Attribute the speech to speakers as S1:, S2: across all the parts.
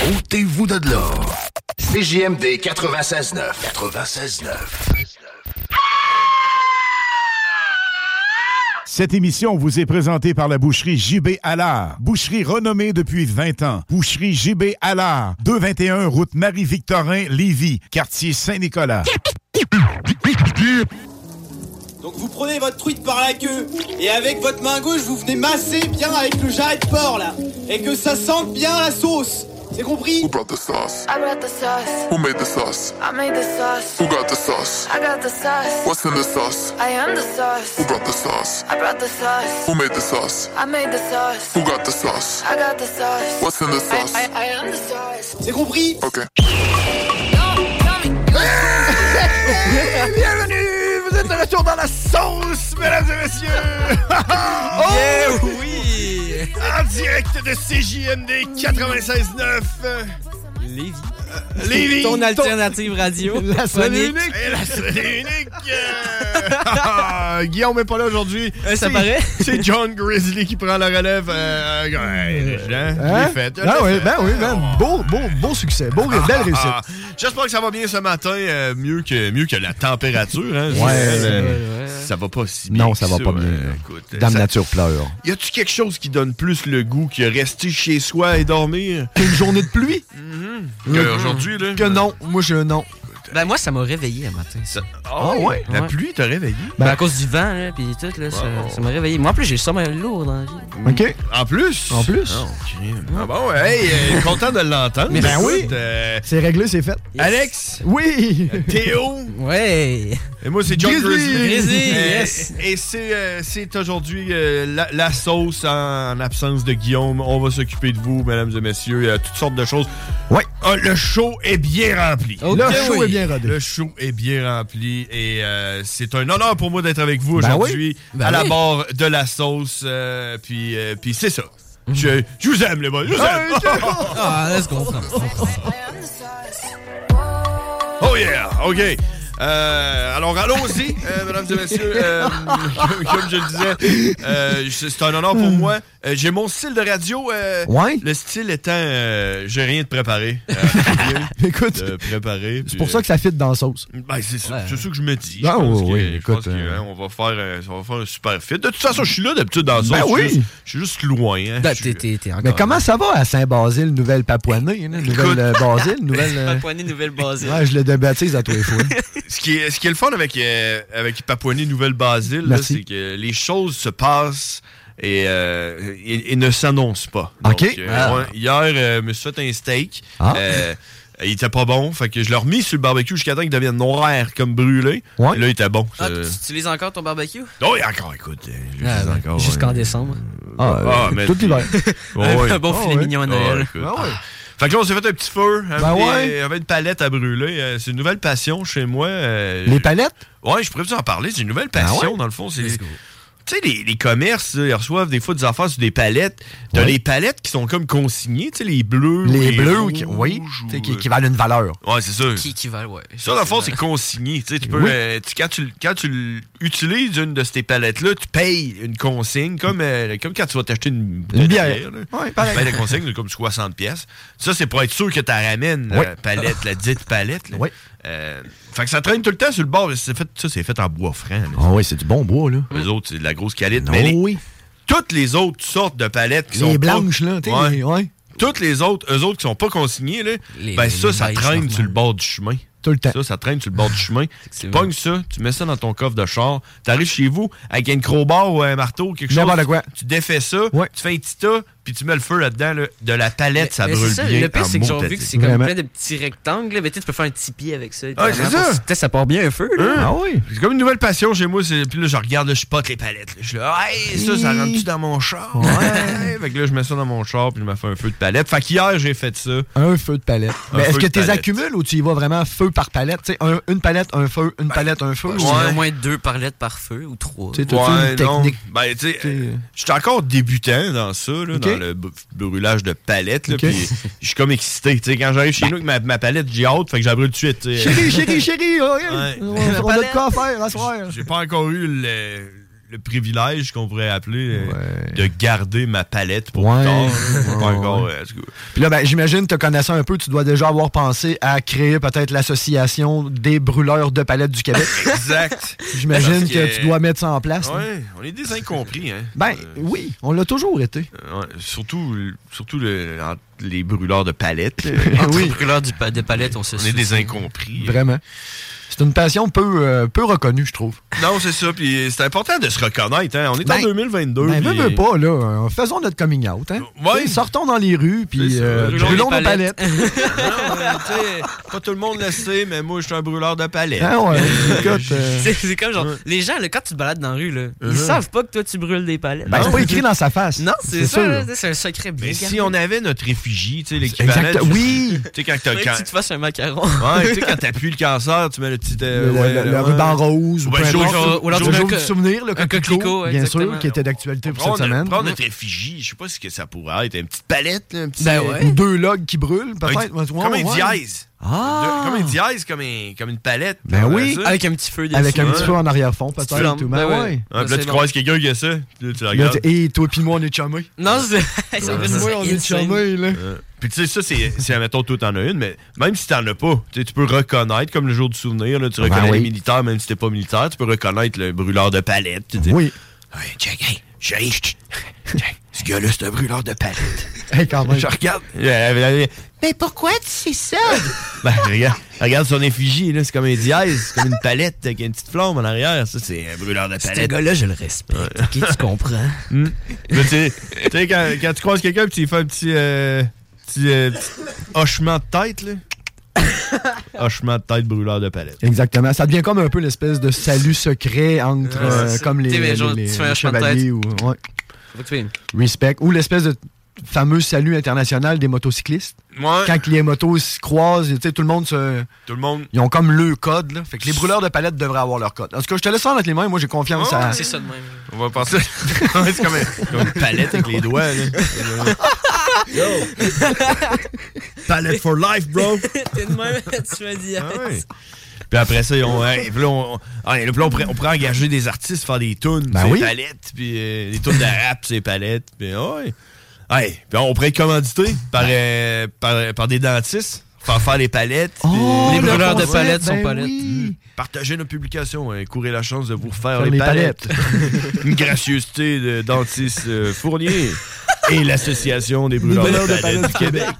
S1: Ôtez-vous de l'or. CJMD 96.9. 96.9.
S2: Cette émission vous est présentée par la boucherie JB Allard, boucherie renommée depuis 20 ans. Boucherie JB Allard, 221 route Marie-Victorin, Lévis, quartier Saint-Nicolas.
S3: Donc vous prenez votre truite par la queue et avec votre main gauche vous venez masser bien avec le jarret de porc là et que ça sente bien la sauce. C'est compris
S4: Who brought the sauce?
S5: I brought the sauce.
S4: Who made the sauce?
S5: I made the sauce.
S4: Who got the sauce?
S5: I got the sauce.
S4: What's in the sauce?
S5: I am the sauce.
S4: Who brought the sauce?
S5: I brought the sauce.
S4: Who made the sauce?
S5: I made the sauce.
S4: Who got the sauce?
S5: I got the sauce.
S4: What's in the
S5: I,
S4: sauce? Oh.
S5: I, I am the sauce.
S3: C'est compris
S4: Okay.
S6: Hein?
S7: Bienvenue, vous êtes de retour dans la sauce, mesdames et messieurs! Oh!
S8: oui!
S7: En direct de CJMD 96.9, euh,
S8: Lévi.
S7: Lévis,
S8: Ton alternative radio.
S7: La seule et
S8: Phonique.
S7: unique! Et la seule et unique! euh, Guillaume n'est pas là aujourd'hui.
S8: Euh, ça
S7: C'est-
S8: paraît.
S7: C'est John Grizzly qui prend la relève. euh, euh, ouais, hein, je l'ai fait. je l'ai
S6: Ah oui,
S7: fait.
S6: ben oui, man. Beau, beau, beau succès. Beau, belle réussite.
S7: Ah, J'espère que ça va bien ce matin, euh, mieux, que, mieux que la température. hein.
S6: Ouais,
S7: Euh, ça va pas si bien.
S6: Non,
S7: que
S6: ça va pas
S7: euh,
S6: mieux.
S7: écoute,
S6: Dame
S7: ça-
S6: Nature pleure.
S7: Y a-tu quelque chose qui donne plus le goût que rester chez soi et dormir qu'une journée de pluie?
S6: Mm-hmm.
S7: Aujourd'hui, là.
S6: Que non, moi je non.
S8: Ben moi, ça m'a réveillé un matin.
S7: Ça- Ah ouais? La
S8: Ouais.
S7: pluie t'a réveillé?
S8: Ben, à cause du vent, là, pis tout, là, ça-
S7: Wow. Mm.
S8: ça m'a réveillé. Moi, en plus, j'ai le sommeil lourd dans la vie.
S6: OK.
S7: En plus?
S6: En plus.
S7: Ah, ok. Ah bon, hey, euh, content de l'entendre.
S6: Mais ben
S7: Écoute,
S6: oui.
S7: euh,
S6: C'est réglé, c'est fait.
S7: Alex,
S6: Oui!
S7: Théo,
S8: Ouais!
S7: et moi c'est John
S6: Grizzly.
S7: Grizzly.
S8: Grizzly,
S7: Euh,
S8: yes.
S7: Et c'est euh, c'est aujourd'hui euh, la, la sauce en, en absence de Guillaume. On va s'occuper de vous, mesdames et messieurs. Il y a toutes sortes de choses.
S6: Ouais.
S7: Ah, le show est bien rempli.
S8: Ok,
S6: Le show
S8: oui.
S6: est bien rodé.
S7: Le show est bien rempli et euh, c'est un honneur pour moi d'être avec vous
S6: Ben
S7: aujourd'hui
S8: Ben
S7: à la
S8: oui.
S7: barre de la sauce. euh, puis euh, puis c'est ça. Je, je vous aime, les boys. Je vous aime.
S8: Ah, laisse comprendre.
S5: I am the sauce. Whoa.
S7: Oh yeah, ok. Euh, alors allons-y, euh, mesdames et messieurs. Euh, comme, comme je le disais, euh, c'est c'est un honneur pour moi. Euh, J'ai mon style de radio. euh,
S6: Ouais.
S7: Le style étant, euh, j'ai rien de préparé. Euh, rien
S6: Écoute,
S7: de préparé.
S6: c'est pour ça que ça fit dans la sauce.
S7: Ben, c'est ça, c'est ça que je me dis. Je
S6: Ah,
S7: pense
S6: oui,
S7: que-
S6: oui,
S7: je pense
S6: écoute,
S7: que,
S6: euh,
S7: hein, on, va faire, un- on va faire un super fit. De toute façon, je suis là d'habitude dans la zone.
S6: Ben
S7: je suis
S6: oui.
S7: juste- Je suis juste loin. hein.
S8: Ben, t'es-
S7: Je suis-
S8: t'es t'es encore.
S6: Mais
S7: ben.
S6: comment ça va à Saint-Basile, nouvelle Papouanée? hein, Nouvelle euh, Basile, nouvelle. euh,
S8: poignée nouvelle base.
S6: Ouais, je le débaptise à tous les fois.
S7: Ce qui, est, ce qui est le fun avec, euh, avec Papouanie Nouvelle-Basile, là,
S6: Merci.
S7: c'est que les choses se passent et, euh, et- et ne s'annoncent pas. Donc,
S6: OK.
S7: euh,
S6: Ah.
S7: ouais, hier, euh, je me suis fait un steak.
S6: Ah.
S7: Euh, il était pas bon, fait que je l'ai remis sur le barbecue jusqu'à temps qu'il devienne noir comme brûlé.
S6: Ouais.
S7: Et Là, il était bon.
S8: Ah,
S7: Ça-
S8: tu utilises encore ton barbecue?
S7: Oh, et encore, écoute. euh, je l'utilise encore,
S8: Ah, Jusqu'en
S7: ouais.
S8: décembre.
S6: Ah, euh,
S7: Ah, mais-
S6: tout l'hiver.
S7: Ouais, ouais.
S8: Un bon
S6: Ah
S8: filet
S6: ouais.
S8: mignon à
S7: Ah,
S8: Noël.
S7: écoute.
S6: Ah ouais.
S7: Fait que là, on s'est fait un petit feu hein, avec,
S6: Ben
S7: des-
S6: ouais.
S7: avec une palette à brûler. Euh, C'est une nouvelle passion chez moi. euh,
S6: Les palettes? Ah
S7: Ouais, je pourrais vous en parler. C'est une nouvelle passion, dans le fond. C'est
S8: Let's go.
S7: Tu sais, les, les commerces, là, ils reçoivent des fois des affaires sur des palettes. T'as
S6: Ouais.
S7: les palettes qui sont comme consignées, tu sais, les bleus. ou
S6: Les bleus, qui,
S7: rouges
S6: oui,
S7: ou-
S6: t'sais, qui, qui valent une valeur.
S7: Ouais, c'est ça.
S8: Qui, qui va, ouais.
S7: Ça, dans le fond, c'est consigné. Tu sais, tu peux,
S6: Oui.
S7: euh, tu- quand tu, l- quand tu l'utilises une de ces palettes-là, tu payes une consigne, comme, euh, comme quand tu vas t'acheter une,
S6: Une bière.
S7: là.
S6: Ouais,
S7: Tu payes
S6: pareil.
S7: la consigne de comme 60 pièces. Ça, c'est pour être sûr que tu ramènes
S6: Oui.
S7: la palette, la dite palette. là.
S6: Oui.
S7: Euh, fait que ça traîne tout le temps sur le bord. mais c'est fait- ça, c'est fait en bois franc. là.
S6: Ah oui, c'est du bon bois, là.
S8: Mm.
S7: Eux autres, c'est de la grosse calibre.
S6: Non,
S7: Mais les-
S6: oui.
S7: toutes les autres sortes de palettes qui
S6: Les
S7: sont. pas-
S6: blanches, là, tu sais,
S7: Ouais.
S6: les- ouais.
S7: Toutes les autres, eux autres qui sont pas consignés, là, ben
S6: les
S7: ça, ça
S6: beiges
S7: traîne sur le bord du chemin.
S6: Tout le temps.
S7: Ça, ça traîne sur le bord du chemin. tu pognes ça, tu mets ça dans ton coffre de char, t'arrives chez vous avec une crowbar ou un marteau, quelque chose.
S6: N'importe quoi.
S7: Tu défais ça, tu fais un petit tas, puis tu mets le feu là-dedans. là. de la palette, ça
S8: Mais c'est
S7: brûle bien.
S8: Le pire,
S7: en
S8: c'est que j'ai
S7: maudit.
S8: vu que c'est comme plein de petits rectangles. là, Mais tu sais, tu peux faire un tipi avec ça.
S7: Ah, c'est ça.
S8: Peut-être ça part bien un feu.
S7: Hein?
S6: Ah
S8: Là.
S7: C'est comme une nouvelle passion chez moi. c'est- Puis là, je regarde, là, je pote les palettes. là. Je suis là, hey, ça, ça rentre-tu dans mon char? Ouais. fait que là, je mets ça dans mon char, puis je me fais un feu de palette. Fait qu'hier, j'ai fait ça.
S6: Un feu de palette.
S7: Un
S6: Mais
S7: feu
S6: est-ce que
S7: de
S6: tu les
S7: palette.
S6: accumules ou tu y vas vraiment feu par palette? Tu sais, un- une palette, un feu,
S7: Ben,
S6: une palette, un feu.
S8: Je
S6: ou-
S8: dirais au moins deux palettes par feu ou trois.
S6: Tu sais, t'as-tu une technique?
S7: Ben, tu sais, euh, je suis encore débutant dans ça, là, dans le b- brûlage de palettes. là,
S6: Ok.
S7: Puis je suis comme excité. Tu sais, quand j'arrive chez nous avec ma, ma palette, j'ai hâte, fait que je la brûle tout de suite. tu sais.
S6: Chérie, chérie, chérie, oh, yeah.
S7: Ouais.
S6: on, on a de quoi à faire à soir.
S7: J'ai pas encore eu le, le privilège qu'on pourrait appeler euh, de garder ma palette pour plus
S6: Ouais.
S7: tard. là. J'ai
S6: Ouais,
S7: pas encore.
S6: ouais.
S7: euh, en tout cas.
S6: Puis là, ben, j'imagine, te connaissant un peu, tu dois déjà avoir pensé à créer peut-être l'association des brûleurs de palettes du Québec.
S7: Exact.
S6: J'imagine
S7: Parce
S6: que, tu dois mettre ça en place. là.
S7: Ouais, on est des incompris, hein.
S6: Ben oui, on l'a toujours été.
S7: Euh, ouais, surtout surtout le- en- les brûleurs de palettes. là.
S6: Ah
S8: oui. brûleurs du pa- de palettes, on se
S7: On est des incompris.
S6: Vraiment. C'est une passion peu, euh, peu reconnue, je trouve.
S7: Non, c'est ça. Puis c'est important de se reconnaître. Hein. On est en
S6: Ben,
S7: 2022.
S6: Ben, veux,
S7: puis-
S6: veux pas, là. euh, Faisons notre coming out, hein.
S7: Ouais.
S6: Tu sais, Sortons dans les rues, puis euh,
S7: Brûlons
S6: brûlons
S7: les
S6: nos palettes.
S7: Non, euh, tu sais, pas tout le monde le sait, mais moi, je suis un brûleur de palettes.
S6: Ah ouais, écoute, euh,
S8: C'est c'est comme genre, les gens, là, quand tu te balades dans la rue, là,
S7: Mhm.
S8: ils savent pas que toi tu brûles des palettes.
S6: Ben, c'est pas écrit dans sa face.
S8: Non, c'est ça,
S6: sûr.
S8: là, c'est un secret bien
S6: Ben
S7: Mais si
S8: gardé.
S7: on avait notre réfugié, tu sais, l'équivalent.
S6: Exact-
S7: du-
S6: oui.
S7: Tu sais, quand t'as
S8: Faudrait que tu te fasses un macaron.
S7: Ouais, tu sais, quand t'appuies le cancer, tu mets le petit.
S6: Le,
S7: euh,
S6: le-
S7: ouais,
S6: le- le
S7: ouais.
S6: ruban rose, ou
S7: Ouais,
S6: peu
S7: jour-
S6: importe.
S7: jour- ou alors
S6: le
S7: tu
S6: jour
S7: mets
S6: du
S7: un co-
S6: souvenir, le
S7: un
S6: coquelicot,
S7: coquelicot,
S6: bien
S7: exactement.
S6: sûr, qui était d'actualité pour
S7: Prends
S6: cette
S7: notre-
S6: semaine.
S7: Prends notre effigie, je sais pas ce que ça pourrait être, une petite palette, là, un petit. euh,
S6: Ben ouais. Ou deux logs qui brûlent,
S7: Un-
S6: peut-être. Ouais,
S7: Comme un
S6: ouais.
S7: dièse.
S6: Ah!
S7: De- Comme un dièse, comme, un- comme une palette.
S6: Ben
S7: Comme
S6: oui.
S7: ça.
S6: Avec un petit feu dessus. Avec un petit feu en arrière-fond,
S7: Petite
S6: peut-être,
S7: flamme.
S6: ou- ben ouais.
S7: Ah, puis
S6: Ben,
S7: là, tu
S6: c'est bon.
S7: croises quelqu'un qui a ça. puis Là, tu la
S6: Là,
S7: regardes.
S6: tu- Hey, toi puis moi, on est chumés.
S8: Non, c'est. ça
S6: Ouais.
S8: fait- ça
S6: Moi,
S8: serait
S6: on est
S8: insane.
S6: chumés, là.
S7: Euh, Puis tu sais, ça, c'est, c'est admettons, toi, t'en as une, mais même si t'en as pas, tu sais, tu peux reconnaître, comme le jour du souvenir, là, tu
S6: Ben
S7: reconnais
S6: oui.
S7: les militaires, même si t'es pas militaire, tu peux reconnaître le brûleur de palette. Tu dis,
S6: Oui.
S7: Ouais, check, hey, j'arrive, chut, check, ce gars-là, c'est un brûleur de palette.
S6: Hey, quand même.
S7: Je regarde. Euh, euh, Mais pourquoi tu sais ça? ben, regarde, regarde son effigie, là, c'est comme un dièse, c'est comme une palette avec une petite flamme en arrière. Ça, c'est un brûleur de palette.
S8: Ce gars-là, je le respecte. Ok, tu comprends.
S7: Hmm. Là, tu sais, tu sais, quand, quand tu croises quelqu'un, puis tu lui fais un petit, euh, petit, euh, petit hochement de tête, là. hochement de tête, brûleur de palette.
S6: Exactement. Ça devient comme un peu l'espèce de salut secret entre
S7: Ouais,
S6: euh,
S7: c'est ça.
S6: comme les,
S8: T'sais, mais genre,
S6: les-
S8: tu fais
S6: les
S8: un hochement de
S6: chevaliers
S8: tête.
S6: ou ouais.
S8: Faut que tu viennes.
S6: respect ou l'espèce de fameux salut international des motocyclistes.
S7: Ouais.
S6: Quand les motos se croisent, tu sais, tout le monde se
S7: Tout le monde.
S6: ils ont comme le code là. Fait que les brûleurs de palettes devraient avoir leur code. En tout cas, je te laisse ça entre les mains. Moi, j'ai confiance à.
S8: C'est ça de même.
S7: On va passer. Ouais, c'est comme, un- comme une palette avec les doigts, là. palette for life, bro!
S8: T'es de même, tu m'as dit.
S7: Ah ouais. Puis après ça, on, hein, puis là, on, on- hey, là, puis là, on pourrait, on pourrait engager des artistes faire des tunes,
S6: Ben
S7: des
S6: oui.
S7: palettes, puis euh, des tunes de rap, ces palettes. Puis, ah ouais. Hey, puis on pourrait être commandité par, euh, par, par des dentistes, faire faire les palettes.
S6: Oh,
S7: puis-
S6: le concept, ben oui.
S7: Partagez nos publications, hein, courez la chance de vous refaire
S6: Faire
S7: les,
S6: les
S7: palettes. Une gracieuseté de dentiste euh, Fournier et l'association des brûleurs de
S6: brûleurs de
S7: palettes,
S6: palettes
S7: du
S6: du
S7: Québec.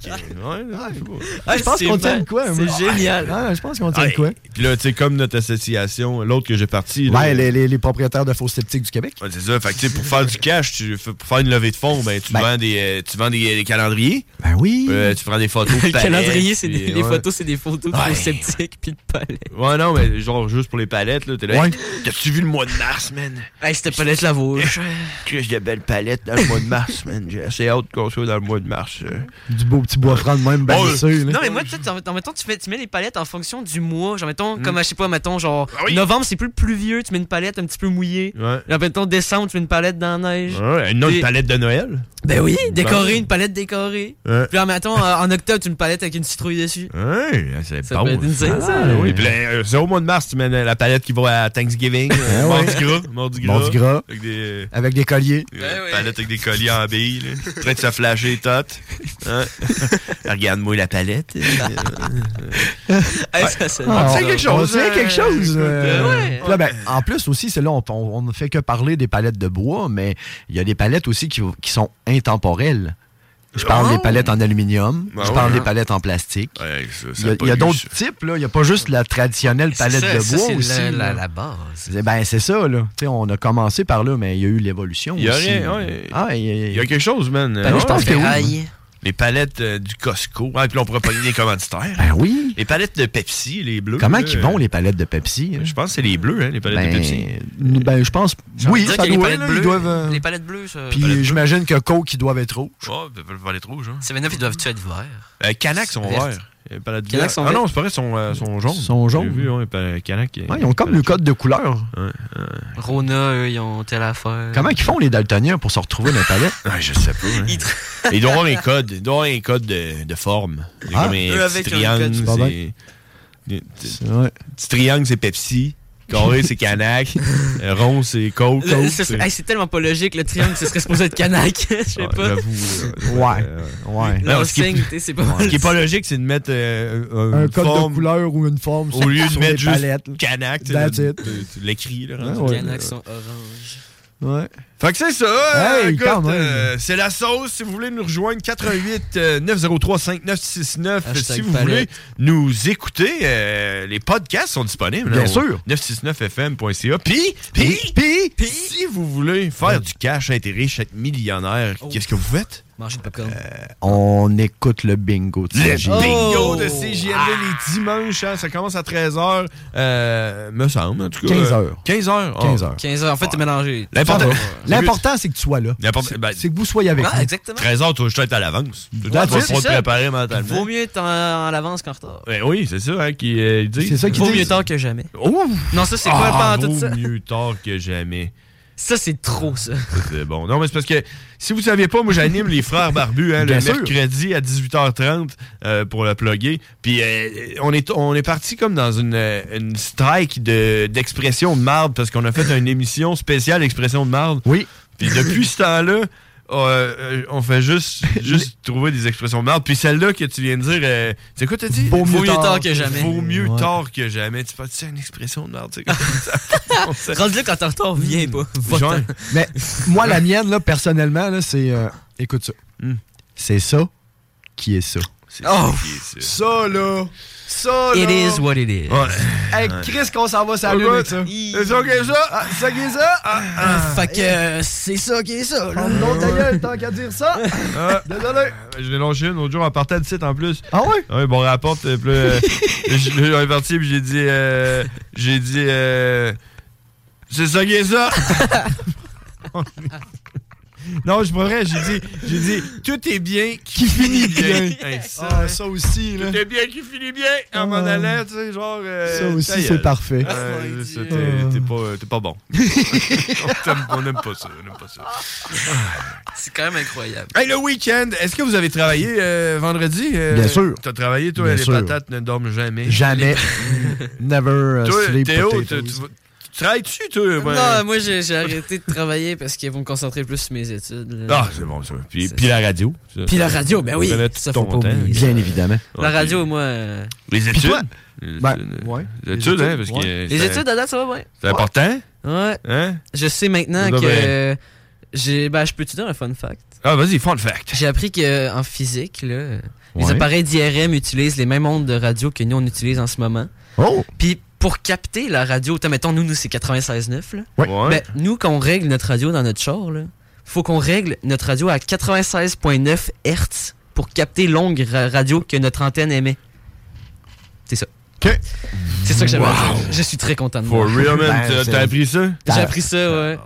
S6: Ah, je pense
S8: C'est
S6: qu'on
S8: vrai.
S6: tient de quoi. moi.
S8: C'est génial.
S6: Ah, je pense qu'on tient de
S7: Hey,
S6: quoi.
S7: Puis là, tu sais, comme notre association, l'autre que j'ai parti. là,
S6: Ouais, les, les- les propriétaires de faux sceptiques du Québec.
S7: Ouais, c'est ça. Fait que, tu sais, pour faire du cash, tu, f- pour faire une levée de fonds, ben, tu
S6: Ben.
S7: vends, des, euh, tu vends des, des calendriers.
S6: Ben oui.
S7: Euh, tu prends des photos. de
S8: Le
S7: palettes,
S8: calendrier, c'est des
S7: puis,
S8: les
S7: ouais.
S8: photos, c'est des photos de faux
S7: Ouais.
S8: sceptiques puis de palettes.
S7: Ouais, non, mais genre juste pour les palettes, là. T'es là.
S6: Ouais.
S7: Hey, T'as-tu vu le mois de mars, man?
S8: Hey, cette palette la vauche.
S7: Chris, de belles palettes dans le mois de mars, man. J'ai assez hâte qu'on soit dans le mois de mars. euh.
S6: Du beau petit bois franc de même balissé. Ben, là.
S8: Non, mais moi, tu sais, en, en mettons, tu, fais, tu mets les palettes en fonction du mois. Genre, mettons,
S7: Mm.
S8: comme, je sais pas, mettons, genre,
S7: Ah oui.
S8: novembre, c'est plus pluvieux, tu mets une palette un petit peu mouillée.
S7: Ouais.
S8: Genre, mettons, décembre, tu mets une palette dans la neige.
S7: Ouais, une autre
S8: Puis-
S7: palette de Noël.
S8: Ben oui, décorée,
S7: Ben.
S8: une palette décorée.
S7: Ouais.
S8: Puis, en, mettons, en, euh, en octobre, tu mets une palette avec une citrouille dessus.
S7: Ouais, c'est
S8: Ça
S7: bon.
S8: peut être une scène, ça.
S7: Ah, oui, puis là, euh, c'est au mois de mars, tu mets euh, la palette qui va à Thanksgiving, euh,
S6: ouais.
S7: Mardi Gras, Mardi Gras,
S6: Mardi Gras.
S7: avec des,
S6: Avec des colliers.
S8: Ben
S7: euh, palettes avec des colliers en billes. là. en train de se flasher tot. Hein? Regarde-moi la palette.
S8: Hey, ça, c'est-
S6: Ah,
S7: On sait quelque chose.
S6: On sait quelque
S7: euh,
S6: chose. euh,
S7: ouais.
S6: puis là, ben, en plus aussi, c'est là, on- on on ne fait que parler des palettes de bois, mais il y a des palettes aussi qui, qui sont intemporelles. Je parle
S7: Oh!
S6: des palettes en aluminium,
S7: Ben
S6: je
S7: ouais,
S6: parle
S7: hein.
S6: des palettes en plastique.
S7: Ouais, ça, ça
S6: Il y a-
S7: pollue,
S6: il y a, d'autres
S7: ça.
S6: types, là. Il n'y a pas juste la traditionnelle
S8: C'est
S6: palette
S8: ça,
S6: de
S8: ça,
S6: bois
S8: c'est
S6: aussi.
S8: la- la-
S6: là.
S8: la base.
S6: C'est- Ben, c'est ça, là. Tu sais, on a commencé par là, mais il y a eu l'évolution
S7: Il y a
S6: aussi.
S7: rien, ouais.
S6: Ah, il y a,
S7: Il y a quelque chose, man.
S6: Ben, je pense que oui. Ferraille.
S7: Les palettes euh, du Costco. Ah, et puis là, on pourrait pogner des commanditaires.
S6: Ben oui.
S7: Les palettes de Pepsi, les bleus.
S6: Comment
S7: là,
S6: qu'ils
S7: euh,
S6: vont, les palettes de Pepsi? hein?
S7: Je pense que c'est les bleus, hein, les palettes
S6: Ben,
S7: de Pepsi.
S6: n- ben, je pense.
S8: envie
S6: Oui,
S8: de dire
S6: ça
S8: qu'il y a les
S6: doit,
S8: palettes
S6: là,
S8: bleues.
S6: ils doivent. euh,
S8: Les palettes bleues, ça. Palettes
S6: Puis j'imagine que Coke, ils doivent être rouges.
S7: Oh, les palettes rouges, hein.
S8: C'est maintenant qu'ils doivent-tu être verts?
S7: Euh, Canac sont
S8: Verte.
S7: verts. Les palettes
S8: Canac
S7: vertes.
S8: sont
S7: Ah non,
S8: vertes.
S7: c'est pas vrai, sont, euh, sont jaunes.
S6: Sont jaunes.
S7: J'ai vu, ouais, les palettes Canac. euh,
S6: Ouais, ils ont comme le code de couleur.
S8: Rona, eux, ils ont telle affaire.
S6: Comment qu'ils font les daltoniens pour se retrouver dans les palettes?
S8: Ah,
S7: Ouais, je sais pas. hein. Ils doivent avoir un code. Ils doivent avoir un code de, de forme. Il y a
S6: Ah.
S7: comme un
S6: Eux
S7: petit
S6: avec un
S7: triangle.
S6: code, c'est pas
S7: c'est-
S6: bien.
S7: des- des-
S6: Ouais.
S7: Petit triangle, c'est Pepsi. Carré, c'est Canac. Euh, Rond, c'est Coke.
S8: Le-
S7: Coke,
S8: ça,
S7: c'est- Ah,
S8: c'est hey, c'est tellement pas logique, le triangle, ce serait supposé être canac. Je sais pas.
S7: euh,
S6: Ouais. Ouais.
S7: Non, ce qui
S8: L'enseigne,
S7: est-
S8: t'sais, c'est pas mal.
S7: ce qui est pas logique, c'est de mettre euh,
S6: Un
S7: une
S6: code
S7: forme
S6: de couleur ou une forme
S7: au lieu de
S6: sur
S7: mettre
S6: les
S7: juste
S6: palettes.
S7: Canac. tu sais,
S6: That's
S7: le-
S6: it.
S7: Tu tu l'écris. là,
S6: Ouais,
S7: rendu euh,
S6: ouais.
S8: Canac sont oranges.
S6: Ouais.
S7: Fait que c'est ça. hein,
S6: Hey,
S7: écoute,
S6: quand même.
S7: euh, c'est la sauce. Si vous voulez nous rejoindre, 88 euh, 903 5969.
S8: Hashtag
S7: Si vous
S8: palette.
S7: voulez nous écouter, euh, les podcasts sont disponibles. hein,
S6: Bien
S7: au
S6: sûr.
S7: 969fm.ca. Puis, puis, puis, si vous voulez faire du cash, être riche, être millionnaire, qu'est-ce que vous faites? Euh,
S8: Manger de popcorn.
S6: On écoute le bingo de
S7: Le
S6: CJMD.
S7: bingo
S6: Oh!
S7: de CJMD les dimanches, hein, ça commence à 13h, euh, me semble, en tout cas.
S6: 15
S7: euh,
S6: heures.
S7: 15h.
S6: 15 heures.
S8: 15 heures, en fait, t'es mélangé.
S7: L'important,
S6: L'important, c'est que tu sois là.
S7: N'importe- ben,
S6: C'est que vous soyez avec
S8: Ah,
S6: nous.
S8: exactement.
S7: 13h, toi, je dois être à l'avance. Tu dois
S6: Ouais,
S7: pouvoir
S8: c'est
S7: te
S8: ça.
S7: préparer
S8: Vaut
S7: mentalement.
S8: mieux être en, en avance qu'en retard.
S7: Ben oui, c'est ça hein, qui euh, dit.
S6: C'est ça qu'ils
S8: Vaut mieux
S6: disent.
S8: tard que jamais.
S7: Oh!
S8: Non, ça, c'est quoi, pas
S7: Ah,
S8: en tout
S7: vaut
S8: ça?
S7: mieux tard que jamais.
S8: Ça, c'est trop, ça.
S7: Ça, C'est bon. Non, mais c'est parce que si vous saviez pas, moi j'anime les frères barbus hein, le
S6: Bien sûr.
S7: mercredi à 18h30 euh, pour le plugger. Puis euh, on est on est parti comme dans une, euh, une strike de d'expression de marde parce qu'on a fait une émission spéciale expression de marde.
S6: Oui.
S7: Puis depuis ce temps-là, euh, euh, on fait juste, juste trouver des expressions de marde. Puis celle-là que tu viens de dire, euh, c'est quoi t'as dit?
S6: Vaut mieux
S8: Vaut mieux tard tard que jamais.
S7: Vaut mieux
S6: Ouais.
S7: tard que jamais. Tu penses, c'est une expression de marde, tu sais, comme ça.
S8: Rendu-le quand t'es en retard, viens pas.
S7: Genre,
S8: Va-t'en.
S6: Hmm. Mais moi, la mienne, là, personnellement, là, c'est. euh, écoute ça.
S7: Hmm.
S6: C'est ça qui est ça.
S7: c'est
S8: Oh.
S7: ça qui est ça.
S6: Ça, là. Ça,
S8: It is what it is.
S7: oh, Ouais.
S6: Hey, Chris, qu'on s'en va, ça
S7: Écoute,
S6: avec ça.
S7: C'est ça qui est ça? Ah, c'est ça qui est ça? Ah, ah.
S8: Fait que euh, c'est ça qui est ça, là.
S6: Non, ta gueule, tant qu'à dire ça.
S7: Ah. Je l'ai longé un autre jour en partant de site en plus.
S6: Ah ouais?
S7: Ah oui, bon rapport. euh, puis là, euh, je- là, on est parti, puis j'ai dit. euh, j'ai dit. euh, c'est ça qui est ça! non, je pourrais, j'ai dit. J'ai dit. Tout est bien qui finit bien. Hey, ça, hein.
S6: Ah, ça aussi, là.
S7: tout est bien qui finit bien en
S6: Ah.
S7: m'en allant, tu sais, genre. euh,
S6: Ça
S7: ta
S6: aussi,
S7: gueule.
S6: c'est parfait.
S7: Euh, ça, T'es
S6: Dieu.
S7: t'es pas, t'es pas bon. on t'aime- on n'aime pas ça. On n'aime pas ça.
S8: C'est quand même incroyable.
S7: Hey, le week-end, est-ce que vous avez travaillé euh, vendredi? Euh,
S6: Bien sûr.
S7: T'as travaillé, toi,
S6: Bien
S7: les
S6: sûr.
S7: patates ne dorment jamais.
S6: Jamais. Never uh,
S7: Toi,
S6: sleep
S7: Théo, tu,
S6: potatoes.
S7: tu vas- tu travailles-tu, toi? Ben, Ouais.
S8: Non, moi, j'ai j'ai arrêté de travailler parce qu'ils vont me concentrer plus sur mes études. là.
S7: Ah, c'est bon, ça. Puis,
S8: C'est-
S7: puis la radio. ça.
S8: Puis la radio, ben oui,
S7: Ça fait
S8: ça
S7: ton
S8: faut pas
S7: temps.
S8: oublier.
S6: Bien évidemment.
S8: La radio, moi... euh,
S7: Les
S6: Puis
S7: études.
S6: toi?
S7: Les
S6: Ben,
S7: études, euh,
S6: ouais.
S7: Les études, hein, parce que...
S6: ouais.
S8: Les
S7: c'est-
S8: études, à date, ça va bien.
S7: C'est important,
S8: Ouais.
S7: hein?
S8: Je sais maintenant
S7: Vous
S8: que...
S7: avez-
S8: euh, j'ai Ben, je peux te dire un fun fact?
S7: Ah, vas-y, fun fact.
S8: J'ai appris que en physique, là, les
S7: Ouais.
S8: appareils d'IRM utilisent les mêmes ondes de radio que nous on utilise en ce moment.
S6: Oh!
S8: Puis pour capter la radio, t'as, mettons nous, nous c'est 96.9 là.
S6: Ouais.
S8: Ben, nous quand on règle notre radio dans notre char là, faut qu'on règle notre radio à 96.9 Hz pour capter longue ra- radio que notre antenne émet. C'est ça.
S6: OK.
S8: C'est ça que j'avais. à dire. Je suis très content de
S7: For
S8: moi.
S7: real, man,
S6: Ben,
S7: t'as-
S6: c'est-
S7: t'as appris ça?
S8: J'ai appris ça, ouais.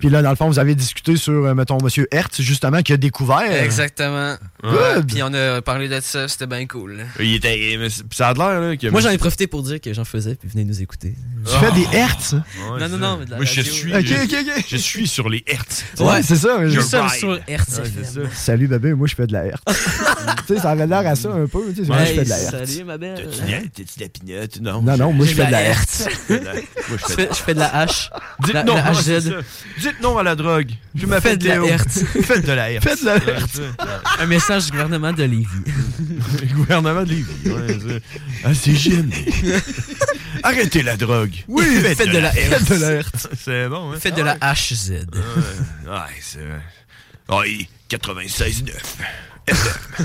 S6: Puis là, dans le fond, vous avez discuté sur, euh, mettons, M. Hertz, justement, qui a découvert.
S8: Exactement.
S6: Good.
S8: Puis on a parlé de ça, c'était bien cool.
S7: Il était... mais c'est- Ça a l'air, là, que...
S8: Moi j'en ai profité pour dire que j'en faisais puis venez nous écouter.
S6: Tu fais des Hertz?
S7: Ouais,
S8: Non, non,
S7: c'est-
S8: non, mais de la
S7: Moi, je
S8: radio. euh,
S7: suis...
S6: Ok,
S7: je-
S6: ok, ok.
S7: Je suis sur les hertz.
S6: Ouais, c'est ça.
S8: Nous
S6: Je-
S7: You're
S8: sommes
S7: right.
S8: sur RCFM.
S6: Salut, bébé, moi, je fais de la Hertz. tu sais, ça avait l'air à ça un peu. Tu sais, moi, je
S8: Hey,
S6: fais de la Hertz.
S8: salut ma belle.
S7: T'es-tu bien? T'es-tu la pignotte, non.
S6: Non, non, moi, je
S7: J'ai
S6: fais de la
S7: hertz.
S6: hertz.
S7: Je fais de la- moi,
S8: Je fais- je fais de la hache.
S7: Dites
S8: La-
S7: non,
S8: la
S7: ouais, c'est
S8: HZ.
S7: ça. Dites non à la drogue. Je m'appelle
S8: Faites de la
S7: Théo.
S8: hertz.
S7: Faites de la hertz.
S8: Faites de la
S7: Ouais,
S8: hertz.
S7: c'est ça.
S8: Un message du gouvernement de Lévis.
S7: Le gouvernement de Lévis. ouais, c'est- ah, c'est GMD. Arrêtez la drogue.
S8: Oui, faites de la hertz.
S7: Faites de la hertz. C'est bon, hein?
S8: Faites de la HZ.
S7: Ouais, ouais, c'est vrai. Ah, et 96.9.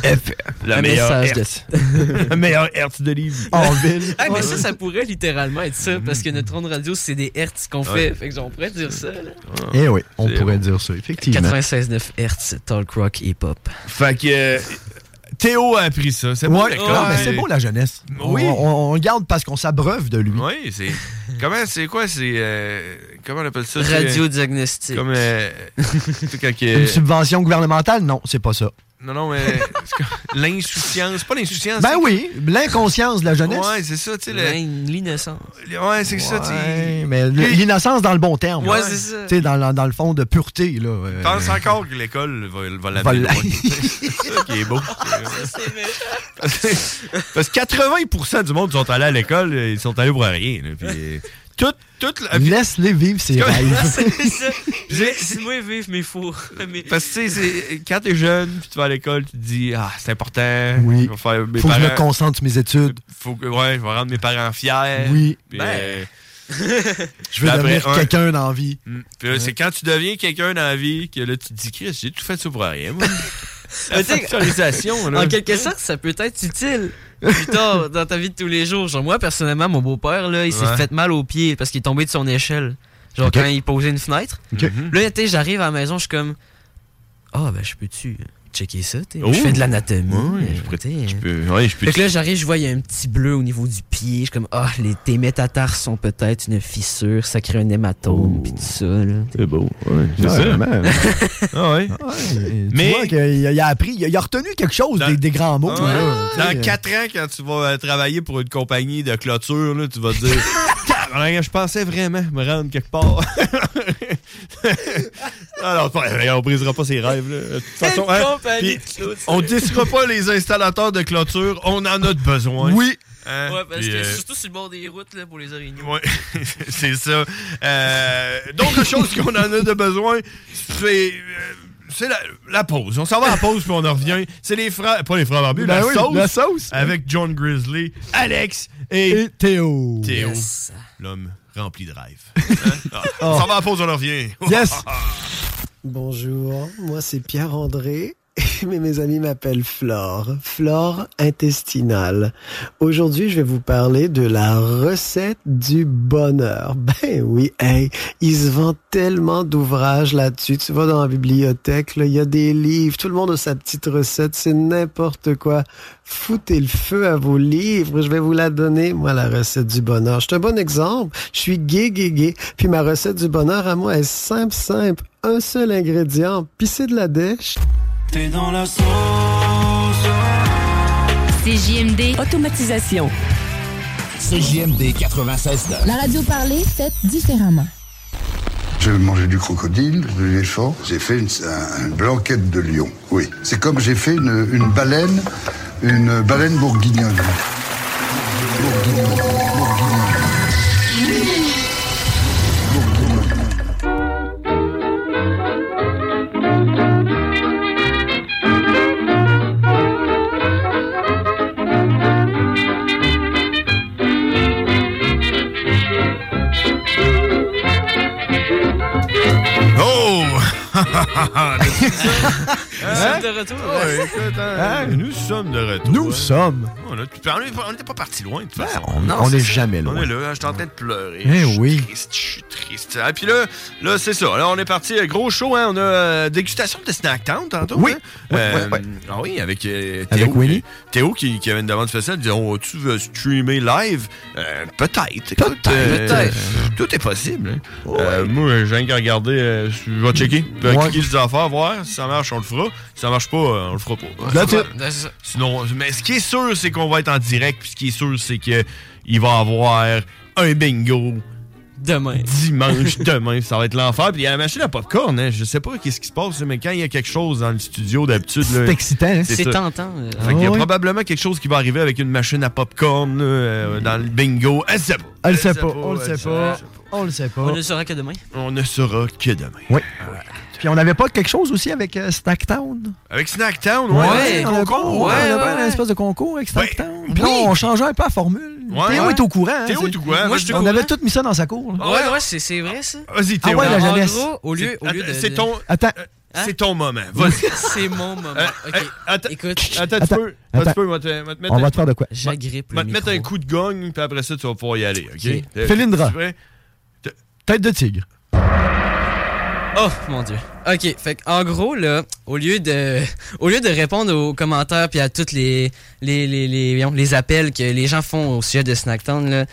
S7: FM. La
S8: Un
S7: meilleure
S8: message de-
S7: hertz. La meilleure hertz de Lévis.
S8: Ah, mais ça, ça pourrait littéralement être ça, parce que notre onde radio, c'est des hertz qu'on
S6: Ouais.
S8: fait. Fait que on pourrait dire ça. là.
S6: Eh oui, on pourrait dire ça, effectivement.
S8: 96.9 Hertz, talk rock, hip-hop.
S7: Fait que euh, Théo a appris ça. C'est
S6: Ouais,
S7: bon,
S6: ah, mais c'est beau la jeunesse.
S7: Oui.
S6: On, on- on le garde parce qu'on s'abreuve de lui.
S7: Oui, c'est. Comment, c'est quoi, c'est. euh, comment on appelle ça
S8: Radio-diagnostic.
S7: diagnostic. Comme. euh, tu sais, quand que-
S6: Une subvention gouvernementale? Non, c'est pas ça.
S7: Non, non, mais. c'est comme- L'insouciance. C'est pas l'insouciance.
S6: Ben
S7: Ah, c'est-
S6: oui, l'inconscience de la jeunesse.
S7: Ouais, c'est ça, tu sais.
S8: le- L'innocence.
S7: Ouais, c'est ça, tu
S6: Ouais, mais le- l'innocence dans le bon terme.
S7: Ouais, c'est ça.
S6: Tu sais, dans, dans- dans le fond de pureté, là. euh,
S7: Pense encore que l'école va, va la
S6: Va
S7: mettre
S6: la-
S7: loin. C'est ça qui est beau. Parce que- parce que 80 du monde qui sont allés à l'école, ils sont allés pour rien. là, puis, euh, tout, tout la-
S6: Laisse-les vivre ses rêves.
S8: C'est ça. Laisse-moi vivre mes fours. Mais-
S7: Parce que, tu sais, c'est- quand t'es jeune, puis tu vas à l'école, tu te dis, ah, c'est important.
S6: Oui.
S7: Je vais faire mes
S6: Faut que je me
S7: parents-
S6: concentre sur mes études.
S7: Faut que, ouais, je vais rendre mes parents fiers.
S6: Oui.
S7: Puis,
S6: Ben.
S7: euh,
S6: Je veux
S7: puis après,
S6: devenir
S7: un-
S6: quelqu'un dans la vie.
S7: Mm. Puis là, c'est quand tu deviens quelqu'un dans la vie que là, tu te dis, Chris, j'ai tout fait ça pour rien, moi. La
S8: Mais t'sais,
S7: factorisation, là.
S8: En quelque sorte, ça peut être utile plus tard dans ta vie de tous les jours. Genre, moi, personnellement, mon beau-père, là, il s'est
S7: Ouais.
S8: fait mal au pied parce qu'il est tombé de son échelle. Genre,
S7: Ok.
S8: quand il posait une fenêtre.
S7: Ok.
S8: Là, tu sais, j'arrive à la maison, je suis comme. Ah, ben, je peux-tu checker ça, tu sais?
S7: Oh.
S8: Je fais de l'anatomie.
S7: Ouais,
S8: euh, t'sais.
S7: Je peux, ouais, je peux.
S8: Fait que là, j'arrive, je vois, il y a un petit bleu au niveau du pied. Je suis comme, ah, les tes métatarses sont peut-être une fissure, ça crée un hématome, pis tout ça, là.
S7: Oh. C'est beau, ouais.
S6: Ouais, vraiment.
S7: Ah ouais.
S6: Mais...
S7: Mais-
S6: Tu vois qu'il a, il a appris, il a, il a retenu quelque chose des, des grands mots.
S7: Ah, Ouais.
S6: là, tu sais. euh.
S7: Dans 4 ans, quand tu vas euh, travailler pour une compagnie de clôture, là, tu vas te dire Tabarnak, Je pensais vraiment me rendre quelque part. Alors, on brisera pas ses rêves. là. De toute façon,
S8: Quelle
S7: hein,
S8: compagnie
S7: puis
S8: de clôture.
S7: on dissera pas les installateurs de clôture. On en a de besoin.
S6: Oui.
S7: Hein,
S8: Ouais, parce
S7: puis,
S8: que
S7: euh,
S8: surtout sur le bord des routes, là, pour les araignées.
S7: Ouais, c'est ça. Euh, D'autres choses qu'on en a de besoin, c'est. euh, C'est la, la pause. On s'en va à la pause, puis on en revient. C'est les frères. Pas les frères barbus,
S6: Ben
S7: la,
S6: oui,
S7: sauce,
S6: la sauce.
S7: Avec John Grizzly, Alex et,
S6: euh, Et Théo.
S7: Théo.
S8: Yes.
S7: L'homme rempli de rêves. Hein? Ah, On s'en va à la pause, on en revient.
S6: Yes.
S9: Bonjour, moi c'est Pierre-André, mais mes amis m'appellent Flore, Flore intestinale. Aujourd'hui, je vais vous parler de la recette du bonheur. Ben oui, hey, il se vend tellement d'ouvrages là-dessus. Tu vas dans la bibliothèque, là, il y a des livres, tout le monde a sa petite recette, c'est n'importe quoi. Foutez le feu à vos livres, je vais vous la donner, moi, la recette du bonheur. Je suis un bon exemple, je suis gay, gay, gay, puis ma recette du bonheur à moi est simple, simple un seul ingrédient, pisser de la dèche.
S3: T'es dans la sauce.
S10: CJMD. Automatisation.
S1: CJMD 96.9.
S11: La radio parlée, faite différemment.
S12: J'ai mangé du crocodile, de l'éléphant. J'ai fait une, un- une blanquette de lion. Oui. C'est comme j'ai fait une, une baleine, une baleine bourguignonne.
S7: Oh! Ah,
S8: sommes de retour.
S7: Ouais, écoute, hein,
S6: Hein?
S7: Nous sommes de retour.
S6: Nous sommes.
S7: On a- on n'était pas parti loin, de toute façon.
S6: Ben, on-
S7: Non,
S6: on
S7: c'est
S6: est
S7: ça.
S6: jamais loin.
S7: On est là, je suis en train de pleurer.
S6: Eh
S7: Je suis
S6: oui.
S7: triste, je suis triste. Et puis là, là c'est ça. Là, on est parti, euh, gros show, hein. On a euh, dégustation de Snack Town tantôt.
S6: Oui.
S7: hein.
S6: Oui, oui,
S7: Ah oui, avec euh, Théo.
S6: Avec Winnie.
S7: Théo qui, qui avait une demande spéciale, il disait oh, Tu veux streamer live Euh, Peut-être. écoute, euh,
S6: Peut-être. Peut-être.
S7: tout est possible. hein. Euh, moi, j'ai rien qu'à regarder. euh, je vais checker. Je vais
S6: Ouais.
S7: cliquer sur les affaires, voir. Si ça marche, on le fera. Si ça marche pas, euh, on le fera pas.
S6: That's it.
S7: Sinon, mais ce qui est sûr, c'est qu'on va être en direct. Puis ce qui est sûr, c'est que il va y avoir un bingo
S8: Demain.
S7: Dimanche, demain, ça va être l'enfer. Puis il y a la machine à popcorn, hein. je sais pas qu'est-ce qui se passe, mais quand il y a quelque chose dans le studio d'habitude.
S6: C'est
S7: là,
S6: excitant, hein? C'est
S7: ça.
S6: tentant.
S7: Fait qu'il y
S6: Ah
S7: a
S6: oui.
S7: probablement quelque chose qui va arriver avec une machine à popcorn là, euh, dans le bingo. Elle sait pas.
S6: Elle le
S7: Elle
S6: sait
S7: sait
S6: pas,
S7: pas,
S6: on le
S7: elle
S6: sait
S7: sait
S6: pas,
S7: pas.
S6: on le sait pas.
S8: On ne saura que demain.
S7: On ne saura que demain.
S6: Oui. Puis on n'avait pas quelque chose aussi avec euh, Snacktown?
S7: Avec Snacktown, ouais, ouais,
S6: on avait pas-
S7: concours,
S6: ouais,
S7: ouais,
S6: on avait
S7: ouais. Ben,
S6: un espèce de concours avec Snacktown. Puis là,
S7: oui.
S6: on changeait un peu la formule.
S7: Ouais,
S6: Théo
S7: ouais.
S6: est au courant. hein,
S7: Théo
S6: c'est-
S7: est au courant,
S6: On
S7: moi, je suis au
S6: avait
S7: courant.
S6: tout mis ça dans sa cour. là.
S8: Ouais, ouais, c'est c'est vrai ça.
S7: Vas-y,
S6: Ah
S7: Théo.
S6: ouais, la jeunesse.
S8: En gros, au lieu, au lieu
S7: Attends,
S8: de.
S7: c'est
S8: de-
S7: ton- euh,
S6: Attends.
S7: C'est ton moment. Vas-y.
S8: C'est mon moment. Ok.
S7: Euh, Attends,
S8: Écoute.
S7: attends, tu peux. Attends, tu peux. moi, te- moi, te mettre
S6: On
S7: un-
S6: va te faire de quoi?
S8: J'agrippe
S7: Moi,
S8: le
S7: te mettre un coup de gogne, puis après ça, tu vas pouvoir y aller. OK?
S6: Ok.
S7: Euh,
S6: Félindra.
S7: tu fais-
S6: Tête de tigre.
S8: Oh mon dieu. Ok, fait que, en gros là, au lieu de, au lieu de répondre aux commentaires puis à toutes les les, les, les, voyons, les appels que les gens font au sujet de Snacktown là,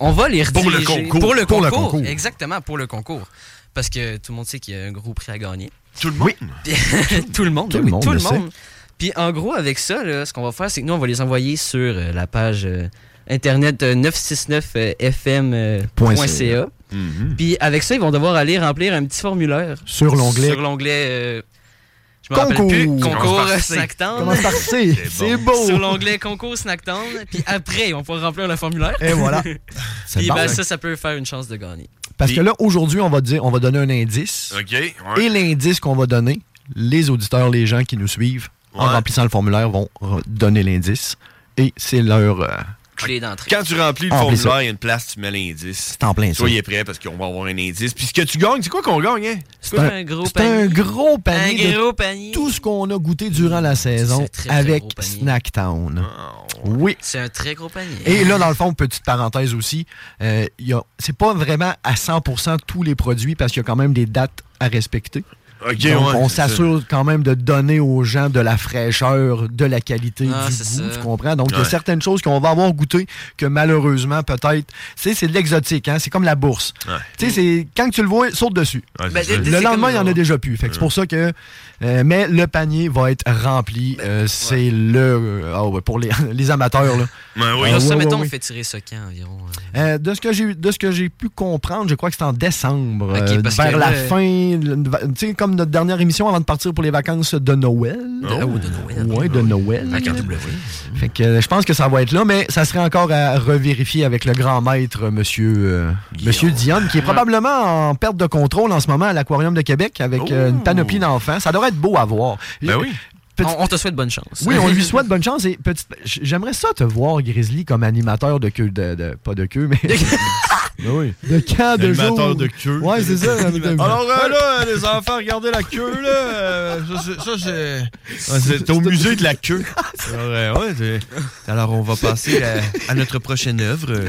S8: on va les
S7: Pour
S8: rediriger
S7: le concours.
S8: pour le
S7: Pour le
S8: concours,
S7: concours.
S8: exactement pour le concours, parce que tout le monde sait qu'il y a un gros prix à gagner.
S7: Tout le monde.
S8: tout le monde.
S7: Tout
S8: oui,
S7: le monde
S8: Tout
S7: le
S8: le
S7: sait.
S8: monde. Puis en gros avec ça là, ce qu'on va faire, c'est que nous on va les envoyer sur euh, la page euh, internet euh, 969fm.ca. Puis avec ça, ils vont devoir aller remplir un petit formulaire.
S6: Sur l'onglet-
S8: Sur l'onglet. euh, je me rappelle
S6: Concours.
S8: plus.
S6: Commence
S8: Concours
S6: par C.
S8: Snacktown.
S6: Commence par C. C'est beau.
S8: Sur l'onglet Concours Snacktown. Puis après, on pourra remplir le formulaire.
S6: Et voilà. C'est
S8: Puis
S6: bon.
S8: ben, ça, ça peut faire une chance de gagner.
S6: Parce que là, aujourd'hui, on va dire, on va donner un indice.
S7: OK.
S6: Et l'indice qu'on va donner, les auditeurs, les gens qui nous suivent, en
S7: Ouais.
S6: remplissant le formulaire, vont re- donner l'indice. Et c'est leur. euh,
S8: Clé d'entrée.
S7: Quand tu remplis le
S6: Remplis
S7: formulaire,
S6: Ah, ça.
S7: il y a une place, tu mets l'indice.
S6: C'est en plein ça.
S7: Soyez prêts parce qu'on va avoir un indice. Puis ce que tu gagnes, c'est quoi qu'on gagne, hein?
S6: C'est un, c'est un gros panier. de Tout ce qu'on a goûté durant la saison
S8: très, très
S6: avec
S8: gros panier.
S6: Snacktown. Oui.
S8: C'est un très gros panier.
S6: Et là, dans le fond, petite parenthèse aussi, euh, il y a- c'est pas vraiment à 100% tous les produits parce qu'il y a quand même des dates à respecter.
S7: OK,
S6: Donc,
S7: ouais,
S6: on
S7: c'est ça.
S6: s'assure quand même de donner aux gens de la fraîcheur, de la qualité,
S8: Ah,
S6: du goût,
S8: c'est ça.
S6: tu comprends? Donc, il y a
S8: Ouais.
S6: certaines choses qu'on va avoir goûté que malheureusement, peut-être, tu sais, c'est de l'exotique, hein? c'est comme la bourse. Tu sais, c'est quand tu le vois, saute dessus.
S7: Ouais, c'est Ben, ça. c'est-
S6: le
S7: c'est
S6: lendemain,
S7: comme-
S6: il y en a déjà plus. Fait que c'est pour ça que. euh, mais le panier va être
S8: Ben,
S6: rempli. euh, c'est le. ah ouais, pour les, les amateurs, là.
S8: Ben
S7: Ben
S8: oui.
S6: Ah,
S8: ça,
S6: ouais,
S8: mettons,
S6: ouais,
S8: on
S6: ouais.
S8: fait tirer ce camp environ.
S6: Euh, de ce que j'ai de ce que j'ai pu comprendre, je crois que c'est en décembre,
S8: Ok,
S6: euh,
S8: parce que
S6: vers
S8: là,
S6: la
S8: euh,
S6: fin, le- tu sais comme notre dernière émission avant de partir pour les vacances de Noël.
S7: Ah
S8: Oh, de Noël.
S6: Ouais, de Noël.
S7: Mm-hmm.
S6: Fait que euh, je pense que ça va être là, mais ça serait encore à revérifier avec le grand maître, euh, monsieur, euh, monsieur Dionne, qui est probablement en perte de contrôle en ce moment à l'Aquarium de Québec avec euh,
S7: Oh.
S6: une panoplie d'enfants. Ça devrait être beau à voir.
S8: Ben
S7: oui.
S8: On, on te souhaite bonne chance.
S6: Oui, on lui souhaite bonne chance. Et petite- j- j'aimerais ça te voir, Grizzly, comme animateur de queue, de, de- pas de queue, mais de camp de jour.
S7: Ah Animateur de queue.
S6: Ouais, c'est ça.
S7: Alors euh, là, euh, les enfants, regardez la queue, là. euh, Ça, c'est- ça, c'est. Ouais, c'est- T'es au musée de la queue. Alors, euh, ouais, c'est- Alors, on va passer à, à notre prochaine œuvre, euh,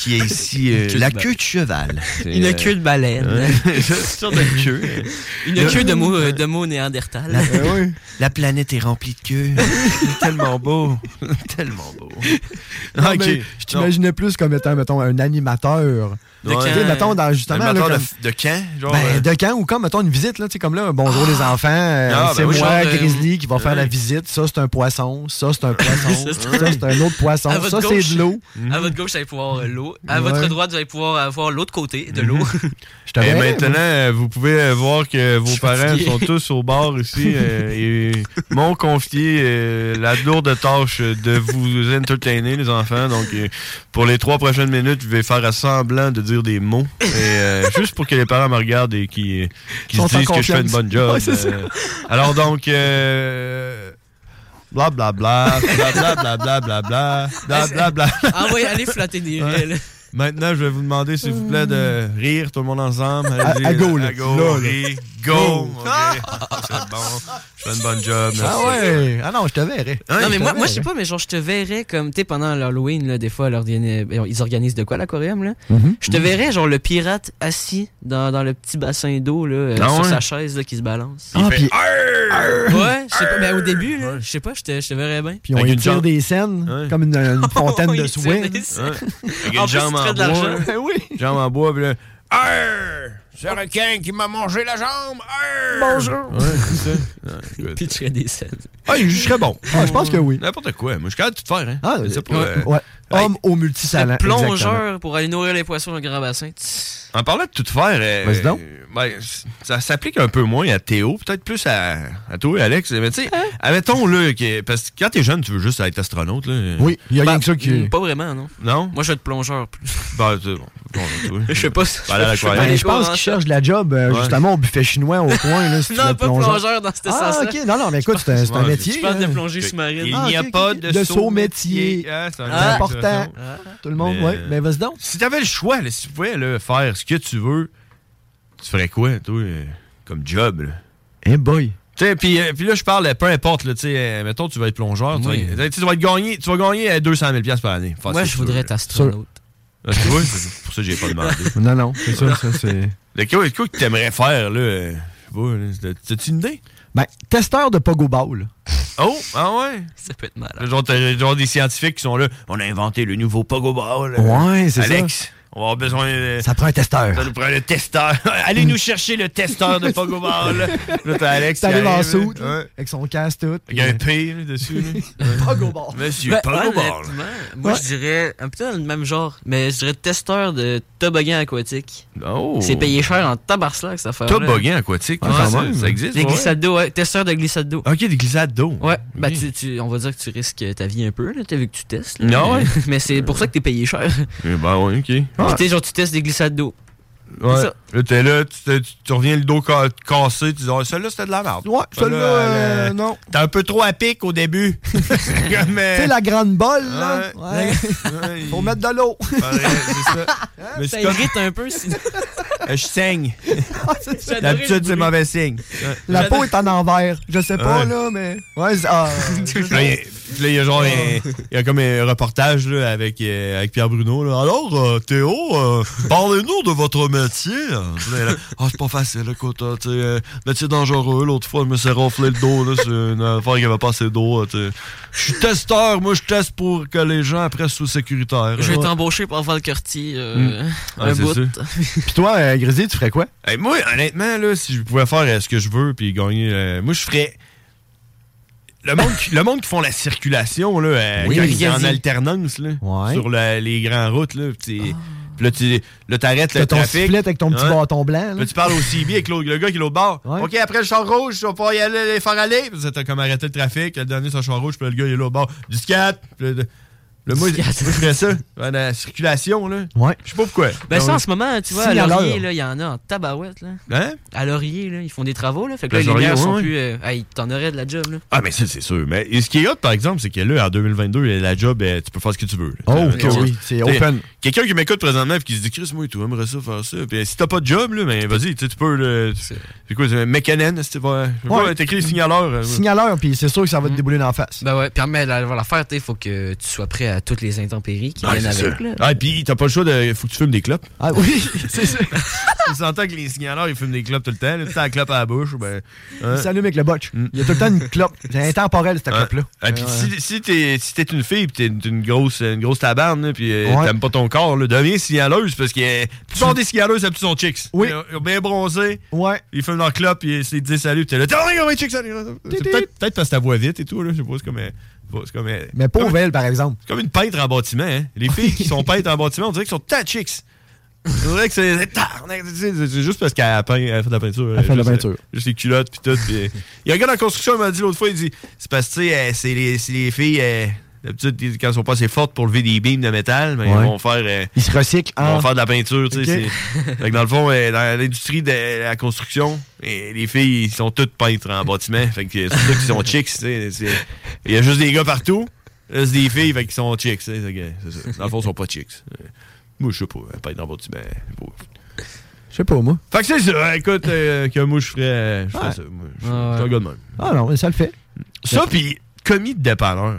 S7: qui est ici euh,
S8: Queue de
S7: la
S8: ba-
S7: queue de cheval.
S6: euh,
S8: Une queue de baleine.
S7: Ouais, c'est une sorte de queue.
S8: Une queue de mot, euh, de mot néandertal.
S7: La,
S6: Ah Ben
S7: la planète est remplie de queues. C'est tellement beau. tellement beau.
S6: Non,
S7: ok.
S6: mais Je t'imaginais plus comme étant, mettons, un animateur.
S7: De camp.
S6: Tu sais, mettons, dans, justement.
S7: Animateur
S6: là,
S7: de-
S6: comme-
S7: de camp, genre,
S6: Ben,
S7: euh.
S6: de camp ou comme, mettons, une visite, là, tu sais, comme là, bonjour les enfants, euh,
S7: Ah, ben
S6: c'est
S7: oui,
S6: moi,
S7: genre de-
S6: Grizzly, qui va faire la
S7: Ouais.
S6: visite. Ça, c'est un poisson. Ça, c'est un poisson.
S8: Ça,
S6: ça,
S8: c'est un-
S6: c'est un autre poisson.
S8: À
S6: Ça,
S8: votre
S6: c'est
S8: gauche-
S6: de l'eau.
S8: À votre gauche, vous allez pouvoir euh, l'eau. À
S6: Ouais. Mhm.
S8: votre droite, vous allez pouvoir avoir l'autre côté de l'eau.
S6: te
S7: Et
S6: verrais,
S7: maintenant,
S6: moi.
S7: euh, vous pouvez euh, voir que vos parents
S8: fatigué.
S7: sont tous au bord ici euh, et m'ont confié euh, la lourde tâche de vous entertainer, les enfants. Donc, euh, pour les trois prochaines minutes, je vais faire à semblant de dire des mots. Et, euh, juste pour que les parents me regardent et qu'ils euh, qu'ils
S6: Sont
S7: se
S6: en
S7: disent que je fais une
S6: confiance.
S7: bonne job. euh.
S6: Ouais, c'est ça.
S7: alors, donc... euh, Bla bla bla, bla bla bla bla bla bla, bla bla bla.
S8: Ah oui, allez flatter des
S7: Ouais.
S8: ailes.
S7: Maintenant, je vais vous demander, s'il vous plaît, de rire tout le monde ensemble.
S6: À-
S7: Allez-y,
S6: à go, là.
S7: à go,
S6: Là, là.
S7: rire, go. OK.
S8: Ah!
S7: C'est bon. Je fais une bonne job.
S6: Ah
S7: merci.
S6: ouais. Ah non, je te verrais.
S8: non, mais
S6: te
S8: moi, moi, je sais
S6: verrais.
S8: pas, mais genre, je te verrais comme, tu sais, pendant l'Halloween, là, des fois, leur- ils organisent de quoi l'aquarium, là?
S6: Mhm.
S8: Je te verrais, genre, le pirate assis dans, dans le petit bassin d'eau, là, euh,
S6: Ah
S8: sur
S6: ouais?
S8: sa chaise, là, qui se balance.
S6: Ah, puis-
S8: Ouais, je sais pas, mais au début, là, je sais pas, je te, je te verrais bien.
S6: Puis on y tire des scènes comme une, une fontaine de souhaits.
S7: Avec
S8: En plus,
S7: une jambe
S8: tu
S7: en
S8: ferais de l'argent.
S7: bois. là. Jambe en bois, puis là... Arr! C'est un requin qui m'a mangé la jambe! Bonjour! Ouais, c'est ça. Ouais,
S8: Puis tu ferais des scènes.
S7: Ah, je serais bon.
S6: Ah, je pense que oui.
S7: N'importe quoi. Moi, je suis capable de tout faire. Hein.
S6: Ah,
S7: C'est
S6: euh,
S7: pas, euh,
S6: ouais. Homme au multitalent.
S8: Plongeur
S6: exactement.
S8: pour aller nourrir les poissons dans le grand bassin. Tss.
S7: En parlant de tout faire, euh,
S6: Vas-y donc.
S7: ben, c- ça s'applique un peu moins à Théo, peut-être plus à, à toi, Alex. Mais tu sais,
S6: Hein?
S7: admettons, là, que- parce que quand t'es jeune, tu veux juste être astronaute. Là.
S6: Oui, il y a
S7: Ben,
S6: rien que ça qui.
S7: mm,
S8: Pas vraiment, non.
S7: Non?
S8: Moi, je vais être plongeur. plus.
S7: Ben, tu bon, bon, toi.
S8: Je sais pas.
S7: Ben, là, l'aquarium.
S6: Ben, je
S8: hein.
S6: pense qu'il cherche de la job, euh,
S7: Ouais.
S6: justement, au buffet chinois au coin. Là, si tu veux
S8: Non,
S6: être
S8: pas plongeur dans ce
S6: Ah,
S8: sens-là.
S6: ok. Non, non, mais écoute, c'est un, c'est un
S7: Ouais,
S6: métier.
S8: Je parle de
S6: hein.
S8: plongée sous-marine.
S7: Il n'y a pas de,
S6: de
S7: saut
S6: saut métier.
S7: Ah, c'est un
S6: C'est
S7: grand
S6: important.
S7: garçon.
S6: Tout le monde,
S7: Mais- euh,
S6: oui. Mais vas-y donc.
S7: Si t'avais le choix, là, si tu pouvais là, faire ce que tu veux, tu ferais quoi, toi, euh, comme job? Là?
S6: Eh boy.
S7: Tu sais, puis euh, puis là, je parle, euh, peu importe, là, tu sais, euh, mettons, tu vas être plongeur, tu
S8: Oui.
S7: vas- tu sais, tu vas, être gagné, tu vas gagner euh, 200 000 piastres par année. Faire
S8: Moi,
S7: ce que
S8: je
S7: tu veux,
S8: voudrais
S7: là.
S8: être astronaute.
S7: Ah, tu vois, c'est pour ça que j'ai pas demandé.
S6: Non, non, c'est ça, ça, c'est.
S7: Le quoi, le quoi que t'aimerais faire, là, euh, je sais pas, là, c'est- t'as-tu une idée?
S6: Ben, testeur de Pogo Ball.
S7: Oh, ah ouais?
S8: Ça peut être malade.
S7: Genre, t'as- genre des scientifiques qui sont là, on a inventé le nouveau Pogo Ball.
S6: Ouais, c'est ça.
S7: Alex, on va avoir besoin de...
S6: Ça prend un testeur.
S7: Ça nous prend le testeur. Allez nous chercher le testeur de Pogo Ball. Là, t'as Alex qui
S6: T'arrives en
S7: arrive,
S6: saut,
S7: là. Ouais.
S6: avec son casque tout.
S7: Il y a un P là, dessus. là.
S6: Pogo Ball.
S7: Monsieur
S8: Ben,
S7: Pogo Ball.
S8: honnêtement, Moi,
S6: Ouais.
S8: je dirais un peu dans le même genre, mais je dirais testeur de toboggan aquatique.
S7: Oh.
S8: C'est payé cher en tabarcelac, cette affaire.
S7: Toboggan aquatique,
S8: Ouais,
S7: ça,
S8: quand
S7: ça,
S8: même.
S7: ça existe.
S8: Des
S7: ouais.
S8: glissades d'eau, ouais. Testeur de glissades d'eau.
S7: Ok, des glissades d'eau.
S8: Ouais, bah
S7: Ok.
S8: tu, tu- on va dire que tu risques ta vie un peu, là, t'as vu que tu testes. là.
S7: Non, Ah ouais.
S8: Mais c'est pour ça que t'es payé cher.
S7: Eh ben, ouais, ok.
S6: Ah.
S8: Puis, tu sais, genre, tu testes des glissades d'eau.
S7: Ouais.
S8: C'est ça.
S7: Là, t'es là, tu, te- tu- tu reviens le dos ca- cassé, tu dis, Ah, celle-là, c'était de la merde.
S6: Ouais, celle-là, euh,
S7: elle, euh,
S6: non.
S7: T'es un peu trop à pic au début. Comme, euh,
S6: Tu sais, la grande bolle, là.
S7: Ouais.
S6: Ouais.
S7: ouais,
S6: Pour mettre de l'eau.
S7: il- pareil, c'est ça. Mais
S8: Ça
S7: c'est comme-
S8: irrite un peu. si-
S7: euh, je saigne.
S8: J'adorais le
S7: D'habitude, c'est
S8: bruit.
S7: mauvais signe.
S6: Ah, La peau est en envers. Je sais pas,
S7: Ouais.
S6: là, mais. Ouais, c'est- ah,
S7: Puis Là, il y a- puis là, il y a genre un, il y a comme un reportage là, avec, euh, avec Pierre Bruno. là. Alors, euh, Théo, euh, parlez-nous de votre métier. Puis là, il est là, Ah, c'est pas facile, écoute. hein, tu sais, euh, métier dangereux. L'autre fois, je me suis ronflé le dos. là, C'est une affaire qui avait passé d'eau. hein, tu sais. Je suis testeur. Moi, je teste pour que les gens après soient sécuritaires.
S8: Je vais
S7: Ouais.
S8: t'embaucher pour faire le quartier. euh,
S7: Mm. Ah,
S8: un
S7: c'est
S8: bout. Ben,
S7: sûr.
S6: Puis toi, euh, Grizzly, tu ferais quoi?
S7: Hey, moi, honnêtement, là, si je pouvais faire euh, ce que je veux puis gagner, euh, moi, je ferais. Le monde, qui, le monde qui font la circulation, là, euh,
S6: Oui,
S7: quand
S6: oui.
S7: ils sont en
S6: Vas-y.
S7: alternance, là,
S6: Ouais. Ah.
S7: sur la- les grandes routes, là, pis t'es- pis là, tu là, t'arrêtes
S6: T'as
S7: le
S6: ton
S7: trafic.
S6: sifflet avec ton petit
S7: Ouais.
S6: bâton blanc, là.
S7: Là, tu parles au CB avec l'autre- le gars qui est au bord.
S6: Ouais.
S7: OK, après le char rouge, on va y aller les faire aller. Puis t'as comme arrêté le trafic, le dernier, c'est le char rouge, puis là, le gars, il est là au bord. Du scat. Puis le, le, moi,
S8: Du scat.
S7: je ferais ça. dans La circulation, là.
S6: Ouais.
S7: Je sais pas pourquoi.
S8: Ben ça, en ce moment, tu vois, à
S6: Si, à
S8: Laurier,
S6: l'heure.
S8: là, il y en a en tabarouette, là.
S7: Hein?
S8: À Laurier, là, ils font des travaux, là. Fait que là,
S7: Ben,
S8: les
S7: Laurier,
S8: lumières
S7: ouais,
S8: sont
S7: ouais.
S8: plus... euh, Hey, t'en aurais de la job, là.
S7: Ah, mais ça, c'est sûr. Mais et ce qui est hot, par exemple, c'est que là, en 2022, la job, eh, tu peux faire ce que tu veux. là.
S6: Oh,
S7: Tu sais,
S6: ok,
S7: euh,
S6: oui, c'est
S7: tu sais,
S6: open.
S7: Quelqu'un qui m'écoute présentement et qui se dit, Chris, moi, tu aimerais ça, faire ça. Puis euh, si t'as pas de job, là, ben, vas-y, tu sais, tu peux. là, tu-
S8: C'est-
S7: C'est quoi, c'est Mekanen, si tu vas. je sais
S6: Ouais.
S7: pas, T'écris signaleur. euh,
S6: Signaleur, puis c'est sûr que ça
S7: Mm.
S6: va te débouler dans la face.
S8: Ben ouais, puis mais la- la faire, tu faut que tu sois prêt à toutes les intempéries qui
S7: ouais. Ouais,
S8: viennent
S7: c'est
S8: avec,
S7: ça.
S8: là.
S7: Ah, et puis t'as pas le choix de. Faut que tu fumes des clopes.
S6: Ah oui, c'est ça.
S7: Tu s'entend que les signaleurs, ils fument des clopes tout le temps. là, Tu sais, la clope à la bouche, ben. hein.
S6: Il s'allume avec le botch.
S7: Mm.
S6: Il y a tout le temps une clope. C'est intemporel, cette
S7: Hein?
S6: clope-là.
S7: Ah, puis
S6: Ouais, ouais.
S7: si, si t'es si t'es une fille pis t'es une, une grosse une grosse tabarne là, puis euh,
S6: Ouais.
S7: t'aimes pas ton corps là, deviens signaleuse parce que euh, la plupart des signaleuses elles sont chicks. euh,
S6: Oui.
S7: Ils ont- Ils ont bien bronzé,
S6: Ouais.
S7: ils font leur clope puis ils se disent salut, pis t'es là t'es ouais, chicks. allez, allez, allez. C'est Peut-être peut-être parce que ta voix vite et tout là, je sais pas c'est comme euh, c'est comme euh,
S6: Mais
S7: comme-
S6: pauvre elle, par exemple.
S7: c'est comme une peintre en bâtiment, hein. Les filles qui sont peintres en bâtiment, on dirait qu'elles sont ta chicks. On dirait que c'est. c'est tarnac, tu sais, C'est c'est juste parce qu'elle peint, elle fait de la peinture.
S6: Elle fait de la
S7: juste,
S6: peinture.
S7: euh, Juste les culottes puis tout. puis, euh, Il y a un gars dans la construction, il m'a dit l'autre fois, il dit C'est parce que tu sais, euh, c'est les, c'est les filles, euh, d'habitude, ils- quand elles sont pas assez fortes pour lever des beams de métal, mais
S6: Ouais.
S7: ils vont faire. euh,
S6: Il se recycle
S7: ils vont
S6: en.
S7: faire de la peinture, tu sais.
S6: Ah. Ok.
S7: c'est- Fait que dans le fond, euh, dans l'industrie de la construction, euh, les filles, ils sont toutes peintres en bâtiment. Fait que c'est pour ça qu'ils sont chicks, tu sais. c'est- Il y a juste des gars partout. Là, c'est des filles, fait qu'ils sont chicks, tu sais. Fait que c'est ça. Dans le fond, ils sont pas chicks. Euh, Moi, je sais pas, euh, peintre en bâtiment. je sais pas.
S6: Je sais pas, moi.
S7: Fait que c'est ça, écoute, euh, que moi, je ferais, euh, je ferais
S6: Ouais.
S7: ça. Moi, je
S8: Ah ouais.
S7: je suis un gars de même.
S6: Ah non, mais ça le fait.
S7: Ça, pis commis de dépanneur.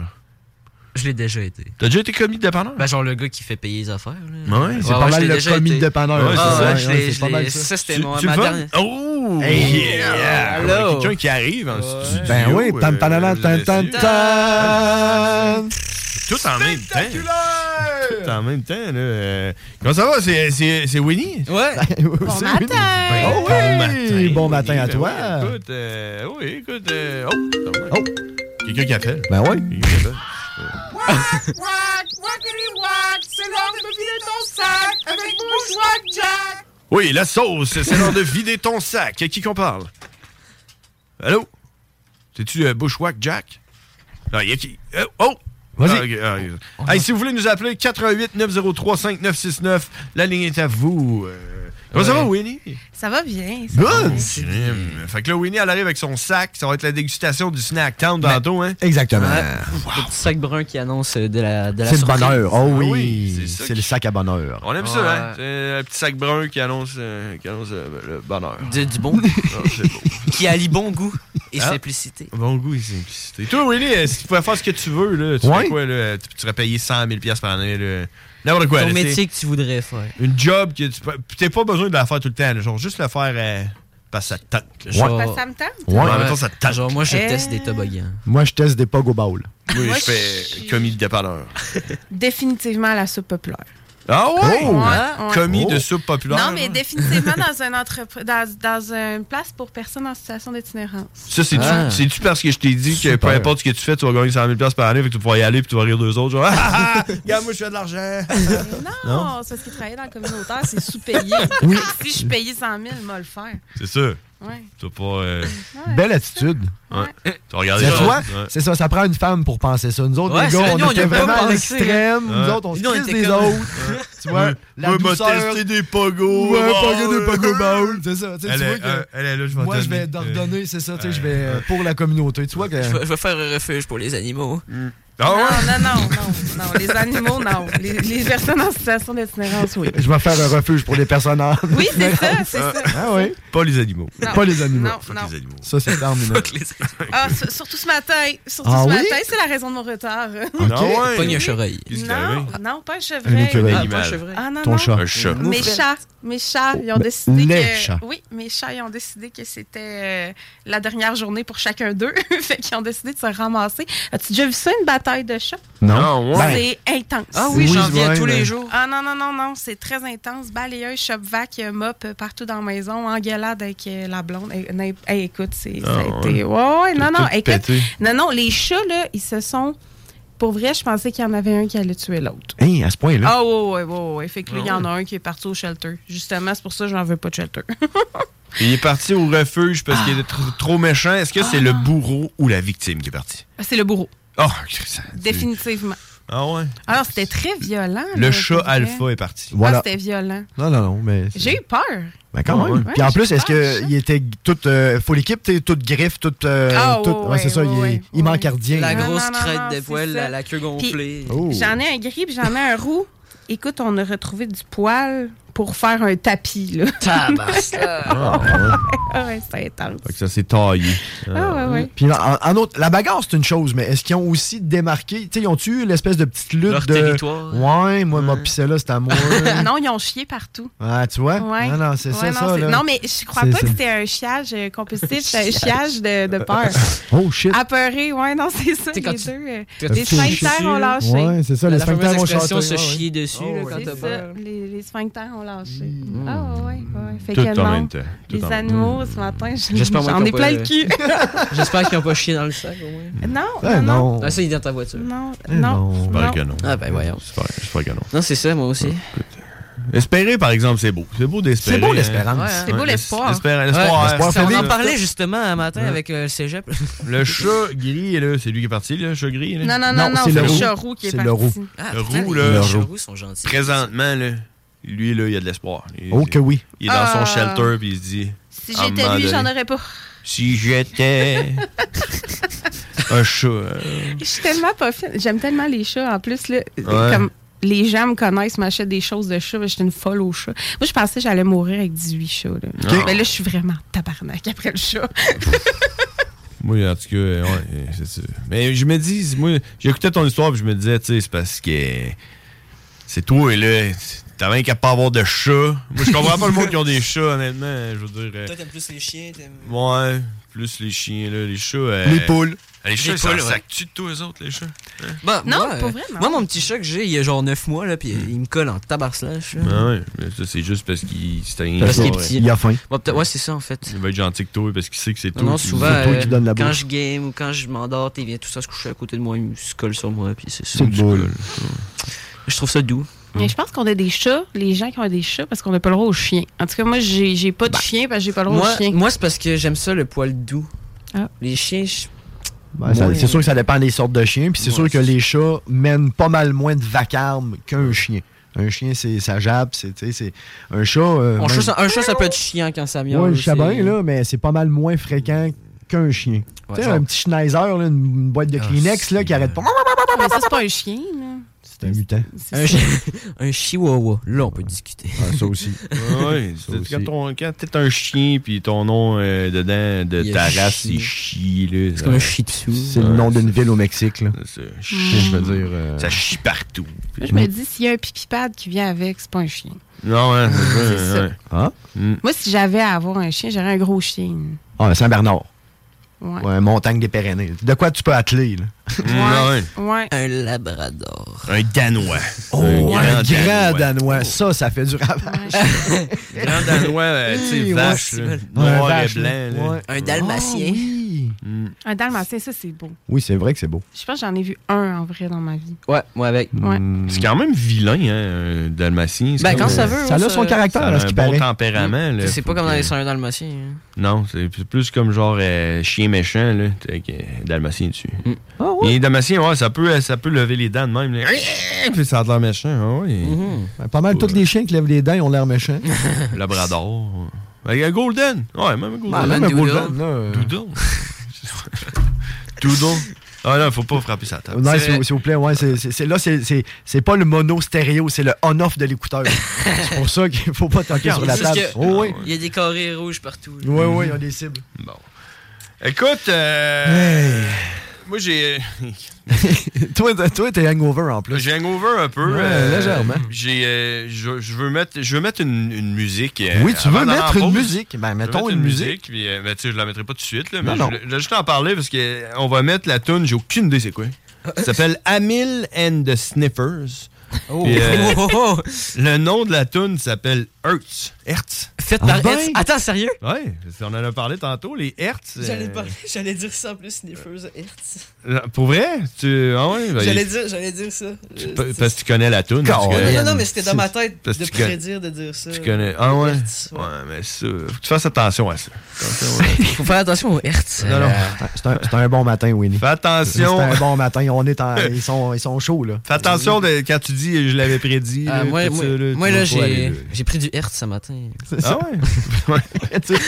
S8: Je l'ai déjà été.
S7: T'as déjà été commis de dépanneur?
S8: Ben genre le gars qui fait payer les affaires, là.
S7: Ouais,
S6: C'est
S8: Ouais,
S6: pas
S8: ouais, je
S6: mal
S8: l'ai
S6: le
S8: déjà
S6: commis de
S8: été.
S6: dépanneur.
S7: Ouais,
S8: Ah
S7: c'est ça,
S8: ouais, je l'ai-
S6: c'est pas
S8: je
S6: mal
S8: l'ai-
S6: ça.
S8: ça, c'était
S7: Tu-
S8: mon-
S7: tu le
S8: ma
S7: fais?
S8: dernière.
S7: Oh!
S6: Hey,
S7: yeah!
S8: hello.
S7: Alors, Quelqu'un qui arrive en studio.
S6: Ben oui, tan tan tan tan tan tan.
S7: Tout en même temps. Tout en même temps, là. euh, Comment ça va? C'est- C'est c'est Winnie?
S8: Ouais.
S6: Bon
S7: Ben,
S6: Oh oui! Bon matin à
S7: Ben
S6: toi.
S7: oui, écoute, euh, oui, écoute. euh, oh!
S6: Oh.
S7: Quelqu'un qui appelle.
S6: Ben oui.
S7: Quelqu'un qui appelle.
S5: What? What? What?
S13: sac avec bourgeois Jack.
S7: Oui, la sauce, c'est l'heure de vider ton sac. À qui qu'on parle? Allô? C'est-tu euh, Bushwack Jack? Ah, y a qui? Euh, oh!
S6: Vas-y.
S7: Ah, ok, ah, ok. Hey, si vous voulez nous appeler, 88 903 5969, la ligne est à vous. Euh, Comment ça va,
S13: Ouais.
S7: Winnie?
S13: Ça va bien. ça va
S7: Good!
S13: bien.
S7: Sim. Fait que là, Winnie, elle arrive avec son sac. Ça va être la dégustation du Snack Town
S13: Ben,
S7: tantôt, hein?
S6: Exactement.
S8: Le petit sac brun qui annonce euh, de la, de la Ah
S6: C'est le
S8: surprise.
S6: bonheur. Oh oui,
S7: ça
S6: c'est le sac à bonheur.
S7: On aime ça, hein? C'est un petit sac brun qui annonce, euh, qui annonce euh, le bonheur.
S8: Du, du bon goût. qui allie bon goût et
S7: Ah.
S8: simplicité.
S7: Bon goût et simplicité. Et toi, Winnie, euh, si tu pouvais faire ce que tu veux, là, tu
S8: Ouais.
S7: fais quoi, là? Tu, tu serais payé 100 000 par année, là. N'importe quoi.
S8: Ton
S7: là, tu sais.
S8: métier que tu voudrais faire.
S7: Une job que tu peux. Puis t'as pas besoin de la faire tout le temps, là, genre juste la faire euh, parce que ça te tente. là, genre-
S13: Parce que ça me tente.
S7: Ouais, en même temps, ça te tente.
S8: Genre, moi, je
S13: Eh.
S8: teste des toboggans.
S6: Moi, je teste des pogs au bowl.
S7: Oui,
S13: Moi,
S7: je fais commis de dépanneur.
S13: Définitivement la soupe populaire.
S7: Ah ouais?
S13: Oh! Ouais, ouais.
S7: Commis
S13: Oh.
S7: de soupe populaire.
S13: non,
S7: là.
S13: mais définitivement dans, une entrepre- dans, dans une place pour personnes en situation d'itinérance.
S7: Ça, c'est-tu
S13: Ah.
S7: c'est-tu parce que je t'ai dit que peu
S13: Super.
S7: importe ce que tu fais, tu vas gagner 100 000 par année, fait que tu vas pouvoir y aller puis tu vas rire deux autres, genre, Ah, ah, ah! Regarde, moi, je fais de l'argent.
S13: non,
S7: Non?
S13: c'est parce qu'il travaillait dans le communautaire, c'est sous-payé.
S7: Oui.
S13: Si je payais 100 000, moi le faire.
S7: C'est sûr.
S13: Ouais.
S7: Tu vas pas. euh,
S6: Belle attitude.
S7: ouais. Tu vas regarder
S6: Mais
S7: ça.
S6: toi,
S7: Ouais.
S6: c'est ça, ça prend une femme pour penser ça. Nous autres,
S7: Ouais,
S6: les
S7: c'est
S6: gars,
S7: vrai,
S6: on
S7: nous, on y
S6: était
S7: a pas
S6: vraiment à
S7: pensé.
S6: l'extrême.
S7: Ouais.
S6: Nous autres, on se
S7: Nous, on
S6: crisse
S7: était
S6: des
S7: comme-
S6: autres. Tu vois,
S7: Ouais.
S6: la
S7: Moi, m'a
S6: douceur.
S7: testé des pogos.
S6: Ouais,
S7: Oh,
S6: pogos, des
S7: ouais.
S6: pogos bowls, c'est ça. Tu sais, tu
S7: Elle
S6: vois
S7: est-
S6: que-
S7: euh, elle est là, je vais
S6: Moi, je
S7: donner,
S6: vais
S7: euh,
S6: d'ordonner, c'est ça, tu sais, je vais
S7: euh,
S6: euh, pour la communauté. Tu vois que.
S8: Je vais, je vais faire un refuge pour les animaux.
S7: Ah
S13: non, non, non, non, non. Les animaux, non. Les, les personnes en situation d'itinérance, oui.
S6: Je vais faire un refuge pour les personnes en-
S13: Oui, c'est ça, c'est ça.
S6: Ah oui.
S7: Pas les animaux.
S13: Non.
S6: Pas les animaux.
S13: Non, Fuck non. les animaux.
S6: Ça, c'est terminé.
S13: Ah, s- surtout ce matin. Surtout
S6: Ah
S13: ce
S6: oui?
S13: matin, c'est la raison de mon retard.
S7: Ah ouais.
S8: Pogne un chevreuil.
S13: Non, Ah, non, pas un
S8: Un
S13: chevreuil.
S8: écureuil.
S13: Ah,
S8: Animal.
S13: pas un chevreuil. Ah, non,
S8: Ton
S13: non.
S8: chat. Un chat.
S13: Mes
S8: Moufette.
S13: chats, mes chats, ils ont décidé
S6: les
S13: que...
S6: chats.
S13: Oui, mes chats, ils ont décidé que c'était euh, la dernière journée pour chacun d'eux. fait qu'ils ont décidé de se ramasser. As-tu déjà vu ça, une bataille de chats?
S6: Non.
S7: Ben,
S13: C'est intense.
S8: Ah oui,
S6: Oui,
S8: j'en
S6: je
S8: viens
S6: vois,
S8: tous les
S6: mais-
S8: jours.
S13: Ah non, non, non, non, c'est très intense. Balayeuse, shop vac, mop euh, partout dans la maison, engueulade avec euh, la blonde. Eh, n'im- eh, écoute, c'est, ça a
S5: Ah ouais.
S13: été. Ouais, ouais,
S5: T'as
S13: non, non,
S5: tout
S13: écoute.
S5: pété.
S13: Non, non, les chats, là, ils se sont. Pour vrai, je pensais qu'il y en avait un qui allait tuer l'autre.
S6: Hein, à ce point-là.
S7: Oh.
S13: Ah, ouais, ouais, ouais, ouais. Fait que là,
S6: Ah
S13: il y en a un qui est parti au shelter. Justement, c'est pour ça que j'en veux pas de shelter.
S7: Il est parti au refuge parce qu'il était tr- trop méchant. Est-ce que c'est le bourreau ou la victime qui est parti?
S13: Ah, c'est le bourreau,
S7: Oh, ça-
S13: définitivement.
S7: Ah ouais.
S13: Alors, c'était très violent.
S7: Le
S13: là,
S7: chat
S13: pour vrai.
S7: alpha est parti.
S13: Ah, c'était violent.
S6: Non, non, non, mais.
S13: J'ai eu Ah, peur.
S6: Ben, quand
S13: Ouais,
S6: même.
S13: ouais,
S6: Puis en
S13: j'ai
S6: plus, est-ce
S13: peur,
S6: qu'il était tout. euh, full équipe, t'es toute griffe, toute. euh,
S13: Ah,
S6: toute-
S13: ouais, ouais,
S6: c'est ça,
S13: ouais,
S6: il,
S13: ouais,
S6: il manque rien.
S8: La
S6: là.
S8: grosse
S13: non, non,
S8: crête
S13: non,
S8: de
S13: c'est
S8: poil,
S13: ça.
S8: la, la queue
S13: Puis,
S8: gonflée.
S7: Oh.
S13: J'en ai un gris, puis j'en ai un roux. Écoute, on a retrouvé du poil pour faire un tapis, là.
S7: Ah, ouais.
S13: Ah ouais, c'est intense.
S7: Fait que ça s'est taillé.
S13: Ah, ouais, ouais.
S6: Puis en, en autre, la bagarre, c'est une chose, mais est-ce qu'ils ont aussi démarqué. Tu sais, ils ont-tu eu l'espèce de petite lutte
S8: Leur
S6: de.
S8: territoire.
S6: Ouais, moi, ma là, c'est à moi.
S13: non, ils ont chié partout.
S6: Ah, tu vois?
S13: Ouais.
S6: Non, non, c'est
S13: Ouais,
S6: ça,
S13: non,
S6: ça.
S13: c'est-
S6: Là.
S13: Non, mais je crois
S6: C'est
S13: pas
S6: ça.
S13: que c'était un chiage euh, compétitif, c'était un chiage de, de peur.
S6: Oh, shit.
S13: Ah, Apeuré, ouais, non, c'est ça,
S8: T'sais, quand
S13: les
S8: tu-
S13: deux. euh,
S8: quand
S13: les
S8: tu chies
S13: sphincters
S8: dessus,
S13: ont
S8: là.
S13: lâché.
S6: Ouais, c'est ça, les
S8: La fameuse
S6: sphincters ont
S8: expression
S6: chanté,
S8: se
S6: ouais, ouais.
S8: chier dessus là, quand
S13: Oh, C'est
S8: t'as
S13: ça,
S8: peur.
S13: les, les sphincters ont lâché.
S6: Mm.
S13: Ah, ouais, ouais, ouais. Fait
S8: Tout
S13: que
S8: en
S13: non,
S8: même temps, tout
S13: les
S8: en même
S13: animaux, ce matin, je-
S8: J'espère, moi,
S13: j'en
S8: qu'ils
S13: ai
S8: ont
S13: plein
S8: pas- euh,
S13: le cul.
S8: J'espère qu'ils n'ont pas chié dans le sac Eh, au moins.
S13: non,
S8: Ah
S6: Ben
S13: non, non.
S8: Ah, ça, il est dans ta voiture.
S13: Non, non.
S7: J'espère que non.
S8: Ah, ben voyons.
S7: J'espère- J'espère que non.
S8: Non, c'est ça, moi aussi.
S7: Ah, Espérer, par exemple, c'est beau. C'est beau d'espérer.
S8: C'est beau,
S7: hein.
S8: l'espérance.
S7: Ouais,
S8: C'est beau,
S7: hein.
S8: l'espoir.
S7: L'espér-
S8: Ouais,
S7: L'espoir.
S8: ça, on en
S7: féminin.
S8: parlait justement un matin
S7: Ouais.
S8: avec euh, le cégep.
S7: Hein? Le chat gris, là, c'est lui qui est parti, là, le chat gris. Là.
S8: Non, non, non, Non, non, c'est c'est le le roux. chat roux qui est C'est le parti. roux. Ah,
S7: le
S8: putain,
S7: roux,
S8: les
S7: là.
S8: chats roux sont gentils.
S7: Présentement, là, lui, là, il y a de l'espoir. Il-
S6: Oh que oui.
S7: Il est dans
S13: Ah.
S7: son shelter, puis il se dit.
S13: Si
S7: à un
S13: j'étais
S7: moment
S13: lui, j'en
S7: donné,
S13: aurais pas.
S7: Si j'étais.
S6: Eh.
S7: un chat. euh,
S13: Je suis tellement pas fine. J'aime tellement les chats. En plus, là,
S7: Ouais.
S13: comme les gens me connaissent, m'achètent des choses de chats. mais J'étais une folle aux chats. Moi, je pensais que j'allais mourir avec 18 chats. Là.
S7: Non.
S13: Mais là, je suis vraiment tabarnak après le chat.
S8: Mm.
S7: Moi, en tout cas, euh, ouais, euh, c'est ça. Mais je me dis, moi, j'écoutais ton histoire, puis je me disais, tu sais, c'est parce que c'est toi, là. T'as même qu'à pas avoir de chat. Moi, je comprends pas le monde qui ont des chats, honnêtement. Je veux dire. euh,
S8: Toi, t'aimes plus les chiens. t'aimes-
S7: Ouais, plus les chiens, là, les chats. euh,
S8: Les poules.
S7: Les chats,
S8: Les
S7: ils s'en
S8: poules, ouais.
S7: sacent-tu de tous les autres, les chats? Hein?
S8: Bah,
S13: Non,
S8: moi,
S13: pas
S8: euh,
S13: vrai, non.
S8: Moi, mon petit chat que j'ai, il a genre 9 mois, là, puis il me colle en tabar slash.
S7: Ah Hmm. ouais, mais ça, c'est juste parce qu'il c'est un-
S8: Parce qu'il est petit.
S6: Il a faim.
S8: Ouais, peut-être- ouais, c'est ça, en fait.
S7: Il va être gentil que toi parce qu'il sait que c'est toi.
S8: Non, non,
S7: qui-
S8: souvent,
S7: c'est toi
S8: euh,
S7: qui donne la
S8: quand
S7: bouffe.
S8: je game ou quand je m'endors, il vient tout ça se coucher à côté de moi, il se colle sur moi, puis c'est ça.
S7: C'est beau, là.
S8: Je trouve ça doux.
S13: Mais je pense qu'on a des chats, les gens qui ont des chats, parce qu'on n'a pas le droit aux chiens. En tout cas, moi, j'ai j'ai pas de chien Ah. parce que j'ai pas le droit
S8: Bah, Moi,
S13: aux chiens.
S8: moi c'est parce que j'aime ça le poil doux. Les chiens, je-
S6: Ouais, ça-
S8: Ouais.
S6: Ben, C'est sûr que ça dépend des sortes de chiens. Puis c'est sûr que les chats mènent pas mal moins de vacarme qu'un chien. Un chien, c'est ça jappe, c'est tu sais, c'est- un chat. euh,
S8: On
S6: même-
S8: chat, ça- un chat, ça peut être chiant quand ça miaule.
S6: Ouais, le
S8: c'est-
S6: chabin, là, mais c'est pas mal moins fréquent qu'un chien.
S8: Ouais,
S6: tu sais,
S8: genre-
S6: un petit schneizer, là, une, une boîte
S7: Ah,
S6: de Kleenex là, qui arrête pas.
S13: Ah, mais ça, c'est pas un chien, là.
S6: C'est un mutant.
S8: Un, chi- un chihuahua. Là, on peut discuter.
S6: Ah,
S7: Ah,
S6: ça aussi.
S7: Ouais,
S6: Ça
S7: c'est-
S6: aussi.
S7: quand ton- quand t'es un chien, puis ton nom euh, dedans de
S6: Il y a
S7: ta
S6: chi.
S7: race, c'est chi. là.
S6: C'est
S7: Ça-
S6: comme un shih tzu. C'est le
S7: Ouais,
S6: nom d'une ville au Mexique. Là.
S7: chi.
S6: Je veux dire. euh,
S7: Ça chie partout.
S13: Hmm. Je me dis, s'il y a un pipipad qui vient avec, c'est pas un chien.
S7: Non, ouais,
S13: C'est
S7: c'est
S13: ça.
S7: ça. ouais.
S6: Hein?
S7: Mm.
S13: Moi, si j'avais à avoir un chien, j'aurais un gros chien.
S6: Ah, Saint-Bernard.
S13: Ouais.
S6: Ouais, montagne des Pyrénées. De quoi tu peux atteler, là?
S13: Ouais. Ouais.
S8: Un labrador.
S7: Un Danois.
S6: Oh,
S7: Un
S6: un
S7: grand
S6: grand
S7: Danois.
S6: Danois. Ça, ça fait du ravage.
S7: Grand Danois, euh, tu
S6: Oui,
S7: sais, vache,
S6: ouais,
S7: là.
S6: c'est bon. Ouais,
S7: noir
S6: vache,
S7: et
S6: là.
S7: blanc. là.
S6: Ouais.
S8: Un dalmatien.
S13: Un dalmatien, ça, c'est beau.
S6: Oui, c'est vrai que c'est beau.
S13: Je pense que j'en ai vu un en vrai dans ma vie.
S8: Ouais, moi avec.
S13: Ouais.
S7: C'est quand même vilain, hein, un dalmatien. C'est
S8: Ben,
S7: comme,
S8: quand ça
S7: euh,
S8: veut, Ça on a se- son caractère,
S7: ça a
S8: à ce
S7: un
S8: qui
S7: bon
S8: paraît.
S7: tempérament, là.
S8: C'est pas
S7: Faut
S8: comme dans
S7: que-
S8: les sons dalmatiens. hein.
S7: Non, c'est p- plus comme genre euh, chien méchant, là, avec euh, dalmatien dessus.
S8: Mm.
S7: Et les dalmatiens, ouais, ça peut, euh, ça peut lever les dents de même. là. Eh, Puis ça a l'air méchant, hein, ouais.
S13: Mm-hmm.
S6: Ben, pas mal tous les chiens qui lèvent les dents ils ont l'air méchants.
S7: Labrador. Avec un golden. Ouais, même un golden.
S6: Ouais, même un golden, là, euh.
S7: Doodle. Doodle. Ah non, faut pas frapper sa table.
S6: Non,
S7: C'est
S6: s'il
S7: vrai.
S6: s'il vous plaît, ouais, c'est- c'est- c'est- là, c'est- c'est c'est pas le mono stéréo, c'est le on-off de l'écouteur. c'est pour ça qu'il faut pas toquer sur la
S8: C'est juste
S6: table.
S8: que-
S6: Oh, oui,
S8: Il y a des carrés rouges partout.
S6: oui, oui, ils ont des cibles.
S7: Bon. Écoute, euh, moi j'ai
S6: toi, t'es- toi, t'es hangover en plus.
S7: j'ai hangover un peu.
S6: Ouais,
S7: euh,
S6: légèrement.
S7: J'ai, euh, je, je veux mettre, je veux mettre une, une musique. euh,
S6: Oui, tu veux
S7: avant d'aller en
S6: mettre une
S7: pause.
S6: musique. Ben,
S7: Je vais
S6: mettons
S7: mettre
S6: une musique.
S7: puis, euh, ben, tu sais, je la mettrai pas tout de suite, là,
S6: Non,
S7: mais je
S6: non.
S7: voulais- je voulais juste en parler parce que euh, on va mettre la tune, j'ai aucune idée c'est quoi.
S6: Ah,
S7: Ça s'appelle Amil and the Sniffers.
S8: Oh.
S7: Puis, euh,
S8: Oh, oh, oh.
S7: le nom de la tune s'appelle Hertz. Hertz.
S8: Faites
S6: Ah,
S8: par
S6: ben.
S8: Hertz. Attends, sérieux?
S7: Ouais, Ah ben! on en a parlé tantôt, les Hertz. euh,
S8: J'allais parler- J'allais dire ça en plus, sniffeuse Hertz.
S7: Pour vrai? Tu... Ah ouais, ben,
S8: J'allais
S7: il-
S8: dire, j'allais dire ça.
S7: tu- pa- Parce que tu connais la toune.
S8: Non,
S7: parce que-
S8: non, non, mais c'était dans ma tête
S7: Parce que
S8: de
S7: tu connais-
S8: prédire de dire ça.
S7: Tu connais. Ah ouais?
S8: Hertz,
S7: ouais. mais ça, faut que tu fasses attention à ça.
S8: Faut faire attention aux Hertz. Euh,
S7: Non, non.
S6: C'est un, c'est un bon matin, Winnie. Fais
S7: attention.
S6: C'est un bon matin. On est en- ils, sont, ils sont chauds, là.
S7: Fais attention de- Euh, quand tu dis je l'avais prédit.
S8: Ah,
S7: là,
S8: moi,
S7: tout
S8: moi,
S7: ça, là,
S8: moi,
S7: tu
S8: là,
S7: vas pas aller,
S8: j'ai
S7: là.
S8: j'ai pris du Hertz ce matin.
S7: Ah ouais? Ouais.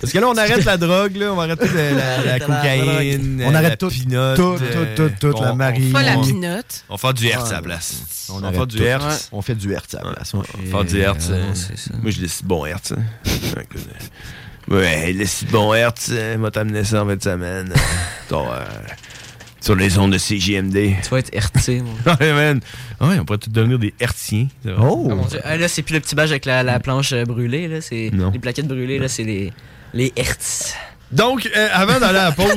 S7: Parce que là, on arrête la drogue, là, on va arrêter de- la, la cocaïne.
S6: On
S7: euh,
S6: arrête
S7: la
S6: tout,
S7: pinotte,
S6: tout,
S7: euh,
S6: tout, tout, tout, la
S7: on- on-
S6: marine. Pas la
S7: on-
S6: pinotte.
S7: On va faire du Hertz à la
S6: Ouais.
S7: place.
S6: On
S7: On, va
S6: arrête
S7: faire du
S6: tout.
S7: Hertz.
S6: Ouais. On fait du Hertz à la place. ouais.
S7: On va faire du Hertz.
S6: Euh,
S7: hein. Moi, je décide bon Hertz. hein. euh, ouais, le si bon Hertz, hein, m'a t'amené ça en fin de semaine. euh, ton, euh, sur les ondes de CJMD.
S8: Tu vas être Hertzé, mon
S7: Ouais, man. Ah Ouais, on pourrait tous devenir des Hertziens. ça va.
S8: Ah, mon Dieu. Ah, là, c'est plus le petit badge avec la, la planche euh, brûlée, là. C'est
S7: Non.
S8: les plaquettes brûlées, là, c'est les, les Hertz.
S7: Donc, euh, avant d'aller à la pause.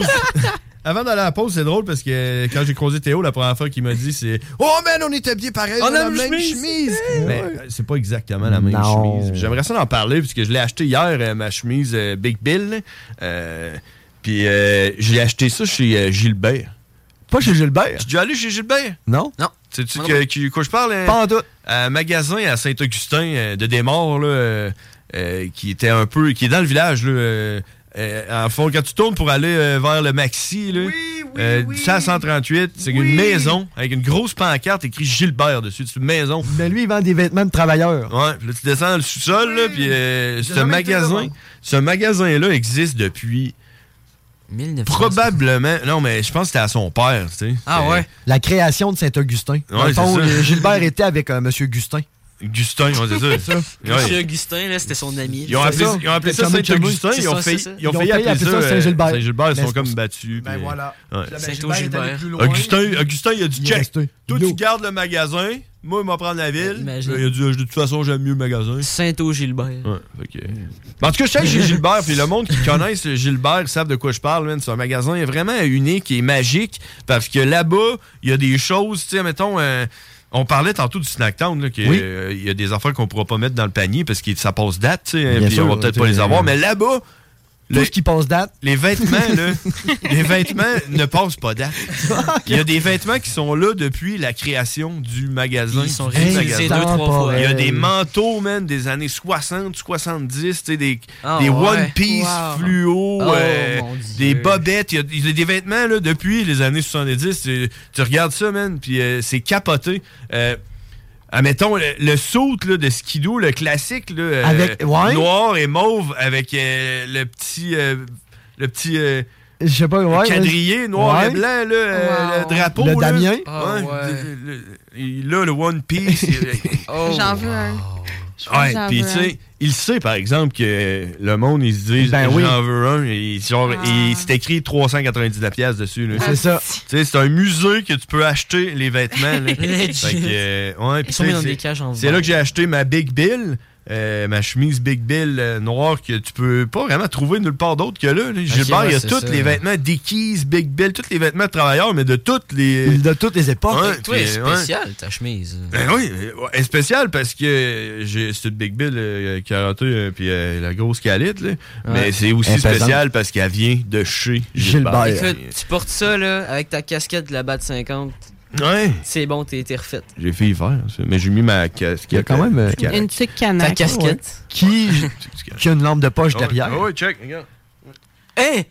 S7: Avant d'aller à la pause, c'est drôle parce que euh, quand j'ai croisé Théo, la première fois qu'il m'a dit, c'est Oh man, on est habillés pareil,
S6: On
S7: on
S6: a
S7: a la
S6: la
S7: même
S6: chemise.
S7: chemise. Mais euh, c'est pas exactement la même
S6: Non.
S7: chemise. J'aimerais ça en parler parce que je l'ai acheté hier, euh, ma chemise euh, Big Bill. Euh, Puis euh, j'ai acheté ça chez euh, Gilbert.
S6: Pas chez Gilbert.
S7: Tu dû aller chez Gilbert?
S6: Non?
S8: Non.
S7: Sais-tu
S8: Non,
S7: que,
S8: non.
S7: qui- quoi je parle? hein?
S6: Pas en doute.
S7: Un magasin à Saint-Augustin euh, de Desmaures, là, euh, euh, qui était un peu. qui est dans le village, là. euh, euh, en fond, quand tu tournes pour aller euh, vers le Maxi, là, euh, du 138, c'est une maison avec une grosse pancarte écrit Gilbert dessus. C'est une maison.
S6: Mais lui, il vend des vêtements de travailleurs.
S7: Ouais, puis là, tu descends dans le sous-sol, là, puis euh, ce
S6: jamais été là,
S7: magasin,
S6: moi.
S7: ce magasin-là existe depuis. Probablement. Non, mais je pense que c'était à son père, tu sais.
S6: Ah,
S7: Euh, C'était-
S6: Euh, La création de Saint-Augustin. Dans le
S7: Ah c'est
S6: fond,
S7: ça.
S6: euh, Gilbert était avec euh, Monsieur Gustin.
S7: Gustin, ouais, c'est ça. Ouais.
S8: Monsieur Augustin, là, c'était son ami.
S7: Ils ont
S8: C'est
S7: appelé,
S8: ça.
S7: ils ont appelé
S8: C'est
S7: ça
S8: comme
S7: Saint-Augustin,
S8: C'est
S7: ils ont
S8: ça,
S7: failli
S8: c'est ça.
S7: ils ont failli appeler ça
S6: ça
S7: euh,
S6: Saint-Gilbert.
S7: Saint-Gilbert, ils
S6: Mais
S7: sont
S6: c'est
S7: comme
S6: pour-
S7: battus.
S6: Ben
S7: puis-
S6: voilà.
S7: Ouais.
S6: Là, ben, Saint-Augilbert est allé
S8: Gilbert.
S6: plus loin.
S7: Augustin, Augustin, il a dit
S6: Il est
S7: check.
S6: resté.
S7: Toi,
S6: Yo.
S7: tu gardes le magasin. Moi, il m'a prendre la ville.
S8: Imagine.
S7: Là, Il a dit de toute façon, j'aime mieux le magasin.
S8: Saint-Au-Gilbert.
S7: Ouais, fait que- Ben, en tout cas, je sais que j'ai Gilbert, puis le monde qui connaisse Gilbert savent de quoi je parle, man. C'est un magasin vraiment unique et magique parce que là-bas, il y a des choses, tu sais, mettons. euh, on parlait tantôt du Snack Town, là, que,
S6: Oui.
S7: euh, il y a des affaires qu'on pourra pas mettre dans le panier parce que ça passe date, tu sais, hein,
S6: Bien
S7: puis
S6: sûr,
S7: on va peut-être
S6: t'sais,
S7: pas les avoir.
S6: euh,
S7: Mais là-bas,
S6: Tout ce qui passe date.
S7: Les vêtements, là, les vêtements ne passent pas date. Il y a des vêtements qui sont là depuis la création du magasin.
S8: Ils sont
S7: Du
S8: réutilisés
S7: magasin.
S8: deux, trois fois.
S7: Il y a des
S8: Ouais.
S7: manteaux, man, des années 60, 70, tu sais, des,
S8: Ah,
S7: des
S8: ouais.
S7: One Piece
S8: Wow.
S7: fluo,
S8: Oh,
S7: euh,
S8: mon
S7: des bobettes. Il y a- il y, a des vêtements, là, depuis les années 70. Tu, tu regardes ça, man, puis euh, c'est capoté. Euh, Admettons, le, le suit, là, de Skidoo, le classique, là, euh,
S6: Avec- ouais.
S7: noir et mauve, avec euh, le petit... euh, le petit euh,
S6: Je sais pas, ouais.
S7: quadrillé noir
S6: Ouais.
S7: et blanc, là, euh, le drapeau.
S6: Le
S7: là.
S6: Damien.
S7: Ouais, le- le- il- Là, le One Piece. il-
S8: Oh.
S13: J'en veux un.
S7: Ouais,
S13: J'en
S7: puis
S13: veux
S7: tu
S13: un.
S7: sais, il sait par exemple que euh, le monde, ils se disent
S6: Ben oui.
S7: j'en veux un, et genre,
S8: Ah.
S7: et c'est écrit 399$ piastres dessus. là.
S6: C'est ça.
S7: Tu sais, c'est un musée que tu peux acheter les vêtements. là.
S8: Legit.
S7: Fait que, euh, ouais, puis
S8: sont
S7: tu sais,
S8: mis dans
S7: c'est-
S8: des cages en
S7: C'est
S8: verre.
S7: là que j'ai acheté ma Big Bill. euh, ma chemise Big Bill euh, noire que tu peux pas vraiment trouver nulle part d'autre que là. là. Gilbert,
S6: ouais,
S7: il y a
S6: c'est
S7: tous
S6: ça.
S7: les vêtements Dickies, Big Bill, tous les vêtements de travailleurs, Ah, mais de toutes les.
S6: De toutes les époques.
S7: Ouais,
S8: Toi,
S7: puis, ouais.
S8: spécial, ta chemise.
S7: Ben oui, euh, elle est spécial parce que euh, j'ai- c'est une Big Bill euh, qui a raté, euh, puis euh, la grosse calite, là. Mais c'est aussi
S6: Imposante.
S7: spécial parce qu'elle vient de chez
S6: Gilbert.
S7: Gilbert.
S8: Bah, Écoute, tu portes ça là, avec ta casquette de la batte 50.
S7: Ouais.
S8: C'est bon, t'es t'es refaite.
S7: J'ai fait hiver, ça, mais j'ai mis ma casquette.
S6: quand même,
S7: euh,
S6: euh,
S7: du Calac.
S13: Une tuque canaque.
S8: Ta casquette.
S6: Qui, qui a une lampe de poche derrière.
S7: Ah ouais, check, regarde.
S8: Hey!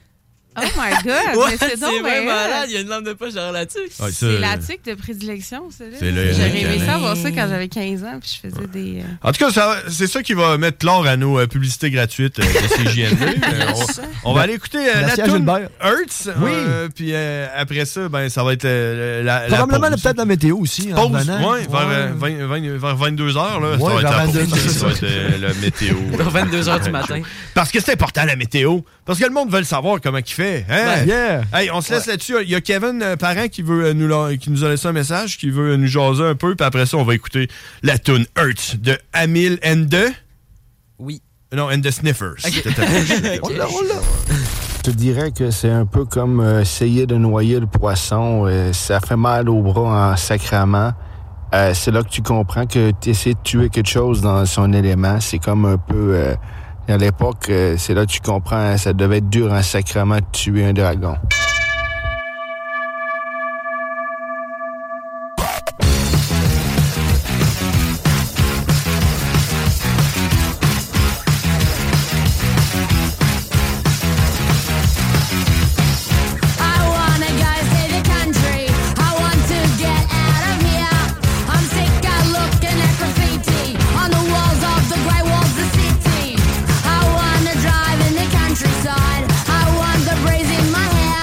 S13: Oh my god, mais c'est donc
S8: vrai
S13: bien
S8: malade,
S13: hot.
S8: il y a une lampe de poche derrière la tuque.
S7: Ouais, ça,
S13: C'est la
S7: euh,
S13: tuque de prédilection, celle-là.
S7: C'est là,
S13: J'aurais aimé
S7: Canaque.
S13: ça avoir ça quand j'avais 15 ans, puis je faisais des... euh,
S7: En tout cas, ça- c'est ça qui va mettre l'or à nos euh, publicités gratuites euh, de CJMD. Euh, on, on va aller écouter euh,
S6: Merci
S7: la
S6: à
S7: tune
S6: Gilbert.
S7: Hertz.
S6: Oui.
S7: euh, puis euh, après ça, ben, ça va être euh, la, la
S6: Probablement
S7: pause.
S6: peut-être la météo aussi. hein, en
S7: Pause,
S6: revenant.
S7: ouais, vers, euh, 20, 20, vers 22 h là,
S6: Ouais, vers
S7: ça va être la
S6: 22,
S7: pause.
S6: c'est
S7: Ça va
S6: ça.
S7: être euh, la météo.
S8: Vers 22 heures du matin.
S7: Parce que c'est important la météo. Parce que le monde veut le savoir comment il fait. hein?
S6: Ben, yeah.
S7: Hey, on se laisse là-dessus. Il y a Kevin euh, Parent qui veut euh, nous la- qui nous a laissé un message, qui veut euh, nous jaser un peu, puis après ça, on va écouter la tune Hurts de Amil N2.
S8: Oui.
S7: Non, and the Sniffers. C'était à-
S13: Oh
S14: Je te dirais que c'est un peu comme euh, essayer de noyer le poisson. euh, ça fait mal au bras en sacrament. Euh, c'est là que tu comprends que tu essaies de tuer quelque chose dans son élément. C'est comme un peu... euh, à l'époque, euh, c'est là que tu comprends, hein, ça devait être dur en sacrament de tuer un dragon.
S5: I wanna go see the country. I want to get out of here. I'm sick of looking at graffiti on the walls of the grey walls of the city. I wanna drive in the countryside. I want the breeze in my hair.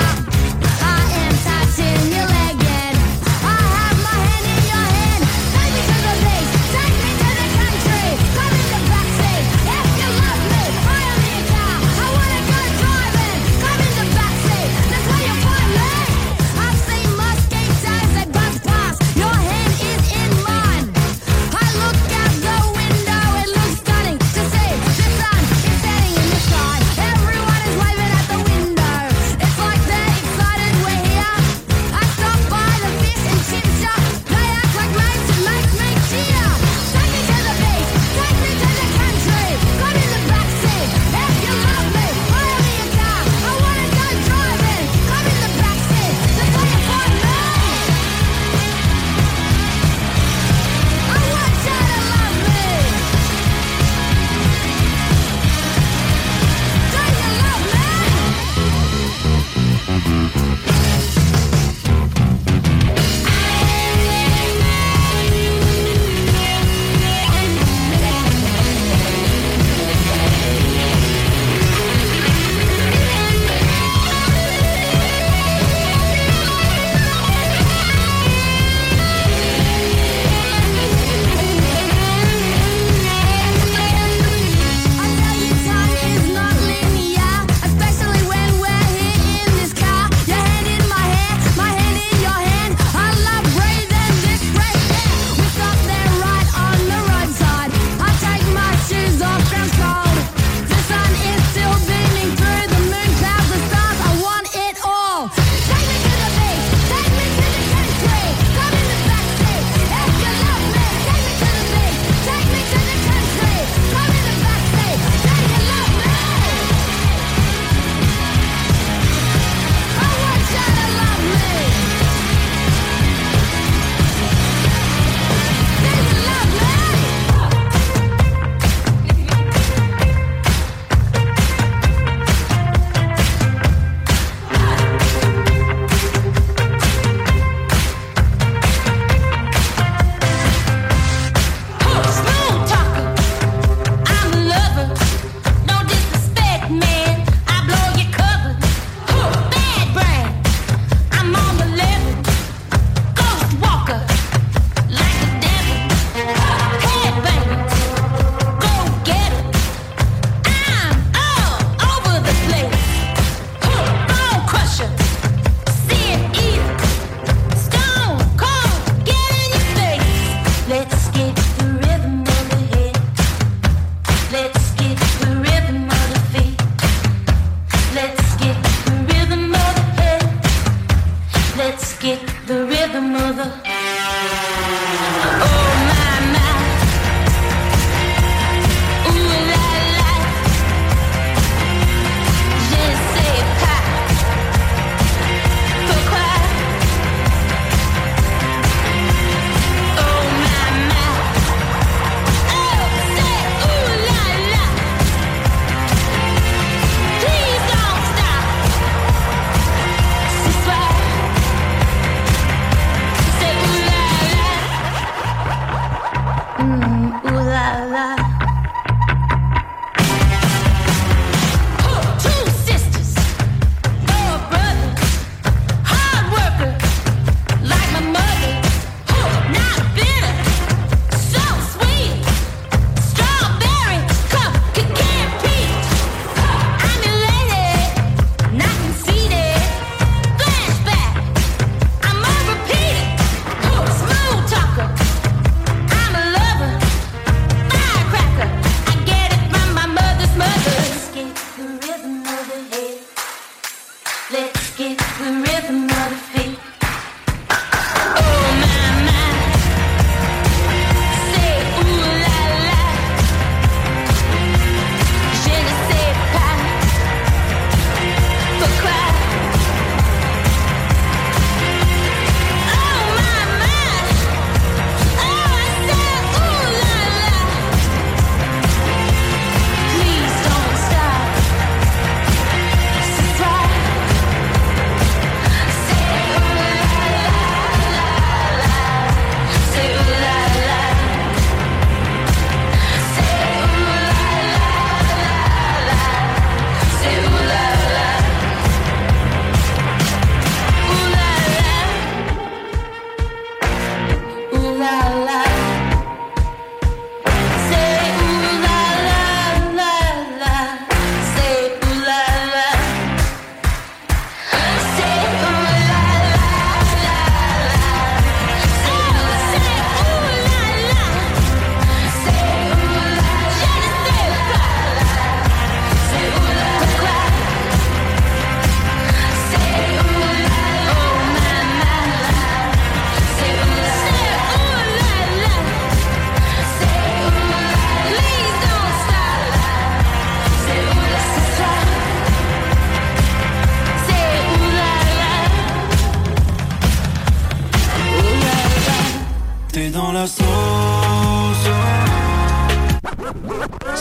S15: dans la sauce.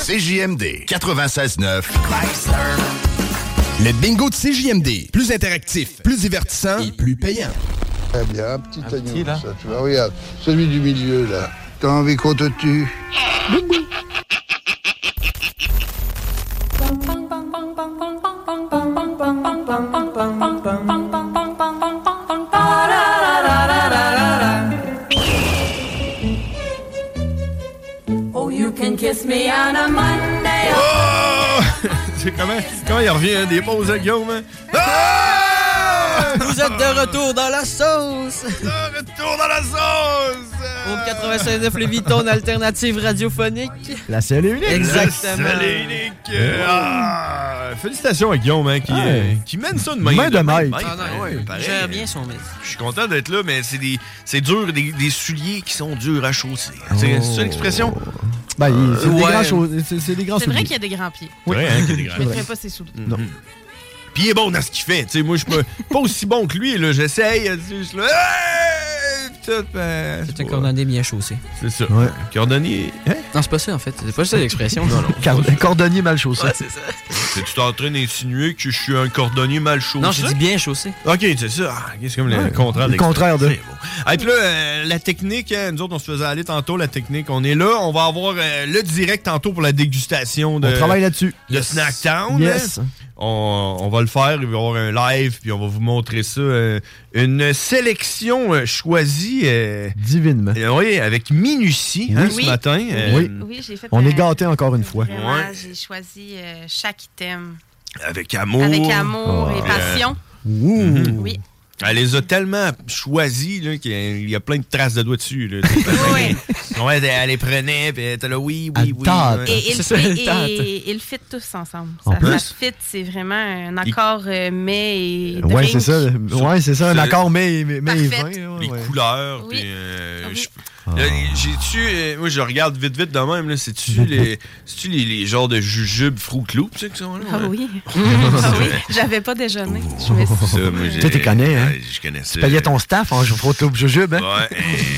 S1: CJMD 96.9. Le bingo de CJMD. Plus interactif, plus divertissant et plus payant.
S12: Très bien, un petit agneau, ça, tu vois. Regarde, celui du milieu, là. T'as envie qu'on te tue
S15: Oh, you can kiss me on a Monday.
S7: Oh! C'est comment, comment il revient, hein, des pauses à Guillaume? hein?
S8: Vous êtes de retour dans la sauce!
S7: De retour dans la sauce!
S8: Au 96.9 Lévis, ton alternative radiophonique.
S7: Ah,
S6: La seule et unique.
S8: Exactement.
S7: La seule et unique. Euh, ah, félicitations à Guillaume hein, qui,
S6: Ouais.
S7: euh, qui mène ça de main.
S6: Main de maître. Ah,
S8: Ah non,
S7: hein,
S8: ouais.
S7: pareil.
S8: J'aime bien son maître.
S7: Je suis content d'être là, mais c'est des, c'est dur, des, des souliers qui sont durs à chausser. Ah, C'est c'est ça l'expression?
S6: Oh. Ben, il- c'est des
S7: Ouais.
S6: grands choses. C'est, c'est des grands
S13: C'est vrai
S6: souliers.
S13: qu'il y a des grands pieds.
S7: Oui. Ouais, hein, qu'il y a des grands
S13: Je ne
S7: pieds.
S13: ferai pas ses souliers.
S7: Non. Puis il est bon dans ce qu'il fait. Tu sais, moi, je suis pas, pas aussi bon que lui. Là, j'essaye. euh, Je suis là. Hey! Puis tout, ben,
S8: C'est un cordonnier bien chaussé.
S7: C'est ça. Cordonnier. Hein?
S8: Non, c'est pas ça en fait. C'est pas ça l'expression.
S7: Non, non.
S6: Car- un cordonnier mal chaussé.
S8: Ouais, c'est ça.
S7: C'est- tu t'es en train d'insinuer que je suis un cordonnier mal chaussé?
S8: Non, j'ai dit bien chaussé.
S7: OK, c'est ça. Ah, ok, c'est comme le
S6: Ouais,
S7: contraire
S6: le
S7: d'expression.
S6: contraire de-
S7: C'est bon. Et puis là, euh, la technique, hein, nous autres, on se faisait aller tantôt, la technique. On est là. On va avoir euh, le direct tantôt pour la dégustation de.
S6: On travaille là-dessus.
S7: De Snack Town.
S6: Yes.
S7: hein. On, on va le faire. Il va y avoir un live, puis on va vous montrer ça. euh, une sélection euh, choisie. euh,
S6: Divinement.
S7: oui, avec minutie hein,
S13: Oui.
S7: ce matin. euh,
S6: oui.
S13: Oui, j'ai fait
S6: On
S13: ma-
S6: est gâtés encore une fois.
S13: Vraiment,
S7: Ouais.
S13: j'ai choisi euh, chaque item.
S7: Avec amour.
S13: Avec amour et
S7: Euh,
S13: passion.
S6: Mm-hmm.
S7: Mhm.
S13: Oui.
S7: Elle les a tellement choisis là, qu'il y a plein de traces de doigts dessus. Là, ouais, elle, elle les prenait, puis elle était là, oui, oui, oui. ouais.
S13: Et ils et- et- ils fit tous ensemble. Ça,
S6: plus.
S13: ça fit, c'est vraiment un accord euh, mais et
S6: Ouais,
S13: drink.
S6: c'est ça. Ouais, c'est ça. Un
S7: C'est-
S6: accord mais, mais, mais
S13: Parfait.
S6: vingt, là,
S7: les
S6: ouais.
S7: couleurs. puis,
S13: Ah
S7: euh, je- Là, J'ai-tu. euh, moi, je regarde vite, vite de même. là, C'est-tu les, c'est-tu les, les genres de jujubes froux-clous, tu sais, qui sont là?
S13: Ah
S7: ouais?
S13: oui. ah oui. J'avais pas déjeuné. Je me suis-
S7: Ça, moi, j'ai-
S6: Toi, t'es connais, hein?
S7: Ouais, Je connais ça.
S6: Tu payais ton staff en jouant au jujube, hein?
S7: Ouais.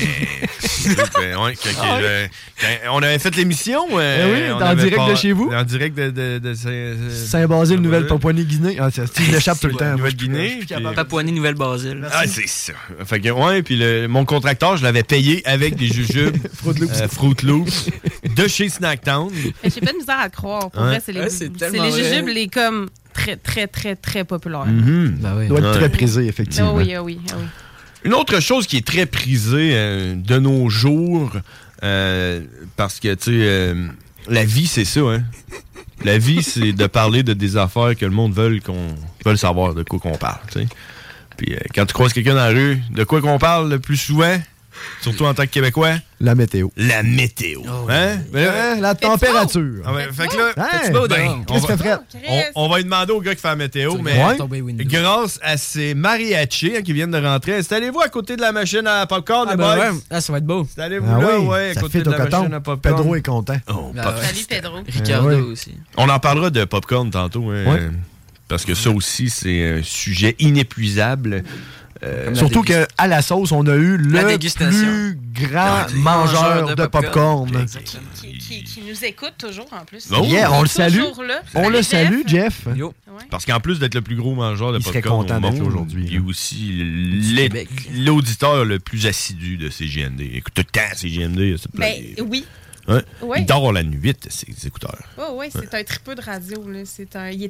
S7: euh, ben, ouais, quand-
S13: Ah
S7: quand- euh, quand on avait fait l'émission. euh,
S6: Eh oui,
S7: on
S6: en
S7: avait
S6: direct de chez vous.
S7: En direct de, de, de Saint-
S6: Saint-Basile,
S7: hein?
S6: nouvelle Papouanie-Guinée. Ah, ça, il l'échappe tout le temps. Moi, je-
S7: Nouvelle-Guinée. puis- euh,
S8: Papouanie Nouvelle-Basile.
S7: Ah, c'est ça. Fait que, ouais, puis le- mon contracteur, je l'avais payé avec des jujubes Fruit Loops, Fruit Loops de chez Snacktown.
S13: Mais J'ai pas de misère à croire. Pour
S7: Ouais.
S13: vrai, c'est les,
S8: Ouais, c'est
S13: c'est
S8: tellement
S13: les
S8: vrai.
S13: jujubes, les comme très, très, très, très populaires.
S7: Mhm.
S6: Mm-hmm. Doit être
S7: Ouais.
S6: très prisé,
S13: Ah
S6: effectivement.
S13: oui, ah oui, ah oui.
S7: Une autre chose qui est très prisée euh, de nos jours, euh, parce que, tu sais, euh, la vie, c'est ça, hein. La vie, c'est de parler de des affaires que le monde veut qu'on veulent savoir de quoi qu'on parle, tu sais. Puis euh, quand tu croises quelqu'un dans la rue, de quoi qu'on parle le plus souvent, surtout en tant que Québécois,
S6: La météo.
S7: la météo. hein? Ben,
S6: Hein, la température.
S7: Ah ouais, fait que là,
S6: Hey,
S7: Fait que ben,
S6: ben,
S7: on,
S6: Chris fait
S7: va,
S6: frette.
S7: on, on va lui demander au gars qui fait la météo, mais
S6: Ouais.
S8: Tomber Windows.
S7: grâce à ces mariachis hein, qui viennent de rentrer, installez-vous à côté de la machine à popcorn,
S8: Ah,
S7: les
S8: ben
S7: boys.
S8: ouais. Ah, ça va être beau.
S7: Installez-vous
S6: Ah
S7: là,
S6: oui,
S7: ouais, à
S6: ça
S7: côté
S6: fait
S7: de
S6: au
S7: la machine
S6: coton.
S7: à popcorn.
S6: Pedro est content.
S7: Ah ouais.
S13: Salut, Pedro.
S8: Ricardo
S6: Eh ouais.
S8: aussi.
S7: On en parlera de popcorn tantôt, hein,
S6: Ouais.
S7: parce que ça aussi, c'est un sujet inépuisable. Euh,
S6: Surtout qu'à la sauce, on a eu
S8: La
S6: le
S8: dégustation.
S6: plus grand mangeur de popcorn.
S13: Qui, qui- qui nous écoute toujours en plus.
S7: Oh!
S6: Yeah, Ben on le salue.
S13: Toujours là.
S6: On le
S13: Jeff.
S6: salue, Jeff.
S8: Yo.
S7: Parce qu'en plus d'être le plus gros mangeur de
S6: Il serait
S7: popcorn
S6: content
S7: au
S6: d'être
S7: monde,
S6: là aujourd'hui,
S7: il est aussi l'é-
S8: Québec.
S7: l'auditeur le plus assidu de CGND. Il Écoute tout le temps CGND. il y a cette
S13: Ben
S7: blague.
S13: oui.
S7: Ouais.
S13: ouais.
S7: Il dort la nuit vite, ses écouteurs.
S13: Oh, ouais, c'est un tripeux de radio. Là. C'est un... il est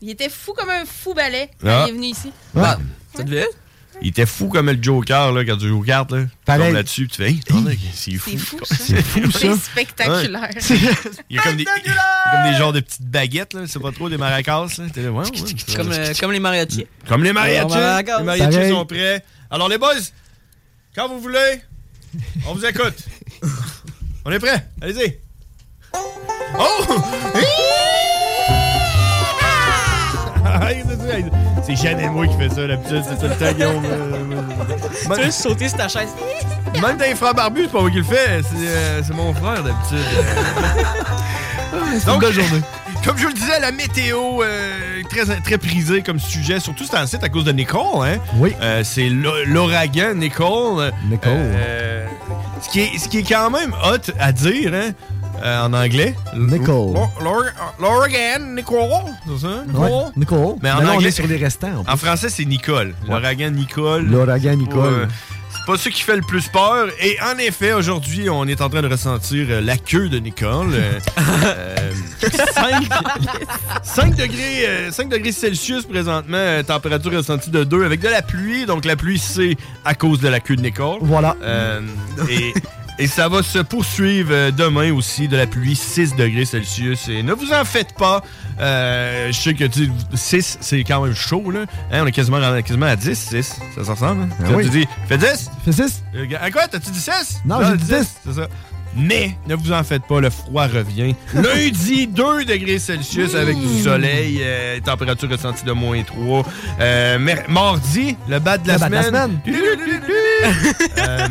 S13: Il était fou comme un fou balai quand
S7: Ah.
S13: il est venu ici.
S7: Ça te Il était fou comme le Joker là, quand tu joues aux cartes. Là. Tu tombes là-dessus, tu fais Hey, attendez, c'est fou.
S13: C'est fou,
S7: C'est fou, ça.
S13: C'est spectaculaire.
S7: Ouais. Il y a comme des, comme des genres de petites baguettes, là, c'est pas trop, des maracas. Là. T'es là, ouais, ouais.
S8: Comme, euh, comme les mariachis.
S7: Comme les mariachis.
S8: Alors, maracas.
S7: Les mariachis
S8: Pareil.
S7: sont prêts. Alors, les boys, quand vous voulez, on vous écoute. on est prêts. Allez-y. Oh! c'est Jeanne et moi qui fait ça, l'habitude, c'est ça le temps, Guillaume. Tu
S8: veux sauter sur ta chaise?
S7: Même t'as un frère barbu, c'est pas moi qui le fais, c'est euh, c'est mon frère d'habitude.
S6: une belle
S7: journée. Comme je vous le disais, la météo, euh, très, très prisée comme sujet, surtout c'est en site à cause de Nicole. Hein? Oui. c'est l'o- l'ouragan Nicole. euh,
S6: Nicole.
S7: euh, ce, qui est, ce qui est quand même hot à dire hein, euh, en anglais.
S6: Nicole.
S7: L'or- l'or- L'ouragan Nicole, c'est ça? Nicole?
S6: Ouais, Nicole.
S7: Mais en
S6: là, on
S7: anglais- Ah.
S6: est sur les restants.
S7: En français, c'est Nicole. L'ouragan Nicole.
S6: L'ouragan
S7: C'est pas,
S6: Nicole.
S7: euh, C'est pas ce qui fait le plus peur. Et en effet, aujourd'hui, on est en train de ressentir euh, la queue de Nicole. euh, 5, degrés, euh, cinq degrés Celsius présentement, euh, température ressentie de 2 avec de la pluie. Donc la pluie, c'est à cause de la queue de Nicole.
S6: Voilà.
S7: Euh, et, et ça va se poursuivre euh, demain aussi, de la pluie, 6 degrés Celsius. Et ne vous en faites pas. Euh, je sais que tu 6, c'est quand même chaud, là. Hein, on est quasiment, à- quasiment à 10, 6. Ça se ressemble, hein?
S6: Ah
S7: Tu-
S6: oui.
S7: Tu dis, fais 10?
S6: Fais 6?
S7: Euh, à quoi? T'as-tu dit 6?
S6: Non, j'ai dit 10.
S7: C'est ça. Mais ne vous en faites pas, le froid revient. Lundi, 2 degrés Celsius avec
S6: Mmh.
S7: du soleil, euh, température ressentie de moins 3. Euh, mer- mardi, le bas de la
S6: Le bas de la
S7: semaine.
S6: semaine.
S7: Euh,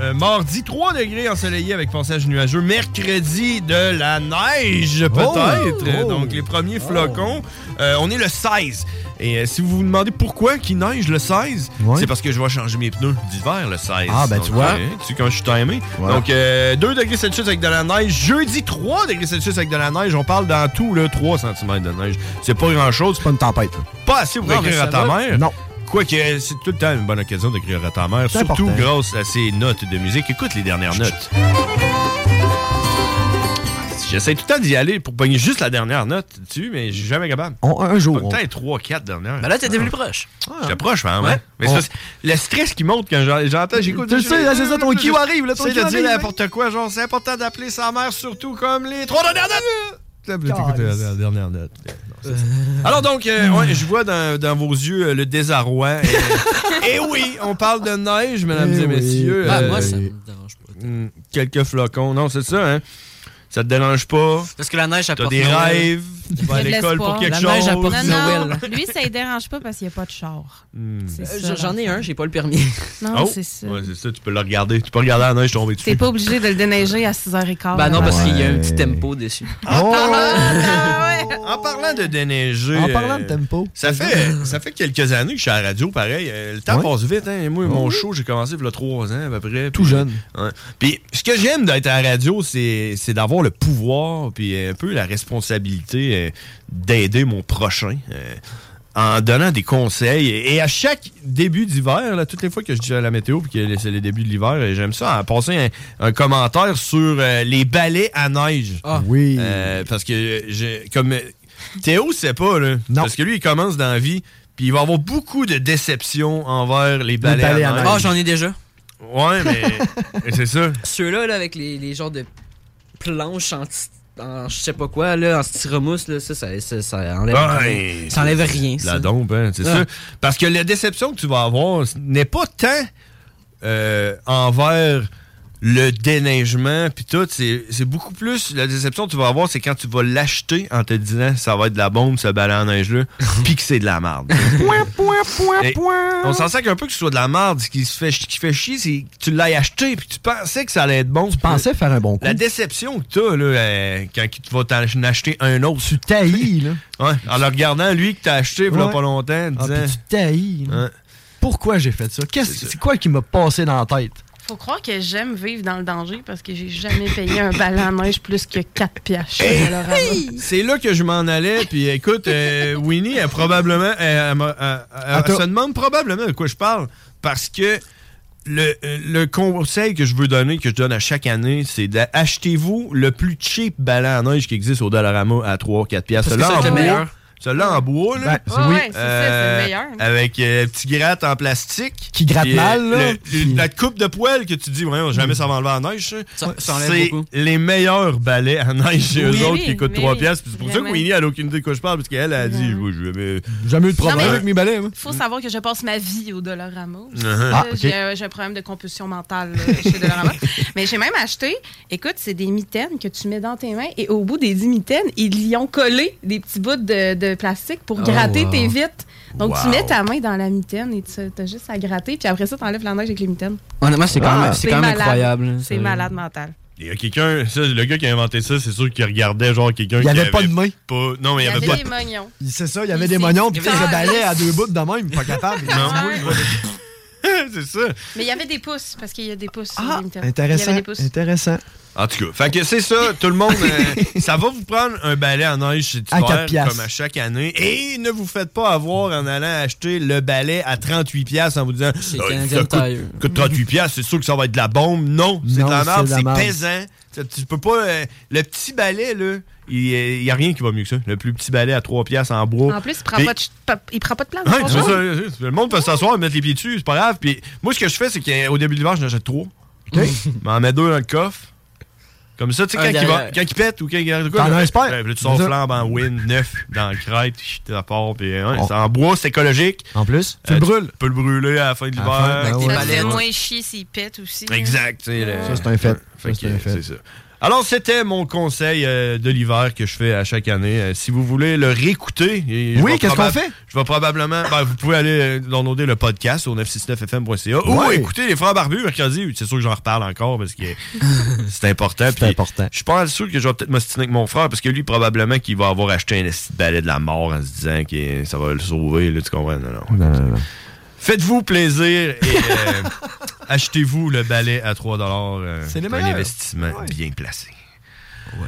S7: euh, mardi, 3 degrés ensoleillé avec passage nuageux. Mercredi, de la neige, peut-être. Euh,
S6: Oh!
S7: Donc, les premiers flocons. Euh, on est le 16. Et euh, si vous vous demandez pourquoi qu'il neige le 16,
S6: Ouais.
S7: c'est parce que je vais changer mes pneus d'hiver le 16.
S6: Ah, ben, tu vois.
S7: euh, tu sais, quand je suis timé.
S6: Voilà.
S7: Donc, euh, 2 degrés Celsius avec de la neige. Jeudi, 3 degrés Celsius avec de la neige. On parle dans tout, là, 3 cm de neige. C'est pas grand-chose. C'est pas une tempête. Pas assez pour
S6: Non, mais
S7: écrire à
S6: ça
S7: ta
S6: va.
S7: mère. Non. Quoique, euh, c'est tout le temps une bonne occasion d'écrire à ta mère,
S6: C'est
S7: surtout
S6: important.
S7: grâce à ses notes de musique. Écoute les dernières notes. J'essaie tout le temps d'y aller pour pogner juste la dernière note dessus, mais je suis jamais capable.
S6: un jour,
S7: Faut Peut-être 3, 4 dernières. Ah.
S6: Ben là, t'étais plus
S7: proche. J'approche, vraiment.
S6: Ouais.
S7: hein. Mais c'est
S6: On-
S7: parce que le stress qui monte quand j'en- j'entends, j'écoute.
S6: Tu le sais, là, c'est ça, ton Q arrive, là, ton
S7: C'est de
S6: Q
S7: dire
S6: arrive.
S7: n'importe quoi, genre, c'est important d'appeler sa mère, surtout comme les 3 dernières notes. T'écoutes la- la dernière note. Alors donc, euh, ouais, je vois dans, dans vos yeux euh, le désarroi. Et, et Eh oui, on parle de neige, mesdames
S6: hein. Eh
S7: et
S6: oui.
S7: messieurs.
S8: Bah,
S6: Ah, moi, ça me
S7: dérange pas. Quelques flocons. Non, c'est ça, hein? Ça te dérange pas?
S8: Parce que la neige,
S7: T'as
S8: apporte
S7: des
S8: Noël.
S7: rêves, tu vas à
S8: Il y a de
S7: l'école pour
S8: l'espoir.
S7: quelque
S8: La neige
S7: chose.
S8: apporte
S13: Non, non, lui, ça ne dérange pas parce qu'il n'y a pas de char. C'est
S8: Euh,
S13: ça,
S8: J'en ai
S13: l'enfant.
S8: un, j'ai pas le permis.
S13: Non,
S7: Hmm. Oh!
S13: c'est ça.
S7: Ouais, c'est ça, tu peux le regarder. Tu peux regarder la neige tomber dessus.
S13: T'es pas obligé de le déneiger à 6h15.
S8: Bah non, parce qu'il y a un
S7: Ouais.
S8: petit tempo dessus.
S6: Oh!
S7: En parlant de déneiger.
S6: En parlant de
S7: euh,
S6: tempo.
S7: Ça fait, ça fait quelques années que je suis à la radio, pareil. Euh, Le temps
S6: Ouais.
S7: passe vite. Hein. Et Moi, mon show, j'ai commencé il y a trois ans à peu près.
S6: Tout jeune.
S7: Ouais. Puis ce que j'aime d'être à la radio, c'est c'est d'avoir le pouvoir puis un peu la responsabilité euh, d'aider mon prochain. euh, en donnant des conseils. Et à chaque début d'hiver, là, toutes les fois que je dis à la météo, puis que c'est les débuts de l'hiver, euh, j'aime ça, en passer un, un commentaire sur euh, les balais à neige.
S8: Ah.
S6: oui.
S7: Euh, parce que je, comme euh, Théo sait pas là, parce que lui il commence dans la vie, puis il va avoir beaucoup de déceptions envers les balais.
S8: balais à
S7: neige.
S8: neige. Ah, j'en ai déjà.
S7: Ouais, mais mais c'est ça.
S8: Ceux-là, là, avec les, les genres de planches en, sti- en je sais pas quoi, là, en styromousse, là, ça, ça, ça, ça enlève,
S7: Ouais,
S8: ça enlève rien.
S7: La
S8: ça.
S7: dompe, hein, c'est
S8: Ah.
S7: ça. Parce que la déception que tu vas avoir ce n'est pas tant euh, envers le déneigement puis tout, c'est c'est beaucoup plus la déception que tu vas avoir, c'est quand tu vas l'acheter en te disant ça va être de la bombe ce balai en neige là, puis que c'est de la merde. Point, point. Et On s'en sert un peu que ce soit de la merde. Ce qui, se fait, ce qui fait chier, c'est que tu l'as acheté puis que tu pensais que ça allait être bon. Tu
S6: pensais faire un bon coup.
S7: La déception que t'as, là, euh, quand tu vas t'en acheter un autre. Tu
S6: taillis, là.
S7: Ouais, en le regardant, lui, que t'as acheté, voilà
S6: Ouais.
S7: pas longtemps, en
S6: Ah,
S7: disant-
S6: puis tu taillis. là.
S7: Ouais.
S6: Pourquoi j'ai fait ça? Qu'est-ce- C'est quoi qui m'a passé dans la tête?
S13: Faut croire que j'aime vivre dans le danger parce que j'ai jamais payé un ballon à neige plus que 4 pièces.
S7: C'est là que je m'en allais, puis écoute, euh, Winnie, elle, probablement, elle, elle m'a- elle- elle- elle se demande probablement de quoi je parle, parce que le, euh, le conseil que je veux donner, que je donne à chaque année, c'est d'achetez-vous le plus cheap ballon à neige qui existe au Dollarama à 3-4 piastres.
S6: Parce que
S7: Celui-là
S6: c'est
S7: en
S6: le
S7: bois-
S6: meilleur.
S7: Celui-là en bois, là.
S6: Ben, Ouais, oui. ouais, c'est ça,
S7: Euh,
S6: c'est le meilleur.
S7: Avec euh, petit gratte en plastique.
S6: Qui gratte
S7: Puis, euh,
S6: mal, là,
S7: le-
S6: puis- Hmm.
S7: La coupe de poêle que tu dis, voyons, jamais ça va enlever la neige, ça.
S6: Ça- ça enlève
S7: c'est
S6: beaucoup.
S7: les meilleurs balais à neige chez
S6: Oui,
S7: eux autres
S6: oui,
S7: qui coûtent
S6: mais
S7: 3
S6: oui,
S7: piastres. Puis C'est pour ça que
S13: vraiment.
S7: Winnie, elle a aucune idée de quoi je parle, parce qu'elle, elle a dit, je veux jamais...
S6: Jamais eu de
S13: problème Non, mais- avec mes
S6: balais, hein.
S13: Faut savoir que je passe ma vie au Dollarama. aussi.
S7: Mhm.
S13: Là,
S7: Ah, ok.
S13: j'ai, euh, j'ai un problème de compulsion mentale là, chez Dollarama. Mais j'ai même acheté, écoute, c'est des mitaines que tu mets dans tes mains et au bout des 10 mitaines, ils y ont collé des petits bouts de, de plastique pour
S6: Oh,
S13: gratter
S6: wow.
S13: tes vitres. Donc tu
S8: Wow.
S13: mets ta main dans la mitaine et tu as juste à gratter, puis après ça, tu enlèves la neige avec les mitaines.
S8: Honnêtement, c'est quand
S7: Ah.
S8: même, c'est
S7: C'est
S8: quand même
S13: malade.
S8: incroyable. hein,
S13: C'est
S8: ça.
S13: malade mental.
S7: Il y a quelqu'un, ça, le gars qui a inventé ça, c'est sûr qu'il regardait genre quelqu'un
S6: Il y
S7: qui
S6: avait pas de main.
S7: pas- non, mais il y avait,
S13: avait
S7: pas
S13: des mognons.
S6: C'est ça, il y avait des mognons, puis ça se balais à deux bouts de même, pas capable.
S7: c'est ça.
S13: Mais il y avait des pouces, parce qu'il y a des pouces. sur les mitaines. Il y
S6: Intéressant,
S13: avait des pouces.
S6: intéressant.
S7: En tout cas, fait que c'est ça, tout le monde, euh, ça va vous prendre un balai en neige cet
S6: À
S7: hiver,
S6: quatre piastres.
S7: comme à chaque année. Et ne vous faites pas avoir en allant acheter le balai à 38 piastres en vous disant Ah,
S8: Canadian
S7: ça coûte,
S8: Tire.
S7: coûte 38 piastres, c'est sûr que ça va être de la bombe. Non, c'est de
S6: Non,
S7: la
S6: c'est
S7: merde,
S6: de la
S7: c'est
S6: merde.
S7: pesant. Ça, Tu peux pas... euh, le petit balai, là, il n'y a rien qui va mieux que ça. Le plus petit balai à 3 piastres en bois.
S13: En plus, il prend,
S7: Puis-
S13: pas de, ch- pa- il prend pas de place.
S7: Ouais,
S13: franchement.
S7: c'est ça, c'est ça. le monde peut s'asseoir et mettre les pieds dessus, c'est pas grave. Puis moi, ce que je fais, c'est qu'au début de l'hiver, j'en achète trois. M'en mets deux dans le coffre. Comme ça, tu sais,
S6: Un
S7: quand, il va-
S6: derrière.
S7: quand il pète ou quand il garde de
S6: T'en as un
S7: là,
S6: expert.
S7: ouais, puis là, tu sors
S6: C'est ça.
S7: flambe en wind, neuf, dans le crête, puis t'es à part, puis hein,
S6: Oh.
S7: c'est en bois, c'est écologique.
S6: En plus, tu
S7: Euh,
S6: le brûles.
S7: Tu peux le brûler à la fin de
S6: À la fin,
S7: l'hiver.
S6: ben
S13: Ça te fait moins chier s'il pète aussi.
S7: Exact. tu sais, le-
S6: Ça, c'est un fait.
S7: Fait que, euh, c'est ça. Alors, c'était mon conseil euh, de l'hiver que je fais à chaque année. Euh, si vous voulez le réécouter... et je
S6: Oui,
S7: vais
S6: qu'est-ce
S7: probab-
S6: qu'on fait?
S7: Je vais probablement... ben, vous pouvez aller euh, downloader le podcast au 969fm.ca ou
S6: Ouais.
S7: écouter les Frères Barbus mercredi. C'est sûr que j'en reparle encore parce que c'est important.
S6: C'est important.
S7: Je suis pas mal sûr que je vais peut-être m'ostiner avec mon frère parce que lui, probablement qu'il va avoir acheté un esti de balai de la mort en se disant que ça va le sauver. Là, tu comprends? Non, non. Faites-vous plaisir et euh, achetez-vous le balai à 3 euh,
S6: C'est le
S7: un
S6: meilleur.
S7: investissement bien placé. Ouais.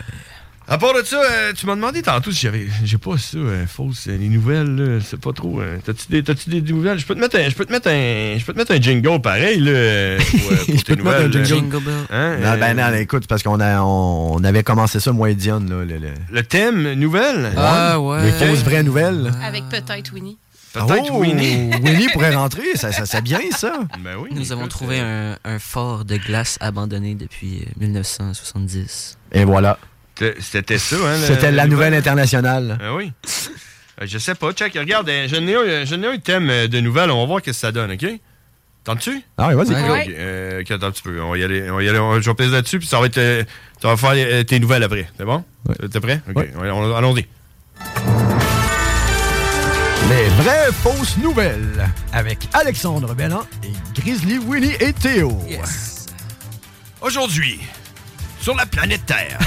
S7: À part de ça, euh, tu m'as demandé tantôt si j'avais. J'ai pas ça, euh, fausse, euh, les nouvelles, là, c'est pas trop. hein. T'as-tu des, t'as-tu des nouvelles? Je peux te mettre un. Je peux te mettre un. Je peux te mettre un jingle pareil, là. euh, Pour, euh, pour
S6: Je peux
S7: tes
S6: te mettre un
S7: nouvelles,
S6: jingle.
S7: euh. Hein,
S6: Non, ben
S7: euh,
S6: non, écoute, c'est parce qu'on a- on avait commencé ça, moi et Dionne. Là, le, le...
S7: Le thème, nouvelle? hein?
S6: Ah, ouais. Les fausses vraies nouvelles.
S13: Avec peut-être Winnie.
S7: Peut-être
S6: Oh,
S7: Winnie.
S6: Winnie pourrait rentrer, ça, ça, c'est bien ça.
S7: Ben oui. euh,
S6: écoute,
S10: Nous avons trouvé un, un fort de glace abandonné depuis euh, 1970.
S6: Et voilà.
S7: C'était- C'était ça, hein? le-
S6: C'était la
S7: le-
S6: nouvelle internationale.
S7: Ah oui. Euh, Je sais pas, check. Regarde, euh, je n'ai un, je n'ai un thème euh, de nouvelles. On va voir ce que ça donne, OK? T'entends-tu?
S6: Ah oui, vas-y. Ouais.
S7: Ok, euh, ok, attends un petit peu. On va y aller. On va y aller. On- je vais peser là-dessus, puis ça va être. euh, tu vas faire euh, tes nouvelles après. C'est bon? T'es prêt? OK. on- on- Allons-y.
S6: Les vraies fausses nouvelles avec Alexandre Bellan et Grizzly Winnie et Théo.
S7: Aujourd'hui, sur la planète Terre,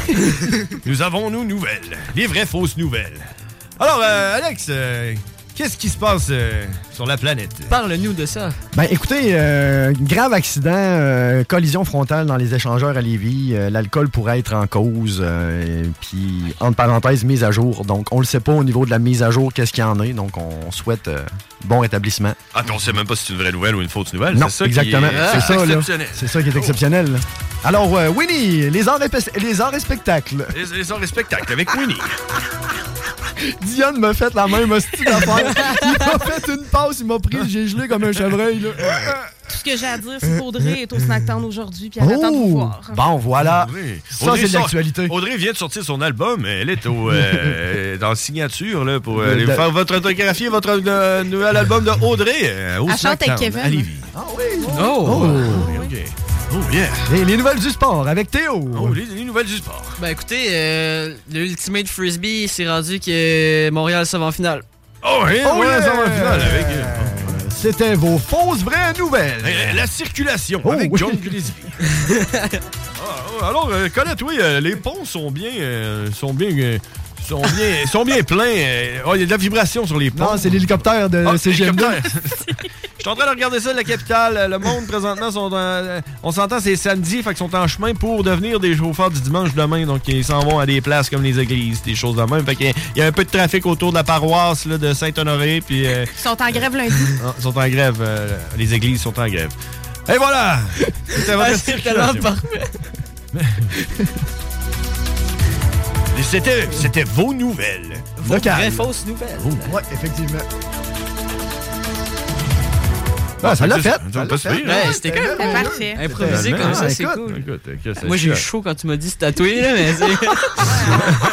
S7: nous avons nos nouvelles. Les vraies fausses nouvelles. Alors, euh, Alex, euh, qu'est-ce qui se passe euh, sur la planète?
S8: Parle-nous de ça.
S6: Ben écoutez, euh, grave accident, euh, collision frontale dans les échangeurs à Lévis, euh, l'alcool pourrait être en cause, euh, et puis entre parenthèses, mise à jour. Donc on le sait pas au niveau de la mise à jour qu'est-ce qu'il y en est, donc on souhaite euh, bon rétablissement.
S7: Ah, puis on sait même pas si c'est une vraie nouvelle ou une fausse nouvelle.
S6: non,
S7: Ben, c'est ça qui est-
S6: exactement, c'est ça là.
S7: exceptionnel. Oh.
S6: C'est ça qui est exceptionnel. Alors euh, Winnie, les arts, et pe- les arts et spectacles.
S7: Les, les heures de spectacle avec Winnie.
S6: Diane m'a fait la même hostie d'affaire. Il m'a fait une passe, il m'a pris, j'ai gelé comme un chevreuil. là.
S13: Tout ce que j'ai à dire, c'est qu'Audrey est au Snacktown aujourd'hui, puis elle
S8: Oh!
S13: attend de vous voir.
S6: Oh! Bon, voilà. Ça,
S7: Audrey
S6: c'est de
S7: sort-
S6: l'actualité.
S7: Audrey vient de sortir son album. Elle est au, euh, dans la signature là, pour euh,
S6: De-
S7: aller
S6: de-
S7: faire votre autographier, votre euh, nouvel album de Audrey. euh, au
S13: Elle chante
S7: Snacktown,
S13: avec Kevin.
S7: à Lévis.
S6: Ah
S13: oui!
S6: Oh!
S7: OK. Oh, yeah. Oh,
S6: Et les nouvelles du sport avec Théo.
S7: les, nouvelles du sport.
S8: Ben écoutez, euh, le Ultimate Frisbee s'est rendu que Montréal s'en va en finale.
S7: Oh, oui,
S8: Oh,
S7: ouais,
S8: yeah!
S7: ça va en finale avec. euh,
S6: C'était vos fausses vraies nouvelles.
S7: Euh, La circulation
S6: Oh,
S7: avec
S6: oui.
S7: John Gillespie. Ah, oh, alors, euh, Colette, oui, euh, les ponts sont bien. euh, sont bien. euh, sont bien, sont bien pleins. euh, oh, Il y a de la vibration sur les ponts.
S6: Non, c'est l'hélicoptère de
S7: Ah,
S6: CGM2.
S7: hélicoptère. Je suis en train de regarder ça de la capitale. Euh, Le monde, présentement, sont en- euh, on s'entend, c'est samedi, fait qu'ils sont en chemin pour devenir des chauffeurs du dimanche demain. Donc, ils s'en vont à des places comme les églises, des choses de même. Fait qu'il y a- il y a un peu de trafic autour de la paroisse là, de Saint-Honoré. Puis, euh,
S13: Ils sont en grève lundi.
S7: ah, ils sont en grève. euh, les églises sont en grève. Et voilà! C'était votre
S13: Ah, c'est
S7: circulation.
S13: tellement
S7: Et C'était, c'était vos nouvelles.
S6: Vos Locales. vraies
S7: fausses nouvelles.
S6: Oh, Ouais, effectivement. Ah, ça l'a fait.
S7: Ça l'a fait. Ben,
S8: Ouais, c'était quand même
S13: C'était
S8: cool.
S13: parfait.
S8: Improvisé
S7: C'était
S8: comme ça,
S7: bien.
S8: c'est
S7: Écoute,
S8: cool.
S7: écoute, écoute, c'est
S8: Moi, j'ai eu
S7: clair.
S8: chaud quand tu m'as dit se tatouer, là, mais c'est-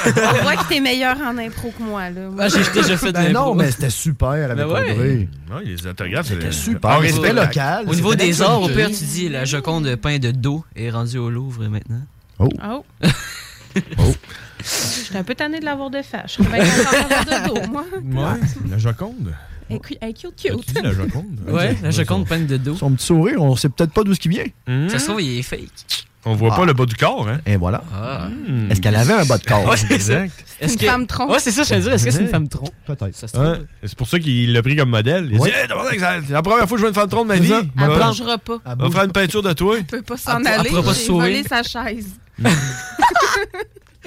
S13: On voit que t'es meilleur en impro que moi. Là.
S8: Ah, j'ai déjà fait de
S6: Ben
S8: l'impro.
S6: non, mais c'était super avec
S8: Ben ouais.
S6: André.
S7: Non, les autographes,
S6: C'était
S7: c'est-
S6: super.
S7: Ah,
S6: Au
S7: respect
S6: niveau- local,
S8: Au niveau
S6: c'était
S8: des arts, au pire,
S6: d'actualité.
S8: tu dis la Joconde peint de dos est rendue au Louvre maintenant.
S6: Oh.
S13: Oh.
S7: Oh.
S13: J'étais un peu tannée de l'avoir de face. Je serais bien contente d'avoir de dos, moi.
S7: Ouais, la Joconde.
S13: Elle est cu- elle est hein. cute, cute.
S7: dit la Joconde?
S8: Ouais, la Joconde peinte de dos.
S6: Son petit sourire, on sait peut-être pas d'où ce qui vient.
S8: Ça se
S7: Hmm?
S8: trouve, il est fake.
S7: On voit
S6: Ah.
S7: pas le bas du corps, hein?
S6: Et voilà. Est-ce qu'elle avait un bas de corps?
S7: Ouais, c'est ça.
S8: Est-ce
S13: une
S8: que-
S13: femme tronc.
S8: Ouais, c'est ça, je te dire. Est-ce que c'est une
S6: Ouais.
S8: femme tronc?
S6: Peut-être.
S8: Ça se
S7: Hein?
S8: trouve.
S7: C'est pour ça qu'il l'a pris comme modèle. Il
S6: Ouais.
S7: dit, Eh, Hey, demandez que ça- c'est la première fois que je vois une femme tronc de ma vie.
S6: ça.
S7: On
S13: Elle ne
S7: va-
S13: mangera pas.
S7: on va faire une peinture de toi.
S13: Elle peut pas s'en
S8: Ah, Elle- elle
S13: aller.
S8: pourra pas
S13: J'ai
S8: se sauver.
S13: volé sa chaise.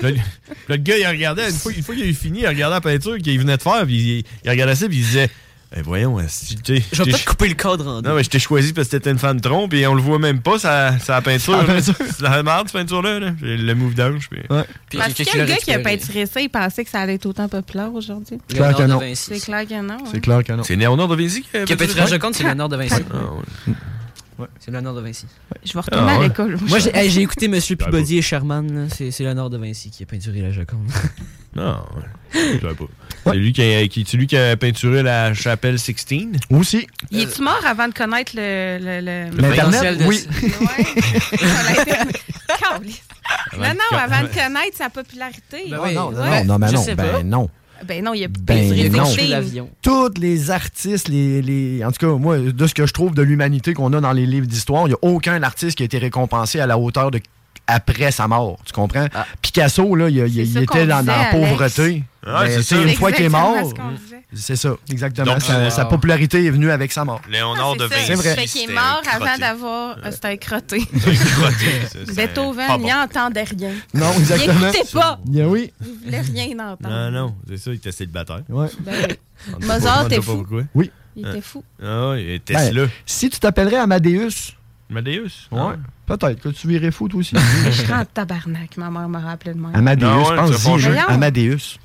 S7: Le, le gars, il regardait, une fois, une fois qu'il a eu fini, il regardait la peinture qu'il venait de faire, puis il, il regardait ça, puis il disait Eh, Voyons, si tu t'es-
S8: Je vais
S7: t'es-
S8: peut-être couper le cadre en deux.
S7: Non, mais je t'ai choisi parce que t'étais une fan trompe, et on le voit même pas, sa, sa peinture.
S6: Sa
S7: là.
S6: peinture.
S7: C'est la merde, cette peinture-là. là. J'ai Le move down, puis.
S8: Puis quelqu'un
S13: Parce que
S8: qui
S13: quel
S8: l'a
S13: gars qui a
S8: récupéré.
S13: peinturé ça, il pensait que ça allait être autant populaire aujourd'hui?
S8: Le Léonard
S6: Claire
S8: de
S6: Canon.
S8: Vinci.
S13: C'est clair que non. hein?
S6: C'est clair que non.
S7: C'est Léonard de Vinci qui a
S8: Qui a
S7: peinturé
S8: peinturé la
S7: ça?
S8: Joconde, c'est Léonard de Vinci.
S7: Ah, ouais.
S8: C'est Léonard de Vinci.
S13: Je vais retourner
S7: Ah, ouais.
S13: à l'école.
S8: Moi, j'ai hey, j'ai écouté Monsieur
S7: Bravo.
S8: Peabody et Sherman. là. C'est c'est Léonard de Vinci qui a peinturé la Joconde.
S7: Non, ouais. Je savais pas. C'est lui qui a, qui- c'est lui qui a peinturé la chapelle Euh, 16.
S6: Aussi.
S13: Il est-tu mort avant de connaître le... le, le...
S8: potentiel
S6: L'Internet,
S8: de-
S6: oui.
S13: l'Internet? Câlisse. non, non, avant de
S7: Ouais.
S13: connaître sa popularité.
S8: Ben
S6: Ah,
S8: oui.
S6: Non, non,
S8: Ouais,
S6: non, non, mais
S8: je
S6: non.
S8: sais pas.
S6: Ben non.
S13: Ben non, il a
S6: Ben
S13: peinturé
S6: non.
S13: des films.
S8: l'avion.
S6: Tous les artistes, les, les- en tout cas, moi, de ce que je trouve de l'humanité qu'on a dans les livres d'histoire, il n'y a aucun artiste qui a été récompensé à la hauteur de après sa mort. Tu comprends?
S7: Ah.
S6: Picasso, là, il, il-
S13: C'est
S6: il
S13: ça
S6: était
S13: qu'on
S6: dans, dans la
S13: disait, Alex.
S6: pauvreté.
S7: Ouais,
S6: Mais
S7: c'est ça.
S6: tu sais, une fois qu'il est
S13: Exactement
S6: mort,
S13: ce qu'on disait.
S6: c'est ça, exactement.
S7: Donc, euh,
S6: sa,
S7: wow.
S6: sa popularité est venue avec sa mort.
S7: Léonard de
S13: Ah, C'est ça,
S7: Vinci.
S6: C'est vrai.
S13: Fait qu'il
S7: c'était
S13: est mort
S7: crotté.
S13: avant d'avoir. euh, C'était un crotté.
S7: C'est crotté, ça, c'est pas
S13: Beethoven,
S7: bon.
S13: il n'entendait rien.
S6: Non,
S13: Il
S6: exactement.
S13: n'écoutait pas.
S6: Bien oui.
S13: Il voulait rien entendre.
S7: Non, non, c'est ça, il était célibataire.
S6: Ouais.
S13: Ben oui.
S7: On ne sait
S13: Mozart
S7: pas- on ne sait
S13: est
S7: pas
S13: fou.
S7: pourquoi.
S6: Oui.
S13: Il était fou.
S7: Ah, il était
S6: Ben,
S7: Tesla.
S6: si tu t'appellerais Amadeus,
S7: Amadeus.
S6: ouais, peut-être que tu verrais fou toi aussi.
S13: Je serais en tabarnak, ma mère m'a rappelé de moi.
S6: Amadeus,
S7: Non, ouais, c'est pas
S6: pense-y.
S7: vrai.
S6: là. Amadeus.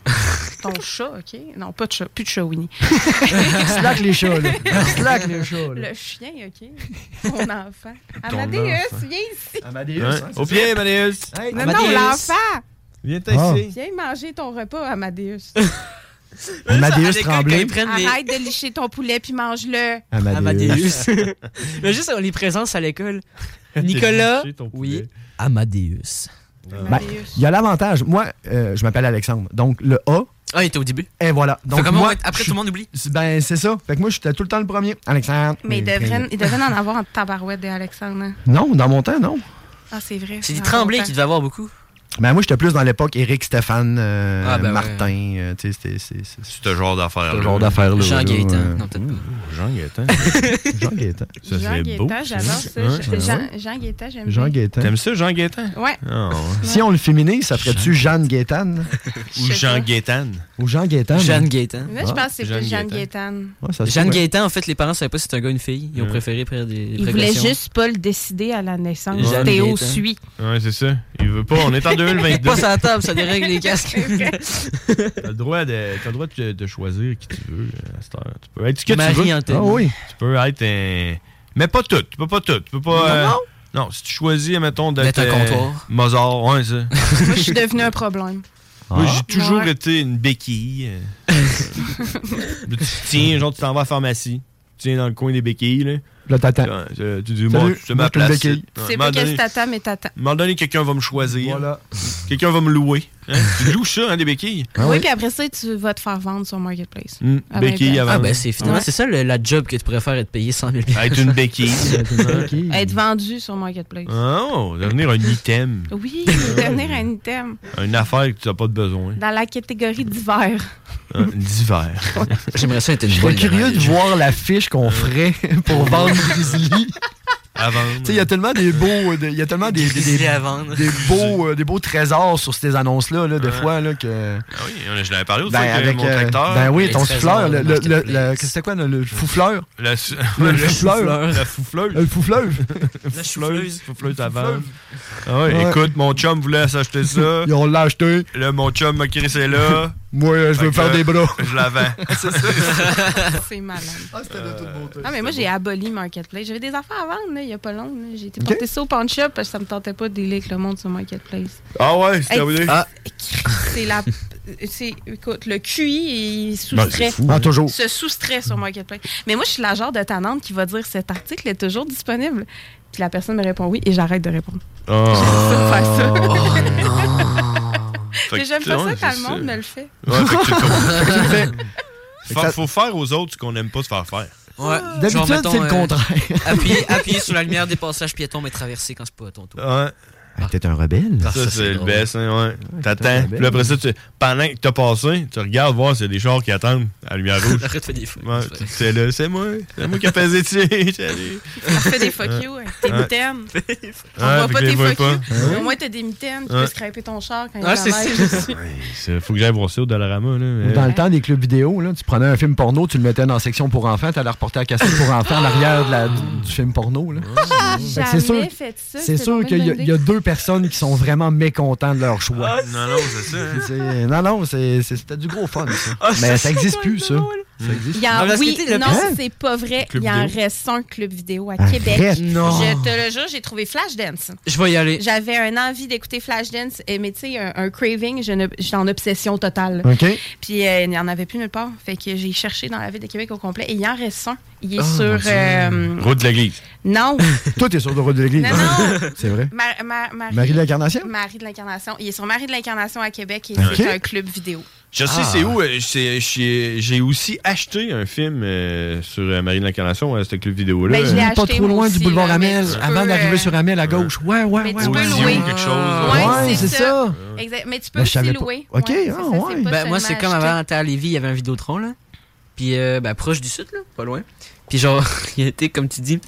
S13: Ton chat, OK? Non, pas de chat. Plus de chat, Winnie.
S6: Slack les chats, là. Slack les chats, là.
S13: Le chien, OK? Ton enfant.
S7: Ton
S13: Amadeus,
S7: enfant.
S13: viens ici.
S6: Amadeus,
S7: Ouais.
S6: hein, c'est
S7: Au
S6: ça.
S7: pied, Amadeus.
S6: Hey,
S13: Non, non,
S6: Amadeus.
S13: l'enfant.
S7: Viens
S6: Ah.
S7: t'ici.
S13: Viens manger ton repas, Amadeus.
S8: À
S6: Amadeus
S8: l'école, quand
S6: Tremblay.
S8: ils prennent les-
S13: Arrête de licher ton poulet puis mange-le.
S6: Amadeus.
S8: Ah, Amadeus. Là, juste les présences à l'école. Nicolas.
S7: T'es lâché, ton
S8: Oui.
S7: poulet.
S8: Amadeus.
S6: Ben,
S13: Euh, Amadeus.
S6: Il y a l'avantage. Moi, euh, je m'appelle Alexandre. Donc, le A,
S8: Ah, il était au début.
S6: et voilà. Donc,
S8: Fait comment on
S6: moi,
S8: va être- après,
S6: je-
S8: tout le monde oublie.
S6: Ben, c'est ça. Fait que moi, j'étais tout le temps le premier. Alexandre.
S13: Mais ils
S6: Et-
S13: devraient, ils devraient en avoir en tabarouette des Alexandre. hein.
S6: Non, dans mon temps, non.
S13: Ah, c'est vrai.
S8: C'est
S13: dans
S8: des tremblés
S13: ton
S8: qui devait avoir beaucoup.
S6: Ben, moi, j'étais plus dans l'époque Éric Stéphane, euh,
S8: Ah, ben ouais.
S6: Martin. euh, tu sais, c'était- c'est c'est- c'est
S7: C'est ce genre d'affaire.
S6: ce genre d'affaires-là.
S8: Jean
S6: là,
S8: Gaétan.
S6: euh,
S8: Non, peut-être pas.
S7: Jean Gaétan.
S6: Jean Gaétan.
S7: Ça,
S13: Jean
S7: c'est beau.
S13: Guetta, j'adore ça.
S7: Hein?
S13: Je- Jean, Jean Guetta, j'aime
S6: Jean
S13: bien.
S6: Gaétan.
S7: T'aimes ça, Jean Gaétan?
S13: Ouais.
S7: Ah, ouais.
S6: Si on le féminise, ça ferait-tu Jeanne Gaétan?
S7: Ou
S13: Je sais
S7: Jean
S13: pas.
S7: Gaétan.
S6: Ou Jean Gaétan?
S8: Jeanne Gaétan.
S13: Là, je pense que c'est
S7: Jeanne
S13: plus Jeanne
S7: Guetta.
S13: Gaétan.
S6: Ouais, ça se
S8: Jeanne
S6: pourrait.
S8: Gaétan, en fait, les parents savaient pas si c'était un gars ou une fille. Ils ont préféré prendre des des
S13: Il voulait
S8: précautions.
S13: juste pas le décider à la naissance.
S8: Jeanne
S13: Théo
S8: Gaétan.
S13: suit.
S7: Ouais, c'est ça. Il veut pas. On est en 2022.
S8: Passe à la table, ça dérègle les casques.
S7: T'as le droit de, t'as le droit de, de choisir qui tu veux euh, à cette heure. Tu peux être ce que tu veux.
S8: Marie-Antoine.
S6: Ah oui.
S7: Tu peux être un. Mais pas tout. Tu peux pas tout. Tu peux pas. euh, non, si tu choisis, mettons, d'être.
S8: D'être un
S7: euh,
S8: comptoir.
S7: Mozart, ouais, ça.
S13: Moi, je suis devenue un problème.
S8: Ah.
S7: Moi, j'ai toujours
S13: Ouais.
S7: été une béquille. euh. Là, tu te tiens, genre, tu t'en vas à la pharmacie. Tu tiens dans le coin des béquilles, là.
S6: Là, t'attends.
S7: Tu- Tu tu dis, moi,
S6: Salut,
S7: c'est ma
S6: moi, je te
S7: place.
S6: béquille.
S7: Ouais,
S13: C'est
S7: m'en
S13: pas qu'est-ce
S7: donner-
S13: que t'attends, mais t'attends.
S7: M'en donner, quelqu'un va me choisir. Quelqu'un va me louer. Hein? tu loues ça, hein, des béquilles?
S8: Ah
S6: Ah
S13: oui, puis après ça, tu vas te faire vendre sur Marketplace.
S7: Mm.
S13: Ah, ben,
S7: Béquille
S13: ben.
S7: avant.
S8: Ah, ben, c'est finalement,
S13: Ouais.
S8: c'est ça le- la job que tu préfères être payé 100 000
S7: Être une béquille. Être une béquille.
S13: Être vendu sur Marketplace.
S7: Oh, devenir un item.
S13: Oui, devenir un item
S7: Une affaire que tu n'as pas de besoin.
S13: dans la catégorie d'hiver.
S7: Un- D'hiver.
S8: J'aimerais ça être une
S6: Je serais curieux de voir la fiche qu'on ferait pour vendre Grizzly.
S7: Avant.
S6: Tu sais, il y a tellement des beaux, de- il y a tellement des, des, des-
S7: Grizzly à vendre.
S6: des beaux, euh, des beaux trésors sur ces annonces-là, là, de
S7: Ouais.
S6: fois, là, que...
S7: Ah oui, on- je l'avais parlé aussi
S6: Ben,
S7: avec
S6: avec,
S7: mon
S6: euh,
S7: tracteur.
S6: ben oui, ton souffleur, le, le, le, le- c'était quoi, le, le foufleur?
S7: Le, s-
S6: Le,
S7: le
S6: souffleur.
S7: La foufleuse.
S6: Le foufleuse.
S7: La souffleuse. Foufleuse à vendre. Ah oui,
S6: Ouais.
S7: écoute, mon chum voulait s'acheter ça.
S6: Ils ont l'acheté.
S7: Là, mon chum m'a crissé là.
S6: Moi, euh, je
S7: Fait
S6: veux
S7: que
S6: faire
S7: là,
S6: des bras.
S7: Je la vends.
S13: C'est malade.
S6: Ah, c'était
S8: Euh,
S6: de toute beauté.
S13: Non, mais moi, j'ai aboli Marketplace. J'avais des affaires à vendre, là, il n'y a pas long. là. J'ai été porter ça au pawn shop parce que ça me tentait pas de dealer avec le monde sur Marketplace.
S7: Ah ouais, c'est
S13: Hey,
S7: terminé.
S13: Ah. C'est la. c'est- écoute, le QI, il
S7: Ben, c'est
S13: soustrait.
S7: fou, Ah, hein. toujours.
S13: Se soustrait sur Marketplace. Mais moi, je suis la genre de tannante qui va dire cet article est toujours disponible. Puis la personne me répond oui et j'arrête de répondre.
S7: Oh.
S13: Mais
S7: Fait que,
S13: j'aime pas ça
S7: ouais,
S13: quand
S7: c'est
S13: le monde me le fait.
S7: Ouais, fait que c'est comme-
S6: Fait
S7: Fait que faut faire aux autres ce qu'on n'aime pas se faire faire.
S8: Ouais.
S6: Ah, D'habitude,
S8: Genre, mettons,
S6: c'est le
S8: euh,
S6: contraire.
S8: appuyer, appuyer sur la lumière des passages piétons, mais traverser quand c'est pas ton tour.
S7: Ouais.
S6: Ah, T'es un rebelle.
S7: Ça, c'est le best, hein, ouais. T'attends.
S6: drôle.
S7: Puis après ça, tu- pendant que t'as passé, tu regardes voir s'il y a des chars qui attendent à la lumière rouge.
S8: Arrête de faire des fous.
S7: Ouais, tu- c'est là, c'est moi. C'est moi qui ai fait des tirs.
S13: Fais des fuck you avec tes
S7: Ouais.
S13: mitaines. On
S7: Ouais,
S13: voit
S7: puis
S13: pas
S7: je les
S13: tes
S7: vois
S13: fuck
S7: pas. Ah
S13: you.
S7: Ouais.
S13: Au moins, t'as des mitaines. Tu
S7: Ouais.
S13: peux scraper ton char quand il y
S8: Ouais,
S13: a de
S8: c'est
S13: la neige
S8: ça.
S13: dessus.
S7: C'est- Faut que j'aille voir ça au Dollarama. Là. mais-
S6: Dans le temps des clubs vidéo, là, tu prenais un film porno, tu le mettais dans la section pour enfants, t'allais reporter la cassette pour enfants à l'arrière de la- du, du film porno. là. Fait que
S13: Jamais
S6: Ben, C'est sûr,
S13: fait ça,
S6: c'est
S13: c'est
S6: sûr
S13: donc
S6: qu'il y, a-
S13: une
S6: il y a deux personnes qui sont vraiment mécontentes de leur choix.
S7: Ah, Non, non, c'est ça. hein.
S6: C'est- Non, non, c'est- c'est- c'était du gros fun, ça.
S7: Ah,
S6: Mais
S7: c'est
S6: ça
S7: ça,
S6: n'existe plus, ça. Ça
S13: Il
S6: existe
S13: y en,
S6: plus.
S13: oui, non,
S6: Hein?
S13: c'est pas vrai.
S6: Club
S13: il y en
S6: vidéo.
S13: reste un club vidéo à
S6: Arrête.
S13: Québec.
S6: Non.
S13: Je te le jure, j'ai trouvé Flashdance.
S8: Je vais y aller.
S13: J'avais un envie d'écouter Flashdance, et- mais tu sais, un, un craving, je ne- j'étais en obsession totale.
S6: OK.
S13: Puis euh, il n'y en avait plus nulle part. Fait que j'ai cherché dans la ville de Québec au complet et il en reste un. Il est
S6: Oh, mon
S13: sur.
S6: Dieu.
S13: euh,
S7: Route de l'église. Ben,
S13: non,
S6: Toi, t'es sur le rôle de l'église.
S13: Non, non.
S6: C'est vrai.
S13: Ma- ma- Marie,
S6: Marie de l'Incarnation?
S13: Marie de l'Incarnation. Il est sur Marie de l'Incarnation à Québec et
S7: Ok.
S13: c'est un club vidéo.
S7: Je sais c'est où. euh, c'est- J'ai j'ai aussi acheté un film euh, sur euh, Marie de l'Incarnation, à ce club vidéo-là.
S13: Ben, je l'ai
S7: Euh,
S13: acheté,
S6: Pas trop
S13: moi
S6: loin
S13: aussi,
S6: du boulevard
S13: là, mais
S6: Amel,
S13: tu
S6: avant
S13: peux,
S6: d'arriver
S13: euh,
S6: sur Amel à gauche. Ouais, ouais, ouais.
S13: Mais
S6: ouais,
S13: tu peux
S6: ouais.
S13: louer.
S7: quelque chose, là.
S13: Ouais,
S6: Ouais,
S13: c'est
S6: c'est
S13: ça.
S6: ça.
S13: Exact.
S6: Ben,
S13: Mais tu peux
S8: Mais je
S13: aussi
S8: savais pas.
S13: louer.
S6: OK,
S13: Ouais, c'est
S6: ah,
S13: ça, c'est
S6: ouais.
S13: pas
S8: Ben, moi, c'est
S13: seulement
S8: comme
S13: acheter.
S8: avant, à Lévis, il y avait un Vidéotron, là. Puis, euh, ben, proche du sud, là, pas loin. Puis, genre, il était, comme tu dis,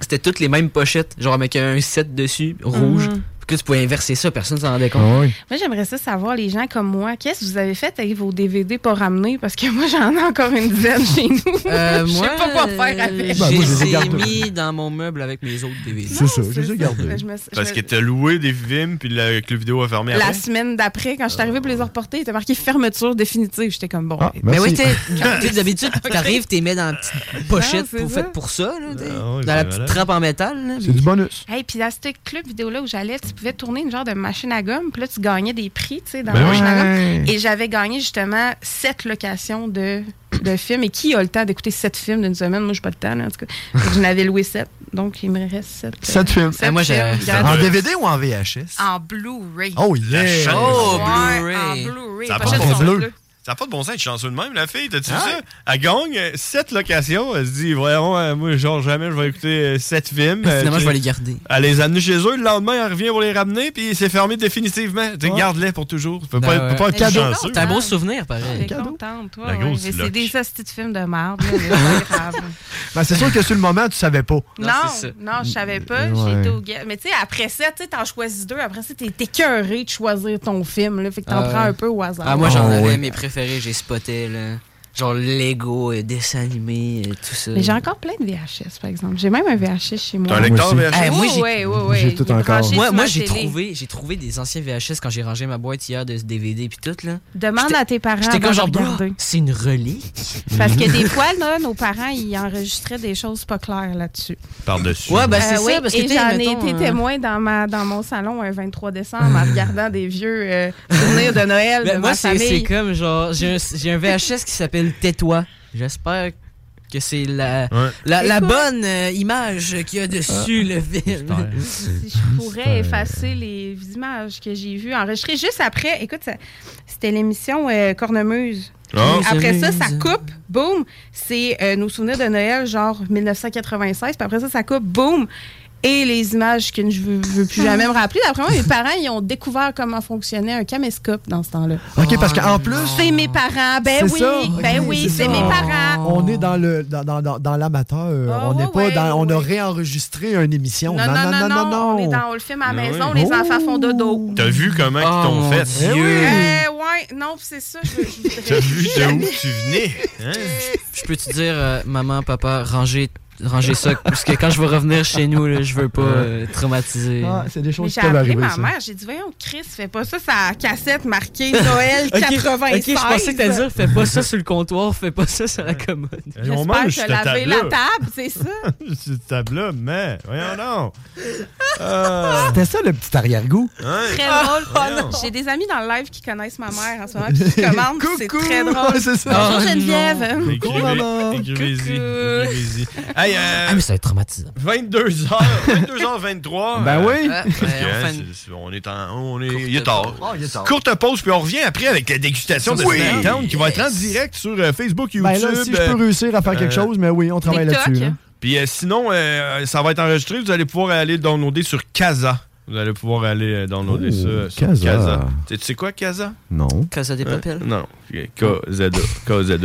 S8: c'était toutes les mêmes pochettes, genre avec un set dessus, rouge.
S13: Mhm.
S8: Puis que tu pouvais inverser ça, personne s'en rendait compte.
S6: Ah
S13: Moi, j'aimerais ça savoir, les gens comme moi, qu'est-ce que vous avez fait avec vos DVD pas ramenés? Parce que moi, j'en ai encore une dizaine chez nous.
S8: Euh,
S13: je sais
S8: moi, euh,
S13: pas quoi faire avec.
S8: Je
S6: Ben, moi, je les
S8: les ai
S6: garde.
S8: mis dans mon meuble avec mes autres DVD.
S6: C'est ça, je les ai
S13: Ben,
S6: gardés.
S13: je me-
S7: Parce
S13: je
S7: que
S13: me-
S7: t'as loué des films, puis le club vidéo a fermé
S13: La
S7: après.
S13: semaine d'après, quand je suis arrivée pour les reporter, il était marqué fermeture définitive. J'étais comme bon.
S8: Euh. Mais oui, tu sais, d'habitude, t'arrives, t'es mets dans la petite pochette
S13: Euh, c'est
S8: pour,
S13: ça.
S8: faite pour ça, là, t'sais,
S6: Ah
S7: ben
S8: dans la
S7: voilà.
S8: petite trappe en métal. là.
S6: C'est du bonus.
S13: Hey, puis dans ce club vidéo-là où j'allais, tu pouvais tourner une genre de machine à gomme, puis là, tu gagnais des prix, tu sais, dans
S6: Ben
S13: la
S6: oui.
S13: machine à gomme.
S6: Ouais.
S13: Et j'avais gagné justement sept locations de, de films. Et qui a le temps d'écouter sept films d'une semaine? Moi, j'ai pas le temps, là, en tout cas. Fait que J'en avais loué sept, donc il me reste sept. euh,
S6: Sept films.
S8: Eh,
S13: sept films. Regarde.
S6: En DVD ou en VHS?
S13: En Blu-ray.
S6: Oh, yeah.
S13: Oh,
S7: Ouais,
S13: Blu-ray. en Blu-ray.
S7: Ça n'a pas,
S13: Les pochettes
S7: de bon
S13: sont
S7: sens.
S13: bleues.
S7: Ça a pas de bon sens d'être chanceux de même, la fille. T'as-tu
S13: Ah
S7: vu ça? Elle gagne euh, sept locations. Elle se dit, voyons, euh, moi, genre, jamais je vais écouter euh, sept films. Euh,
S8: Finalement,
S7: tu-
S8: je vais les garder.
S7: Elle les a amenés chez eux. Le lendemain, elle revient pour les ramener, puis c'est fermé définitivement. Tu
S8: Ouais.
S7: Garde-les pour toujours. Tu peux
S8: Ben
S7: pas,
S8: ouais.
S7: tu peux pas être
S8: Cadeau.
S7: plus chanceux.
S8: T'as
S13: hein.
S8: un beau souvenir,
S13: J'étais
S8: pareil.
S13: contente, toi.
S7: La
S13: ouais.
S7: grosse
S13: Mais
S7: loque.
S13: c'est des hosties de films de merde, là, mais c'est pas grave.
S6: Ben, c'est sûr que sur le moment, tu savais pas.
S13: Non, non, je savais pas.
S6: Ouais.
S13: J'étais au gars. Mais tu sais, après ça, tu sais, t'en choisis deux. Après ça, t'es écœuré de choisir ton film. Là, fait que t'en
S8: Ah ouais.
S13: prends un peu au hasard.
S8: Ah, moi, j'en
S6: Oh,
S8: avais
S6: ouais.
S8: mes préférés, j'ai spoté, là. Genre Lego, euh, dessin animé, euh, tout ça.
S13: Mais j'ai encore plein de VHS, par exemple. J'ai même un VHS chez moi.
S7: T'as un lecteur Moi aussi. VHS?
S8: Eh, moi, j'ai-
S13: Ouais, ouais, ouais.
S6: j'ai tout
S13: Il est
S6: encore.
S13: branché
S8: Moi,
S13: sur
S8: moi
S13: ma
S8: j'ai
S13: télé.
S8: trouvé, j'ai trouvé des anciens VHS quand j'ai rangé ma boîte hier de DVD puis tout là.
S13: Demande à tes parents.
S8: J'étais
S13: de
S8: comme genre
S13: regarder.
S8: Ah, c'est une relique.
S13: Parce que
S6: Mhm.
S13: des fois, là, nos parents, ils enregistraient des choses pas claires là-dessus.
S7: Par-dessus.
S8: Ouais, ben c'est
S13: Euh,
S8: ça
S13: oui,
S8: parce que
S13: et
S8: t'es,
S13: j'en ai
S8: mettons,
S13: été
S8: euh,
S13: témoin dans, ma, dans mon salon un 23 décembre en regardant des vieux euh, souvenirs de Noël
S8: Ben,
S13: de
S8: moi
S13: ma
S8: c'est, c'est
S13: famille.
S8: comme genre j'ai un, j'ai un VHS qui s'appelle Tais-toi. J'espère
S10: que c'est la,
S7: Ouais.
S10: la, la
S13: Écoute.
S10: bonne euh, image qu'il y a dessus
S7: Ah.
S10: le film.
S13: Si je pourrais effacer les images que j'ai vues, enregistrées juste après. Écoute, ça- c'était l'émission euh, Cornemuse.
S5: Ah.
S13: Après ça, ça
S5: Cornemuse.
S13: coupe, boum. C'est euh, nos souvenirs de Noël, genre 1996. Puis après ça, ça coupe, boum. Et les images que je veux, veux plus jamais me rappeler. D'après moi, mes parents, ils ont découvert comment fonctionnait un caméscope dans ce temps-là.
S6: OK, parce qu'en plus.
S13: Ah. C'est mes parents, ben
S6: C'est
S13: oui,
S6: ça.
S13: ben
S6: Ok,
S13: oui, c'est
S6: ça.
S13: mes
S6: On-
S13: parents.
S6: On est dans le dans, dans- dans- dans l'amateur. on n'est pas dans- on a réenregistré une émission.
S13: Oh, Non, non, non, non, Ben Oh! on est dans, on le filme à la maison, les enfants font dodo.
S7: T'as vu comment ils
S8: Oh,
S7: t'ont fait?
S13: Eh Euh, ouais, non, c'est ça. Je, je voudrais
S7: T'as vu de où
S13: jamais-
S7: tu venais? Hein?
S10: Je peux te dire, euh, maman, papa, rangez, rangez ça, parce que quand je vais revenir chez nous, là, je veux pas euh, traumatiser.
S6: Ah, c'est des
S13: Mais
S6: choses
S13: j'ai
S6: qui peuvent
S13: appelé
S6: arriver.
S13: ma
S6: ça.
S13: mère, j'ai dit, voyons, Chris, fais pas ça, sa cassette marquée Noël
S10: Ok,
S13: 96.
S10: Ok, je pensais que t'allais dire, fais pas ça sur le comptoir, fais pas ça sur la commode.
S7: On
S13: J'espère
S7: mange
S13: te
S7: cette
S13: laver
S7: table-là.
S13: la table, c'est ça.
S7: Cette table-là, mais voyons non. Euh,
S6: C'était ça le petit arrière-goût.
S7: hein?
S13: Très
S7: Ah,
S10: Oh,
S13: drôle.
S7: voyons.
S13: J'ai des amis dans le live qui connaissent ma mère en ce moment, puis qui commandent, puis c'est très drôle.
S6: c'est ça. Oh,
S13: Bonjour
S6: non.
S13: Geneviève.
S7: Écrivez- Écrivez-y. Écrivez-y. Hey, euh,
S10: Ah, mais ça va être traumatisant.
S7: 22h, 22h23.
S10: Ben
S7: euh,
S10: oui.
S7: parce que,
S10: Ouais, on
S7: hein,
S10: fait une-
S7: c'est- on est en. On est, il est tard.
S6: Oh, il est tard.
S7: Courte pause, puis on revient après avec la dégustation de
S6: Oui.
S7: Snacktown qui va être en direct sur euh, Facebook, YouTube.
S6: Ben là, si je
S7: euh,
S6: peux réussir à faire quelque
S7: euh,
S6: chose, mais oui, on travaille là-dessus. hein. là.
S7: Puis euh, sinon, euh, ça va être enregistré. Vous allez pouvoir aller downloader sur Casa. Vous allez pouvoir aller euh, downloader
S6: Oh,
S7: ça sur
S6: Casa.
S7: Casa. Tu sais- tu sais quoi, Casa?
S6: Non.
S10: Casa des
S7: Hein?
S10: Papels.
S7: Non. KZA. KZA.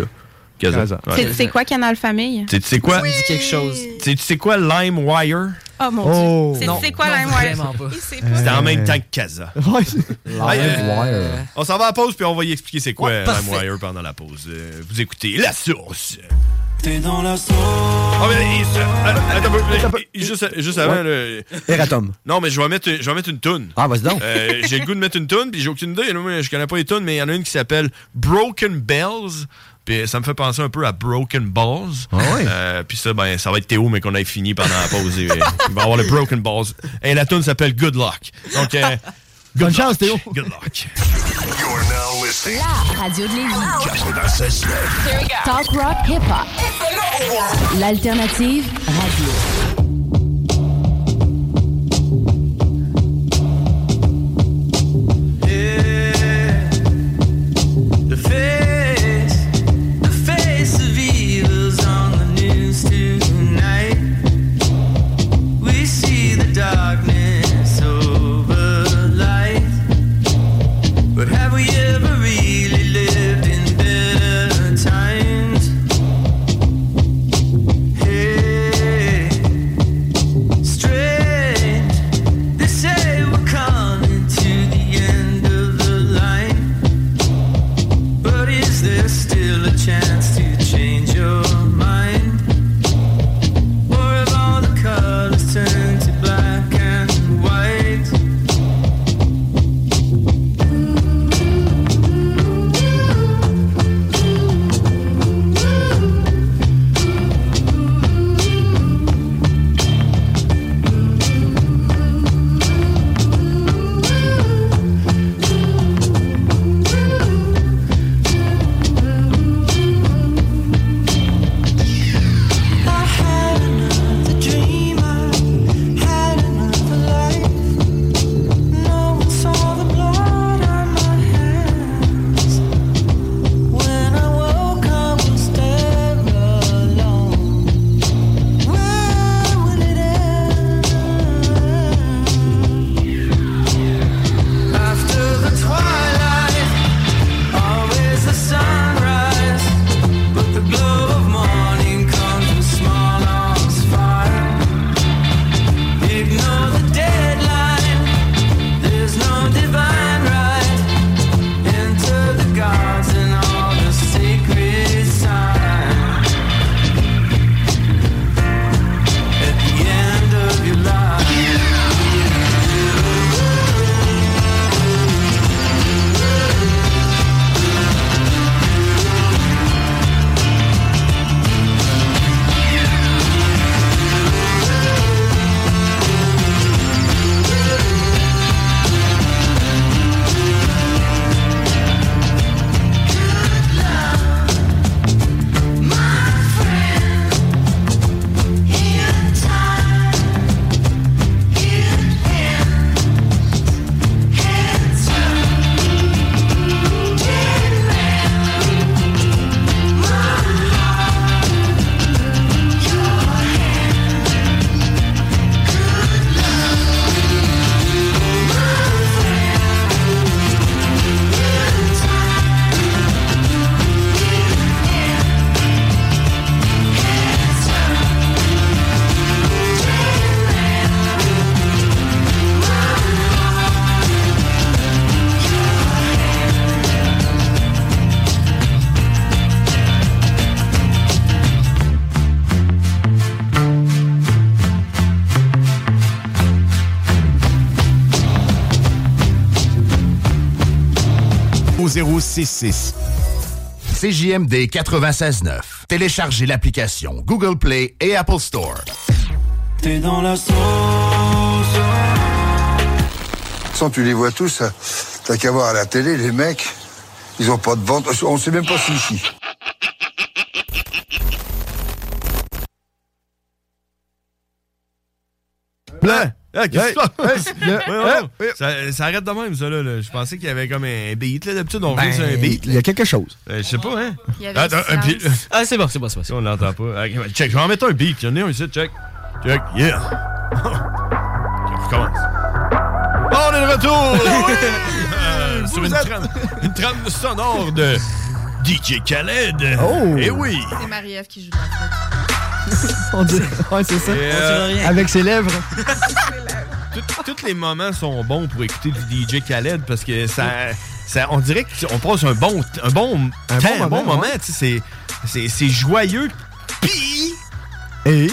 S7: Casa. Ouais.
S13: C'est- C'est quoi Canal Famille?
S7: Tu sais- tu sais quoi?
S13: Oui.
S7: Tu sais- tu sais quoi, LimeWire?
S13: Oh mon
S7: Oh.
S13: dieu. C'est-
S7: Non,
S13: C'est quoi
S7: non,
S13: LimeWire?
S7: vraiment pas.
S13: Il sait
S7: C'était en
S13: pas.
S7: même temps que Casa. Hey, euh, On s'en va à la pause, puis on va y expliquer c'est quoi
S3: Ouais,
S7: euh,
S3: parfait.
S7: LimeWire pendant la pause. Euh, Vous écoutez La Source.
S3: T'es dans la sauce.
S7: Ah, mais, il- euh, attends un peu, il- il- juste, juste avant, là,
S6: Eratom.
S7: Non, mais je vais mettre, je vais mettre une toune.
S6: Ah, vas-y donc.
S7: Euh, j'ai le goût de mettre une toune, puis j'ai aucune idée. là, moi, je connais pas les tounes, mais il y en a une qui s'appelle Broken Bells. Puis ça me fait penser un peu à Broken Balls. Euh, puis ça, ben, ça va être Théo, mais qu'on a fini pendant la pause. et, euh, il va avoir le Broken Balls. Et la toune s'appelle Good Luck. Donc, euh,
S6: Bonne chance, Théo.
S7: Good luck.
S5: You're now listening. La radio de Lévis.
S7: 96
S5: Talk rock hip hop. L'alternative radio.
S15: The face, the face of evil's on the news tonight. We see the darkness over light. But have we ever really lived in better times? Hey, strange. They say we're coming to the end of the line. But is there still a chance to change your mind? Or have all the colors turned to black and white?
S2: 066.
S16: CJMD 96.9. Téléchargez l'application Google Play et Apple Store.
S15: T'es dans la sauce.
S12: Sans tu les vois tous, euh, t'as qu'à voir à la télé, les mecs, ils ont pas de ventre, on sait même pas s'ils chient.
S7: Blanc! Ah, qu'est-ce
S6: Hey,
S7: que tu penses?
S6: hey,
S7: Ouais, ouais,
S6: hey,
S7: ouais. Ça, ça arrête de même, ça, là. là. Je pensais qu'il y avait comme un beat, là. D'habitude, on
S6: Ben,
S7: roule sur un beat.
S6: il y a quelque chose.
S7: Euh, je sais pas, hein?
S6: Il y avait du silence.
S7: ah, c'est bon, c'est bon, c'est bon. On l'entend pas. Ah, ok, check, je vais en mettre un beat. Il y en a un ici, check. Check, yeah. on recommence. Bon, on est de
S6: Oh,
S7: retour! Oui! Euh, sur une trame, une trame sonore de DJ Khaled.
S6: Oh!
S7: Eh oui!
S13: C'est Marie-Ève qui joue dans le truc.
S6: On dit- ouais, c'est ça.
S7: Et, euh, On dirait rien.
S6: Avec ses lèvres.
S7: Tout- Tous les moments sont bons pour écouter du DJ Khaled parce que ça, ça on dirait qu'on passe un bon, un bon, temps, un bon moment.
S6: ouais.
S7: tu sais, c'est- c'est, c'est joyeux. Puis,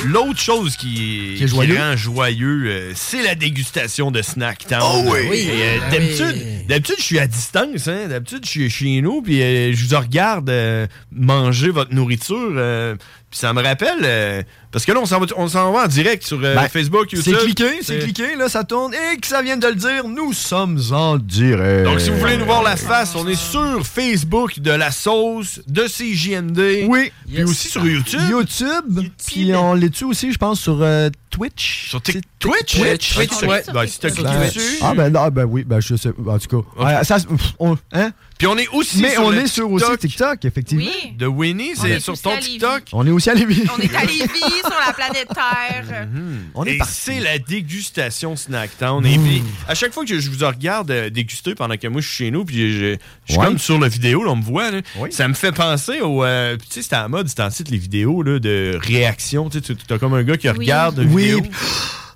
S7: l'autre chose qui,
S6: Qui est joyeux.
S7: rend joyeux, euh, c'est la dégustation de Snack Town.
S6: Oh oui!
S7: Et, euh,
S6: Ah oui.
S7: d'habitude, d'habitude, je suis à distance. hein. D'habitude, je suis chez nous puis euh, je vous regarde euh, manger votre nourriture. euh, puis ça me rappelle... euh, parce que là, on s'en va, on s'en va en direct sur euh,
S6: Ben,
S7: Facebook, YouTube.
S6: C'est cliqué, c'est
S7: Euh,
S6: cliqué, là, ça tourne. Et que ça vient de le dire, nous sommes en direct.
S7: Donc, si vous voulez nous voir
S6: Euh,
S7: la face, on est sur Facebook de la sauce, de CJMD. Oui. Puis aussi sur YouTube.
S6: YouTube. Puis on les tue aussi, je pense, sur euh, Twitch. Sur
S7: Twitch?
S6: Twitch,
S7: Twitch, ouais. Ben, si t'as cliqué
S6: Ben,
S7: dessus.
S6: Ah, ben, ah, ben oui, ben je sais. En tout cas. Ah, ça, pff, on- hein?
S7: Puis on est aussi
S6: Mais
S7: sur
S6: on
S7: le
S6: est sur aussi TikTok, effectivement.
S7: De Winnie,
S6: On
S7: c'est
S6: est
S7: sur
S6: aussi
S7: ton
S6: à
S7: TikTok.
S6: On est aussi à Lévis.
S13: On est à Lévis, sur la planète Terre.
S7: On est Mmh. C'est la dégustation Snacktown. Et puis, à chaque fois que je vous regarde euh, déguster pendant que moi je suis chez nous, puis je, je suis
S6: Ouais.
S7: comme sur la vidéo, là, on me voit, là, ça me fait penser au. euh, tu sais, c'était en mode, c'était en site les vidéos là, de réaction. Tu sais, tu- t'as comme un gars qui regarde une
S10: Oui.
S7: vidéo.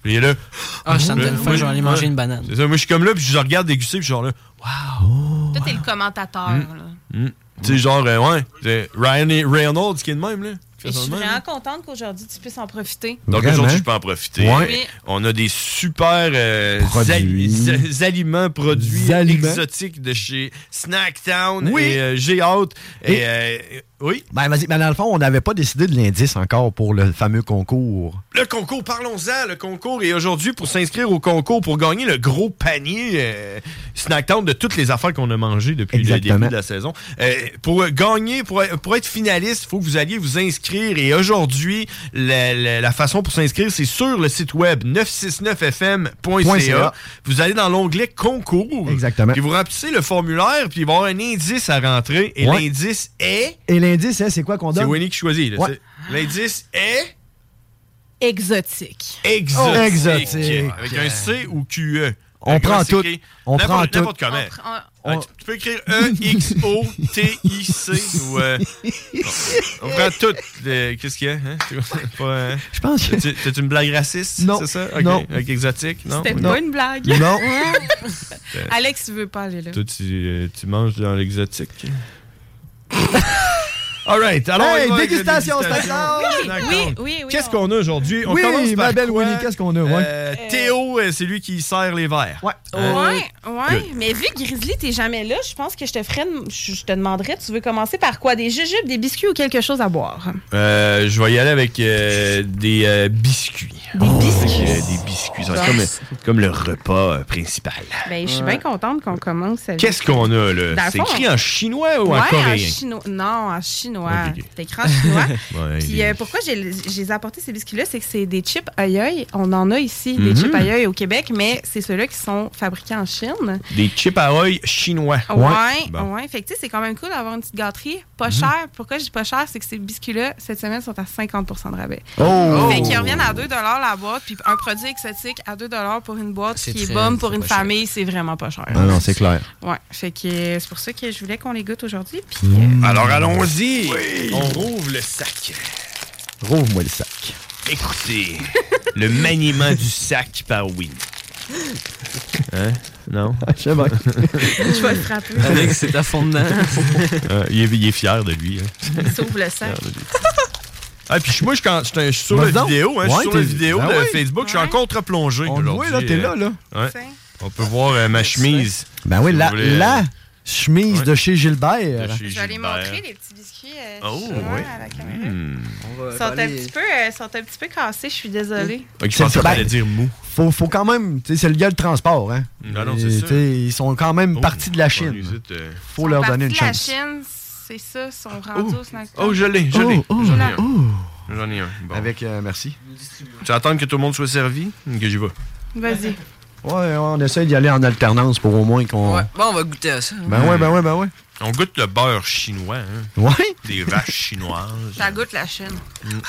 S7: Puis il est là.
S10: Ah, je suis en train de
S7: Là,
S10: faire,
S7: moi,
S10: je vais aller
S7: moi,
S10: manger une banane.
S7: C'est ça, moi je suis comme là, puis je regarde déguster, puis je suis genre là.
S13: Toi, t'es le commentateur.
S7: Hmm.
S13: là.
S7: Hmm. Tu sais, genre, euh, ouais, c'est Ryan Reynolds qui est de même, là. qui fait
S13: Et je
S7: ça de
S13: suis
S7: même.
S13: vraiment contente qu'aujourd'hui, tu puisses en profiter.
S7: Donc aujourd'hui, je peux en profiter.
S13: Ouais.
S7: Oui. On a des super euh,
S6: Produits.
S7: al- z- aliments, produits
S6: Aliments.
S7: exotiques de chez Snacktown.
S6: Oui.
S7: Et euh, j'ai hâte. Et,
S6: Et-
S7: euh, oui.
S6: Ben, vas-y, ben, dans le fond, on n'avait pas décidé de l'indice encore pour le fameux concours.
S7: Le concours, parlons-en, le concours. Et aujourd'hui, pour s'inscrire au concours, pour gagner le gros panier euh, Snacktown de toutes les affaires qu'on a mangées depuis le
S6: Exactement.
S7: début de la saison. Euh, pour euh, gagner, pour, pour être finaliste, il faut que vous alliez vous inscrire. Et aujourd'hui, la, la- la façon pour s'inscrire, c'est sur le site web 969fm.ca.
S6: .ca.
S7: Vous allez dans l'onglet concours.
S6: Exactement.
S7: Puis vous remplissez le formulaire, puis il va y avoir un indice à rentrer. Et
S6: Ouais.
S7: l'indice est...
S6: Et l'indice, hein, c'est quoi qu'on
S7: C'est
S6: donne?
S7: Winnie qui choisit. là,
S6: Ouais.
S7: c'est- L'indice est...
S13: Exotique.
S7: Exotique.
S6: Oh, exotique.
S7: Avec un C ou QE.
S6: On
S7: Avec
S6: prend
S7: un C,
S6: tout.
S7: K.
S6: On
S7: N'importe-
S6: prend tout.
S7: N'importe comment.
S6: On-
S7: Ouais, tu- Tu peux écrire E E-X-O-T-I-C ou. euh, on on prend tout. le- Qu'est-ce qu'il y a hein? C'est pas, euh,
S6: Je pense que-
S7: t'as- T'as une blague raciste
S6: Non,
S7: C'est ça Ok.
S6: non.
S7: Avec exotique Non.
S13: C'était
S7: Ok.
S13: pas une blague.
S7: Non.
S13: Euh, Alex, tu veux pas aller là.
S7: Toi, tu, euh, tu manges dans l'exotique All right. Alors,
S6: Hey,
S7: on y va avec la
S6: dégustation, Snackdown.
S7: dégustation.
S6: Oui,
S7: Snackdown.
S6: oui,
S13: Eh
S6: oui, oui,
S7: Qu'est-ce
S6: on-
S7: qu'on a aujourd'hui On
S6: Oui,
S7: commence par
S6: ma belle
S7: quoi?
S6: Winnie, qu'est-ce qu'on a? Ouais.
S7: Euh, Théo, euh, c'est lui qui sert les verres. Ouais.
S13: Ouais, ouais. Mais vu que Grizzly, t'es jamais là, je pense que je te ferais, une- je je te demanderais, tu veux commencer par quoi Des jujubes, des biscuits ou quelque chose à boire
S7: Euh, je vais y aller avec euh, des euh, biscuits. Des biscuits. des biscuits. Ça va être comme, comme le repas euh, principal.
S13: Ben, je suis
S7: Ouais.
S13: bien contente qu'on commence. avec-
S7: Qu'est-ce qu'on a
S13: Dans
S7: là
S13: le
S7: C'est
S13: fond,
S7: écrit en chinois ou
S13: ouais,
S7: en coréen
S13: en chinois. Non, en chinois. C'est écrit en chinois.
S7: Ouais,
S13: Puis
S7: des-
S13: euh, pourquoi j'ai j'ai apporté ces biscuits-là, c'est que c'est des chips aïe On en a ici,
S7: Mhm.
S13: des chips aïe au Québec, mais c'est ceux-là qui sont fabriqués en Chine.
S7: Des chips à oeil chinois.
S13: Ah Ouais, ouais.
S7: Bon.
S13: Fait que tu sais, c'est quand même cool d'avoir une petite gâterie. Pas
S6: Mhm.
S13: cher. Pourquoi je dis pas cher? C'est que ces biscuits-là, cette semaine, sont à 50 de rabais.
S6: Oh!
S13: Fait qu'ils reviennent à 2 la boîte, puis un produit exotique à 2 pour une boîte
S6: C'est
S13: qui est
S6: très-
S13: bonne pour
S6: c'est
S13: une
S6: pas cher.
S13: famille, c'est vraiment pas cher.
S6: Ah non, c'est clair.
S13: Ouais, fait que euh, c'est pour ça que je voulais qu'on les goûte aujourd'hui. Puis
S6: Mm.
S13: euh,
S7: Alors allons-y. On rouvre le sac.
S6: Rouvre-moi le sac.
S7: Écoutez, le maniement du sac par Winnie. Hein Non
S6: Ah, Je sais pas.
S13: je vais le frapper.
S7: Alex, c'est à fond dedans. Euh, il, est, il est fier de lui. hein.
S13: Il s'ouvre le sac.
S7: Ah, puis je- moi, je, quand, je, je suis sur
S6: Vas-y
S7: la
S6: donc.
S7: vidéo, hein, je
S6: Ouais,
S7: suis sur la
S6: t'es-
S7: vidéo
S6: Ah
S7: de
S6: ouais.
S7: Facebook, je suis en contre-plongée.
S6: On le voit, là, t'es là, là.
S7: On peut voir euh, ma chemise.
S6: Ben oui,
S7: si
S6: la,
S7: vous voulez. euh,
S6: la Chemise de chez Gilbert.
S13: euh, Je vais aller montrer les petits biscuits euh,
S7: Ah,
S6: Oh,
S13: chinois
S6: ouais.
S13: à la caméra.
S6: On
S13: Ils sont, un petit peu, euh, sont un petit peu cassés, je suis désolée.
S7: je pensais que t'allais dire mou.
S6: ben,
S7: Mm.
S6: Faut, faut quand même. tu sais, C'est le gars le transport. Hein?
S7: Non, non,
S6: Et,
S7: c'est ça. Oh,
S6: tu sais, Ils sont quand même partis de la Chine.
S7: euh,
S6: faut leur donner une
S13: Partis de la
S6: chance.
S13: Chine, c'est ça, ils sont rendus au snack.
S7: Oh, je l'ai, je
S6: Oh,
S7: l'ai.
S6: oh,
S7: J'en ai un.
S6: oh.
S7: J'en ai un.
S6: Avec, euh, merci.
S7: Tu attends que tout le monde soit servi? Que j'y vais.
S13: Vas-y.
S6: Ouais, on essaie d'y aller en alternance pour au moins qu'on.
S10: Bon, on va goûter à ça.
S6: Ben ouais, ben ouais, ben ouais.
S7: On goûte le beurre chinois. Hein?
S6: Ouais?
S7: Des vaches chinoises.
S13: Ça goûte la Chine.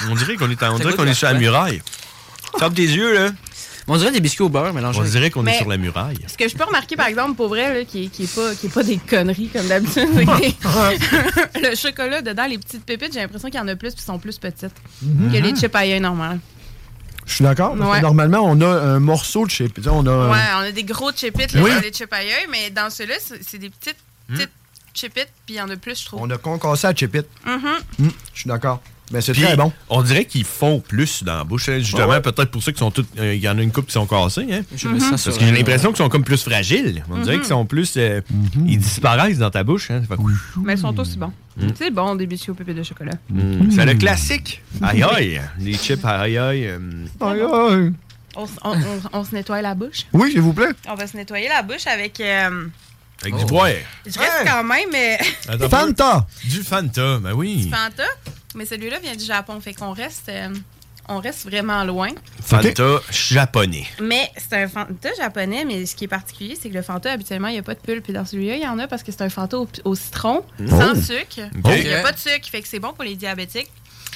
S7: On- On dirait qu'on est, à- on
S10: Ça
S7: dirait
S10: goûte
S7: qu'on
S10: la
S7: est sur la
S10: chouette.
S7: muraille. Ferme tes yeux, là.
S10: On dirait des biscuits au beurre mélangés.
S7: On dirait qu'on est
S13: Mais-
S7: sur la muraille.
S13: Ce que je peux remarquer, par exemple, pour vrai, là, qui, qui, est pas, qui est pas des conneries comme d'habitude, c'est que les- le chocolat dedans, les petites pépites, j'ai l'impression qu'il y en a plus puis sont plus petites
S6: Mhm.
S13: que les chips ailleurs normales.
S6: Je suis d'accord. parce que
S13: Ouais.
S6: Normalement, on a un morceau de chez. tu sais, On a.
S13: Ouais, on a des gros chipites, les,
S6: Oui.
S13: les chips ailleurs, mais dans ceux-là, c'est c'est des petites,
S7: Hmm?
S13: petites chipites, puis il y en a plus, je trouve.
S6: On a concassé à Chipit.
S13: Mhm.
S6: Je suis d'accord. Mais c'est
S7: Puis,
S6: très bon.
S7: On dirait qu'ils font plus dans la bouche. hein. Justement,
S6: Ouais, ouais.
S7: peut-être pour ça qu'ils sont tous. euh, Il y en a une coupe qui sont cassés. Hein?
S10: Je mets ça
S7: Parce
S10: sur
S7: que j'ai
S10: un-
S7: l'impression qu'ils sont comme plus fragiles. On dirait
S13: Mhm.
S7: qu'ils sont plus. euh,
S6: Mhm.
S7: Ils disparaissent dans ta bouche. Hein? Ça fait-
S13: Mais ils sont aussi bons.
S7: Mhm.
S13: C'est bon, des biscuits aux pépites de chocolat.
S6: Mhm.
S13: Mm.
S7: Mm. C'est le classique. Aïe aïe. Les chips aïe aïe. euh,
S13: On, s- on- on- on se nettoie la bouche.
S6: Oui, s'il vous plaît.
S13: On va se nettoyer la bouche avec. euh,
S7: Avec du bois.
S6: Oh.
S13: je reste quand même mais
S7: Attends, Fanta. Du Fanta, ben oui.
S13: Fanta, mais celui-là vient du Japon, fait qu'on reste, euh, on reste vraiment loin.
S7: Fanta japonais.
S13: Mais c'est un Fanta japonais, mais ce qui est particulier, c'est que le Fanta, habituellement, il n'y a pas de pulpe. Et dans celui-là, il y en a parce que c'est un Fanta au, au citron,
S7: Oh.
S13: sans sucre.
S7: Ok.
S13: Il n'y a pas de sucre, fait que c'est bon pour les diabétiques.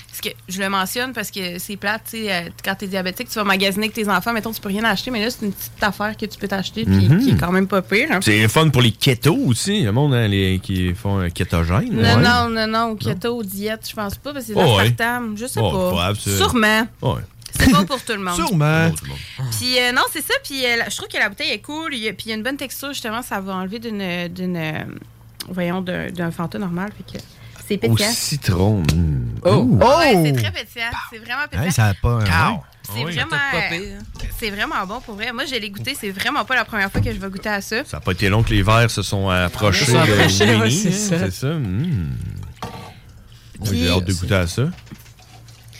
S13: Parce que je le mentionne parce que c'est plate, tu sais, euh, quand t'es diabétique, tu vas magasiner avec tes enfants, mettons, tu peux rien acheter, mais là, c'est une petite affaire que tu peux t'acheter, puis
S7: Mhm.
S13: qui est quand même pas pire. hein.
S7: C'est fun pour les kétos aussi. Le monde hein, les, qui font un kétogène.
S13: Non,
S7: ouais.
S13: non, non, non, keto, diète, je pense pas, parce que c'est de
S7: Oh, ouais.
S13: l'aspartame, je sais
S7: Oh,
S13: pas.
S7: c'est pas grave, ça.
S13: Sûrement.
S7: Ouais.
S13: C'est pas pour tout le monde.
S6: Sûrement.
S7: Oh,
S13: Puis euh, non, c'est ça. Puis euh, la- je trouve que la bouteille est cool. Il y a- puis il y a une bonne texture, justement. Ça va enlever d'une. d'une euh, voyons, d'un, d'un Fanta normal. Fait que c'est
S7: Au
S13: pétillant.
S7: citron. mm.
S6: Oh! Oh,
S13: Ouais, c'est très pétillant. C'est vraiment pétillant.
S6: Hein, ça a pas un-
S7: Wow.
S13: C'est,
S7: Oui.
S13: vraiment, euh,
S7: Ça t'a pas
S6: hein.
S7: pire,
S13: c'est vraiment bon pour vrai. Moi, je l'ai goûté. C'est vraiment pas la première fois que je vais goûter à ça.
S7: Ça n'a pas été long que les verres se sont approchés.
S13: Ils sont
S7: de
S13: approchés,
S7: Winnie,
S13: ouais, c'est
S7: hein,
S13: ça.
S7: C'est ça. mm. Oui,
S13: Puis-
S7: J'ai hâte de goûter à ça.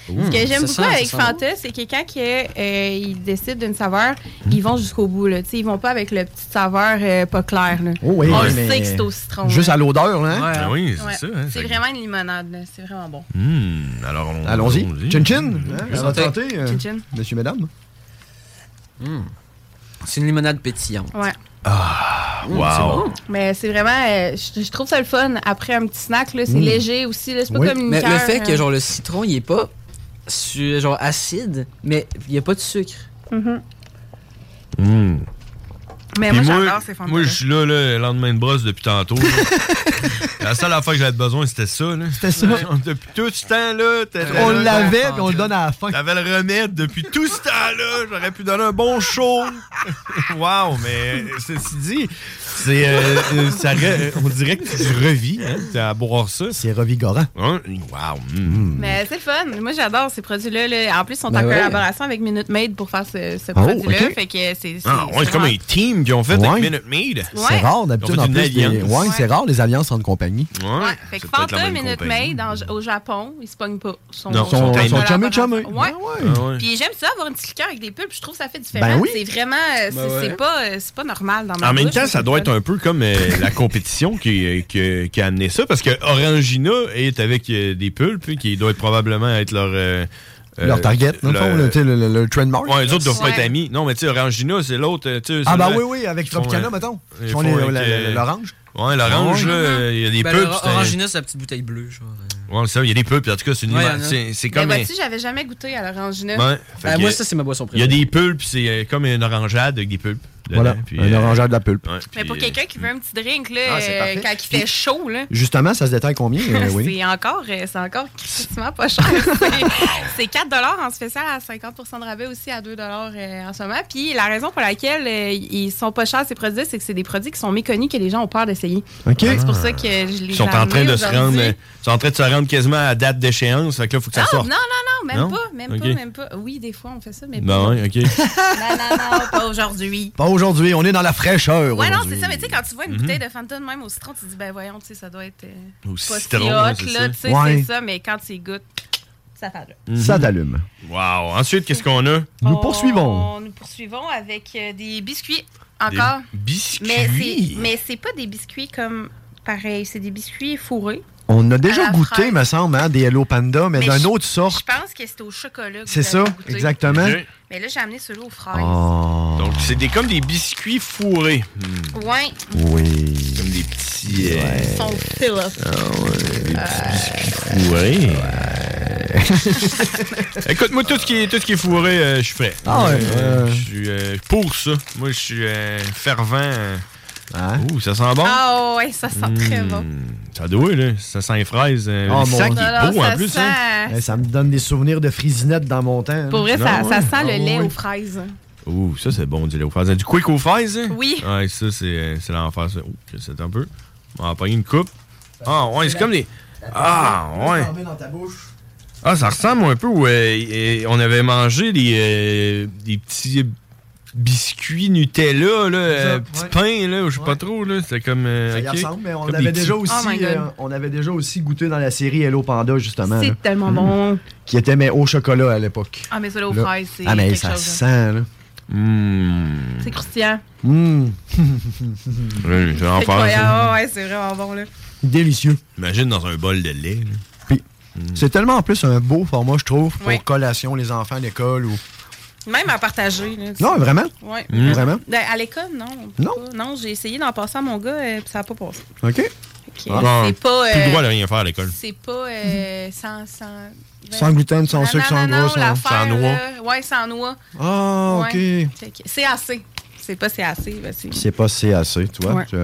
S13: Ce
S7: Ouh.
S13: que j'aime beaucoup avec Fanta, c'est que quand que, euh, ils décident d'une saveur, ils vont jusqu'au bout. Là. Tu sais, Ils vont pas avec le petit saveur euh, pas clair. Là.
S6: Oh oui,
S13: On le
S6: mais-
S13: sait que c'est au citron.
S6: Juste
S13: là.
S6: à l'odeur, là. hein?
S7: Ah oui,
S13: Ouais.
S7: c'est ça. hein,
S13: c'est
S7: ça-
S13: vraiment une limonade. là. C'est vraiment bon.
S7: Mm, Alors, on-
S6: Allons-y.
S7: allons-y. Hmm.
S6: Chin-chin. hein,
S10: Je
S6: On va
S10: sentais-
S6: tenter, euh,
S13: Chin-chin.
S6: Monsieur, madame.
S10: Hmm. C'est une limonade pétillante.
S13: Ouais.
S10: Ah,
S7: wow. c'est bon.
S13: Mais c'est vraiment. euh, je, je trouve ça le fun. Après un petit snack, là, c'est
S10: Mm.
S13: léger aussi. là. C'est pas comme une
S10: mais le
S13: liqueur,
S10: fait que
S13: euh.
S10: genre le citron, il est pas su- genre acide, mais il y a pas de sucre. Mm-hmm.
S13: Mhm.
S7: Mm.
S13: Mais
S7: Puis
S13: moi, j'adore ces Fanta.
S7: Moi, je suis là, là, le lendemain de brosse depuis tantôt. là. la seule affaire que j'avais besoin, c'était ça. C'était
S6: ça.
S7: Depuis tout ce temps-là, t'avais
S6: On
S7: le-
S6: l'avait, puis on le donne à la fin.
S7: T'avais le remède depuis tout ce temps-là. J'aurais pu donner un bon show. wow, mais euh, ceci dit, c'est, euh, euh, ça re- on dirait que tu revis hein, t'as à boire ça.
S6: C'est revigorant.
S7: Hein? Wow. mm.
S13: Mais c'est le fun. Moi, j'adore ces produits-là. là. En plus, ils sont
S7: Ben
S13: en
S7: ouais.
S13: collaboration avec Minute Maid pour faire ce, ce
S7: Oh,
S13: produit-là.
S7: ok.
S13: Fait que c'est. c'est-
S7: Ah, ouais, c'est
S13: c'est
S7: comme
S13: vraiment-
S7: un team qu'ils ont fait
S6: Ouais.
S7: avec Minute Maid.
S6: C'est rare d'habitude
S7: Ils ont
S6: en
S7: fait une
S6: plus. les-
S7: alliance.
S6: ouais, c'est rare les alliances entre compagnies.
S7: Ouais.
S13: Fait que
S7: C'est peut-être la
S13: Fanta,
S7: même
S13: Minute
S7: compagnie.
S13: Maid, en- au Japon, ils se pognent pas. Ils sont,
S7: Non,
S13: ils
S7: ils sont- ils sont
S13: dans la
S7: chummy, chummy.
S13: barre- Ouais.
S7: Ben ouais. Ah ouais.
S13: Puis j'aime ça, avoir une petite liqueur avec des pulpes. Je trouve que ça fait différent.
S7: Ben oui.
S13: C'est vraiment. euh, C'est
S7: Ben ouais.
S13: c'est pas, euh, c'est pas normal dans ma
S7: En même
S13: bouche,
S7: temps,
S13: mais
S7: ça
S13: c'est
S7: doit
S13: le
S7: être un peu comme euh, la compétition qui, euh, que- qui a amené ça, parce que Orangina est avec euh, des pulpes, qui doit être probablement être leur... euh, euh,
S6: Leur target, dans le
S7: leur-
S6: fond, là, tu sais, le, le, le trademark.
S7: Ouais, les autres doivent pas être
S6: Ouais.
S7: amis. Non, mais tu sais, Orangina, c'est l'autre. euh, tu sais,
S6: Ah, bah
S7: celle-là,
S6: oui, oui, avec
S7: ils font,
S6: Tropicana,
S7: euh,
S6: mettons.
S7: ils
S6: Ils font
S7: font
S6: les-
S7: avec,
S6: la- la-
S7: euh,
S6: l'orange.
S7: Ouais, l'orange,
S6: Ah ouais.
S7: là, il y a des
S10: Ben,
S7: pulpes.
S10: le-
S7: c'est un-
S10: Orangina, c'est la petite bouteille bleue. Genre.
S7: Ouais, ça, il y a des pulpes, puis en tout cas, c'est une
S10: Ouais, il y en
S7: ima-
S10: a. Ben,
S7: c'est- C'est
S13: Ben
S7: comme. un-
S13: vois-tu, j'avais jamais goûté à l'orangina.
S7: Ouais,
S6: Ben,
S7: fait que- Il y a des pulpes, c'est euh, comme une orangeade avec des pulpes. dedans,
S6: Voilà,
S7: puis,
S6: un
S7: euh,
S6: orangeur de la pulpe.
S7: ouais,
S13: Mais
S7: puis,
S13: pour
S7: euh,
S13: quelqu'un qui veut un petit drink, là,
S6: Ah, c'est
S13: euh,
S6: parfait.
S13: quand il fait chaud, là.
S6: Justement, ça se détaille combien, euh, oui?
S13: c'est encore, euh, c'est encore crissement pas cher. C'est- c'est 4 en spécial à 50 de rabais aussi à 2 euh, en ce moment. Puis la raison pour laquelle euh, ils sont pas chers ces produits, c'est que c'est des produits qui sont méconnus que les gens ont peur d'essayer.
S7: Ok.
S13: Fait que C'est pour ça que je les
S7: Ils sont
S13: ai
S7: en train
S13: amenés
S7: de se
S13: aujourd'hui.
S7: rendre. euh, Ils sont en train de se rendre quasiment à date d'échéance. Fait que là, faut que ça
S13: Ah, non,
S7: sorte.
S13: non, non, même
S7: Non?
S13: pas, même
S7: Ok.
S13: pas, même pas. Oui, des fois, on fait ça, mais
S7: Ben ouais, ok.
S13: non, non, non, pas aujourd'hui.
S6: Pas aujourd'hui, on est dans la fraîcheur.
S13: Ouais, non,
S6: aujourd'hui.
S13: c'est ça, mais tu sais, quand tu vois une
S6: Mhm.
S13: bouteille de Fanta de même au citron, tu te dis, ben voyons, tu sais, ça doit être. euh,
S6: Au
S13: pas
S7: citron,
S13: si
S7: hein,
S13: hot,
S7: c'est
S13: là,
S7: ça.
S13: tu sais,
S7: Ouais.
S13: c'est ça, mais quand tu y goûtes, ça fait là.
S6: Ça t'allume.
S7: Mhm. Wow. Ensuite, qu'est-ce qu'on a?
S6: Nous poursuivons.
S13: On- Nous poursuivons avec euh, des biscuits encore.
S7: Des biscuits?
S13: Mais c'est, mais c'est pas des biscuits comme pareil, c'est des biscuits fourrés.
S6: On a
S13: À
S6: déjà
S13: la
S6: goûté,
S13: fraise.
S6: me semble, hein, des Hello Panda, mais,
S13: Mais
S6: d'une
S13: je-
S6: autre
S13: Je
S6: sorte.
S13: pense que c'est au chocolat. que
S6: C'est
S13: vous avez
S6: ça,
S13: goûté.
S6: exactement. Ok.
S13: Mais là, j'ai amené celui aux fraises.
S6: Ah.
S7: Donc, c'est des, comme des biscuits fourrés. Ah.
S13: Ouais,
S6: Oui.
S7: Comme des petits. euh, Ah
S13: ils sont fill-up.
S7: fourrés. Écoute-moi, tout ce qui est, tout ce qui est fourré, euh, je suis prêt.
S6: Ah ouais,
S7: Euh,
S6: ouais.
S7: Je suis euh, pour ça. Moi, je suis euh, fervent.
S6: Hein?
S7: Ouh, ça sent bon.
S13: Ah ouais, ça sent très bon.
S6: Hmm.
S7: Ça doit, là. Ça sent les fraises. euh,
S6: Oh,
S7: le
S6: mon
S7: sac
S6: Dieu.
S7: est
S13: Non, non,
S7: beau en
S13: ça
S7: plus.
S13: sent-
S7: hein.
S6: Eh, ça me donne des souvenirs de frisinette dans mon temps. hein.
S13: Pour vrai, ça,
S7: Non,
S13: ça
S7: ouais.
S13: sent
S7: Ah,
S13: le lait
S7: ouais.
S13: aux fraises.
S7: Ouh, ça c'est bon du lait aux fraises. Du quick aux fraises, hein?
S13: Oui.
S7: Ouais, ça c'est euh, c'est l'enfer, ça. Ouh, que c'est un peu. On va en pogner une coupe. Ah, ouais, c'est comme des. Ah, ouais. Ah, ça ressemble un peu où euh, euh, on avait mangé des, euh, des petits biscuits Nutella, là, euh, petits pains, là, ou je sais pas trop, là. C'était comme. euh,
S6: Ça y
S7: ok.
S6: ressemble, mais on
S7: Comme
S6: avait,
S7: des
S6: déjà
S7: petits-
S6: aussi,
S13: Oh
S6: euh, on avait déjà aussi goûté dans la série Hello Panda, justement.
S13: C'est
S6: là.
S13: tellement
S6: Mm.
S13: bon.
S6: Qui était mais au chocolat à l'époque.
S13: Ah, mais ça, là, aux
S6: Là.
S13: fraises, c'est
S6: Ah, mais
S13: quelque
S6: ça
S13: chose.
S6: sent,
S13: hein.
S6: là.
S13: C'est croustillant.
S6: Mm.
S7: Ouais, c'est
S13: C'est
S7: l'enfer,
S13: incroyable.
S7: ça.
S13: Ouais, c'est vraiment bon, là.
S6: Délicieux.
S7: Imagine dans un bol de lait. là.
S6: C'est tellement en plus un beau format, je trouve, pour
S13: Ouais.
S6: collation, les enfants à l'école ou.
S13: Même à partager. Là, tu
S6: Non,
S13: sais.
S6: vraiment?
S13: Ouais.
S6: Mm. Vraiment?
S13: Ben, à l'école, non. on peut
S6: Non.
S13: pas. Non, j'ai essayé d'en passer à mon gars, euh, puis ça n'a pas passé.
S6: OK.
S13: Ok. Ah. C'est pas,
S7: Plus le
S13: euh,
S7: droit de rien faire à l'école.
S13: C'est pas euh, sans, sans...
S6: Sans gluten, sans
S13: Ben, Non,
S6: Mm-hmm. sucre,
S13: non,
S6: sans
S13: non,
S6: gras,
S13: non,
S6: sans-
S13: l'affaire,
S6: sans noix.
S13: là, Ouais, sans noix.
S6: Ah, OK.
S13: Ouais. Fait que C'est assez. C'est pas c'est assez. ben, c'est-
S6: C'est pas si assez, tu vois.
S13: Ouais.
S6: tu-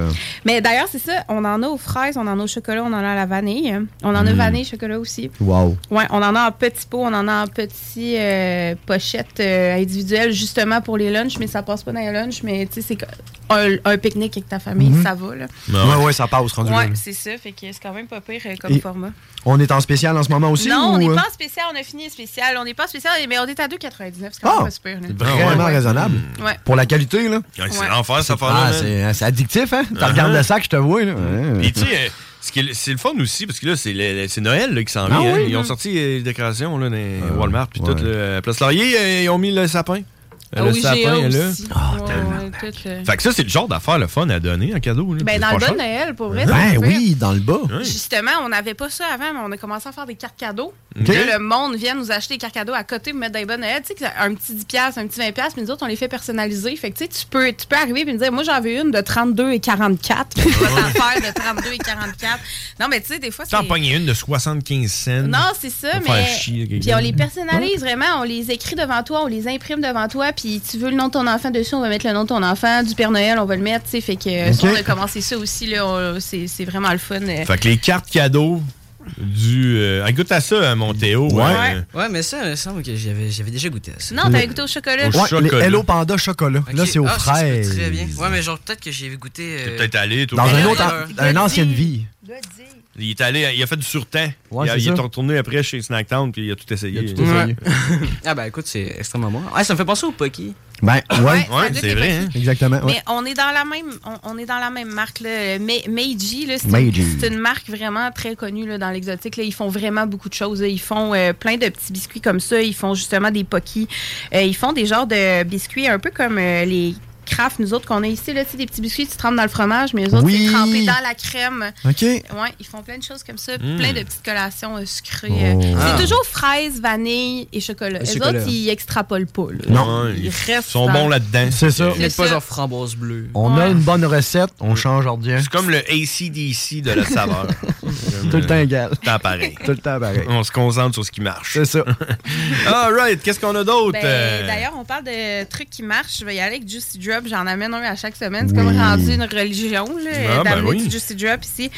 S13: Mais d'ailleurs, c'est ça. On en a aux fraises, on en a au chocolat, on en a à la vanille. On en a
S6: Mm.
S13: vanille, chocolat aussi.
S6: Wow.
S13: Ouais, on en a en petits pots, on en a en petits euh, pochettes euh, individuelles justement pour les lunchs, mais ça passe pas dans les lunchs, mais tu sais, c'est un, un pique-nique avec ta famille,
S6: Mhm.
S13: ça va là.
S6: Ouais, ouais, ça passe rendu
S13: Ouais,
S6: là.
S13: c'est ça, fait que c'est quand même pas pire euh, comme
S6: Et-
S13: format.
S6: On est en spécial en ce moment aussi?
S13: non,
S6: ou,
S13: on n'est
S6: euh,
S13: pas en spécial, on a fini spécial, on n'est pas en spécial, mais on est à 2,99, c'est quand
S6: Ah!
S13: même pas super. là.
S6: C'est vraiment raisonnable.
S13: Ouais.
S6: Pour la qualité, là.
S7: c'est Ouais. l'enfer, cette affaire-là,
S6: Ah,
S7: là.
S6: c'est- c'est addictif, hein? Tu
S7: Uh-huh.
S6: regardes le sac, je te vois, là.
S7: Puis tu sais, euh, ce qui est le- c'est le fun aussi, parce que là, c'est le- le- c'est Noël là, qui s'en
S6: Ah
S7: vient. hein.
S6: oui,
S7: Ils ont
S6: hein.
S7: sorti euh, les décorations là, dans les Walmart, puis tout. là, à Place Laurier, euh, ils ont mis le sapin.
S13: Ah
S7: le
S13: oui,
S7: sapin
S13: j'ai
S7: est là.
S13: aussi.
S6: Ah,
S13: Ouais, ouais, tout, euh.
S7: Fait que ça, c'est le genre d'affaire le fun à donner en cadeau. Là,
S13: Ben, dans le bas de Noël, pour
S6: Ben
S13: vrai.
S7: Ben
S13: c'est pas pire.
S6: dans le bas.
S13: Justement, on n'avait pas ça avant, mais on a commencé à faire des cartes cadeaux.
S7: Ok.
S13: Là, le monde vient nous acheter des cartes cadeaux à côté pour mettre dans les bonnes Noël. Tu sais, un petit 10$, un petit 20$, puis nous autres, on les fait personnaliser. Fait que tu sais, tu peux, tu peux arriver et me dire, moi, j'en veux une de 32 et 44. Puis tu vas t'en faire de 32 et 44. Non, mais tu sais, des fois, c'est.
S7: T'en pognais une de 75 cents.
S13: Non, c'est ça,
S7: Pour
S13: mais.
S7: faire chier quelqu'un.
S13: Puis on les personnalise vraiment, on les écrit devant toi, on les imprime devant toi, puis tu veux le nom de ton enfant dessus, on va mettre le nom de ton enfant, du Père Noël, on va le mettre, tu sais. Fait que euh, ça,
S7: Ok.
S13: on a commencé ça aussi, là, on- c'est c'est vraiment le fun. euh.
S7: Fait que les cartes cadeaux du. euh, écoute à ça, hein, mon Théo. hein.
S8: ouais. Ouais, mais ça, il me semble que j'avais j'avais déjà goûté à ça.
S13: Non, t'avais goûté au chocolat.
S6: Ouais, les Hello Panda chocolat. Là, c'est aux
S8: Ah, ça,
S6: fraises.
S8: Très bien. Ouais, mais genre, peut-être que j'ai goûté. euh,
S7: Peut-être allé, toi.
S6: Dans
S7: Ouais.
S6: un autre, an- une ancienne vie.
S7: Il est allé, il a fait du surtemps.
S6: Ouais,
S7: il a-
S6: c'est
S7: il est
S6: ça.
S7: retourné après chez Snacktown, puis il a tout essayé.
S8: tout essayé. ah, bah écoute, c'est extrêmement bon. Ah, ça me fait penser au Pocky.
S6: Ben, ouais.
S13: Ouais, goûte c'est les vrai, petits. hein.
S6: Exactement. ouais.
S13: Mais on est dans la même, on, on est dans la même marque là. Me- Meiji, là, c'est
S6: Meiji.
S13: une- c'est une marque vraiment très connue là, dans l'exotique. là. Ils font vraiment beaucoup de choses. là. Ils font euh, plein de petits biscuits comme ça. Ils font justement des pokis. Euh, ils font des genres de biscuits un peu comme euh, les Kraft, nous autres qu'on a ici là, tu sais, des petits biscuits, tu trempes dans le fromage, mais les autres
S6: Oui.
S13: c'est trempé dans la crème.
S6: OK.
S13: Ouais, ils font plein de choses comme ça,
S7: Hmm.
S6: Mm.
S13: plein de petites collations euh, sucrées.
S6: Oh.
S13: euh.
S6: Ah.
S13: C'est toujours fraises, vanille et chocolat.
S8: Et
S13: les
S8: chocolat.
S13: autres ils extrapolent pas. là.
S6: Non.
S13: ils, restent
S7: sont
S13: dans-
S7: bons là-dedans.
S6: Ben, C'est ça.
S8: Ils mettent pas genre framboise bleue.
S6: On a une bonne recette, on change ordinaire.
S7: C'est comme le ACDC de la saveur.
S6: Tout
S7: euh,
S6: le temps égal.
S7: Tout le temps pareil.
S6: Tout le temps pareil.
S7: On se concentre sur ce qui marche. C'est
S6: ça.
S7: All right, qu'est-ce qu'on a d'autre?
S13: Ben,
S7: euh?
S13: D'ailleurs, on parle de trucs qui marchent. Je vais y aller avec Juicy Drop. J'en amène un à chaque semaine. C'est
S7: Oui.
S13: comme rendu une religion là,
S7: Ah, ben
S13: d'amener
S7: oui.
S13: du Juicy Drop ici.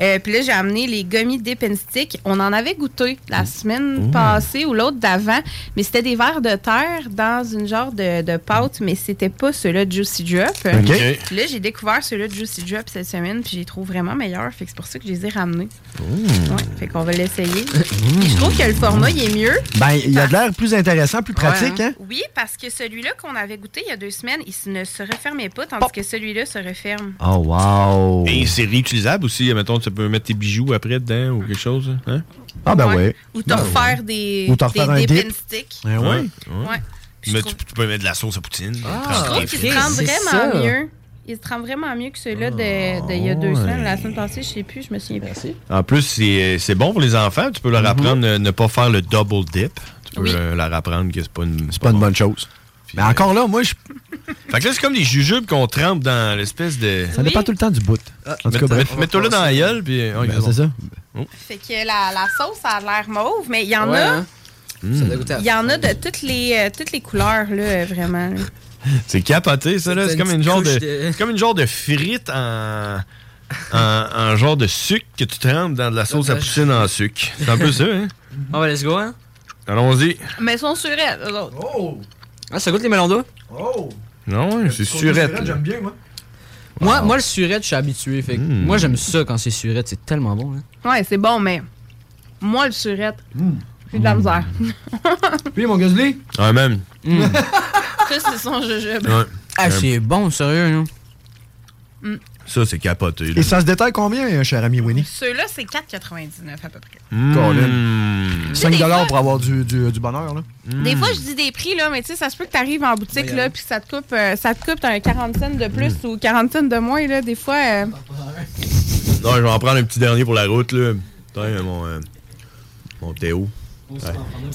S13: Euh, Puis là, j'ai amené les gummies dip and stick. On en avait goûté la semaine passée ou l'autre d'avant, mais c'était des verres de terre dans une genre de, de pâte, mais c'était pas ceux-là de Juicy Drop.
S6: Ok.
S13: Puis là, j'ai découvert ceux-là de Juicy Drop cette semaine, puis je les trouve vraiment meilleurs. Fait que c'est pour ça que je les ai ramenés. journée.
S7: Hmm.
S13: Ouais, fait qu'on va l'essayer. Puis Je trouve que le format, il est mieux.
S6: Ben, il a de l'air plus intéressant, plus pratique,
S13: Ah. Ouais.
S6: hein?
S13: Oui, parce que celui-là qu'on avait goûté il y a deux semaines, il se- ne se refermait pas, tandis que celui-là se referme.
S6: Oh, wow!
S7: Et c'est réutilisable aussi. Mettons, tu peux mettre tes bijoux après dedans ou quelque chose. Hein?
S6: Ah, ben oui.
S13: Ou t'en refaire des,
S7: Ou t'en
S13: des,
S7: refaire un
S13: des
S7: dip.
S13: pin sticks.
S6: Ben
S7: Eh oui.
S13: Ouais.
S7: Ouais. Ah,
S13: Puis
S7: Mais
S13: je
S7: tu, tu peux mettre de la sauce à poutine.
S13: Je trouve qu'il se rend vraiment mieux. Il se rend vraiment mieux que celui-là de, de il y a deux
S7: Ah, ouais.
S13: semaines. La semaine passée, je sais plus, je me souviens plus.
S7: En plus, c'est c'est bon pour les enfants. Tu peux
S6: Mhm.
S7: leur apprendre euh, ne pas faire le double dip. Tu peux
S6: Oui.
S7: euh, leur apprendre que c'est pas une, c'est
S6: pas une bonne chose. Mais encore là, moi, je.
S7: Fait que là, c'est comme des jujubes qu'on trempe dans l'espèce de.
S6: Ça dépend tout le temps du bout. En tout cas, bref.
S7: Mets-toi là dans la gueule, puis. euh,
S6: Ben,
S7: regarde.
S6: c'est ça.
S7: Oh.
S13: Fait que la, la sauce a l'air mauve, mais il y en
S7: Ouais,
S13: a.
S7: hein?
S13: doit Il y en a de toutes les, euh, toutes les couleurs, là, euh, vraiment. là.
S7: C'est capoté, ça, là.
S13: C'est
S7: C'est
S13: une
S7: comme une
S13: petite
S7: genre
S13: couche
S7: de.
S13: de-
S7: c'est comme une genre de frite en. en, en genre de sucre que tu trempes dans de la sauce à poutine en sucre. C'est un peu ça, hein?
S8: Ah, ben,
S10: On va let's go, hein?
S7: Allons-y.
S13: Mais ils sont surels, eux autres.
S7: Oh!
S10: Ah, ça goûte les melons d'eau?
S6: Oh!
S7: Non, ouais, c'est surette. là.
S6: bien, Hmm. moi.
S10: Moi, moi, le surette, je suis habitué. Fait que Moi, j'aime ça quand c'est surette. C'est tellement bon. Hein.
S13: Ouais, c'est bon, mais moi, le surette, j'ai de la misère.
S6: Hmm. Puis, mon gazlé?
S7: Ah, même.
S10: Hmm.
S13: Ça, c'est son jujube.
S7: Ouais.
S10: Ah, c'est bon, sérieux. hein.
S13: Mm.
S7: Ça, c'est capoté. là.
S6: Et ça se détaille combien, euh, cher ami Winnie?
S13: Ceux-là, c'est 4,99 à peu près.
S7: Mm.
S6: Colin. 5 pour avoir du, du, du bonheur, là.
S7: Hmm.
S13: Des fois, je dis des prix, là, mais tu sais, ça se peut que tu arrives en boutique,
S6: Oui,
S13: là,
S6: allô.
S13: puis ça te coupe, euh, ça te coupe un 40 cents de plus ou 40 cents de moins, là, des fois. euh,
S7: Non, je vais en prendre un petit dernier pour la route, là. Putain, mon. euh, mon Théo. Ouais.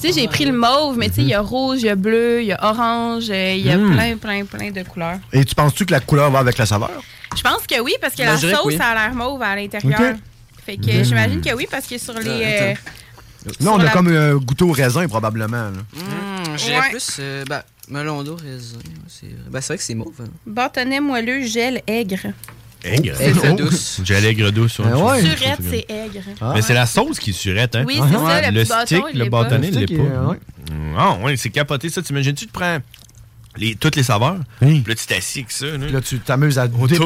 S13: Tu sais, j'ai pris le mauve, mais tu sais, il y a rouge, il y a bleu, il y a orange, euh, il y a
S6: Mm.
S13: plein, plein, plein de couleurs.
S6: Et tu penses-tu que la couleur va avec la saveur?
S13: Je pense que oui, parce que
S6: Ben,
S13: la
S6: je dirais que
S13: sauce
S6: oui.
S13: ça a l'air mauve à l'intérieur.
S6: Ok.
S13: Fait que euh,
S6: Mm.
S13: j'imagine que oui, parce que sur les.
S6: Ah,
S13: euh,
S6: attends. Là, on
S13: Sur
S6: a
S13: la-
S6: comme euh, goûté au raisin, probablement. là.
S10: Hum, J'irais plus euh,
S8: ben,
S10: bah, melon d'eau, raisin. ouais, C'est bah, c'est vrai que c'est mauve. hein.
S13: bâtonnets moelleux, gel, aigre.
S7: Aigre. Oh!
S10: C'est ça, douce.
S7: J'ai l'aigre douce.
S6: Ben ouais.
S13: Surette, c'est aigre.
S6: Ah.
S7: Mais c'est la sauce qui est surette, hein?
S13: Oui, c'est ça, le petit bâton,
S7: stick,
S13: il
S7: le
S13: l'est pas.
S7: bâtonnet, il
S13: Le
S7: l'est
S13: stick,
S7: pas.
S13: euh, ouais.
S7: Ah, ouais, c'est capoté, ça. T'imagines-tu, tu te prends les, toutes les saveurs, puis là, tu t'assis avec ça, là.
S6: Là, tu t'amuses à goûter.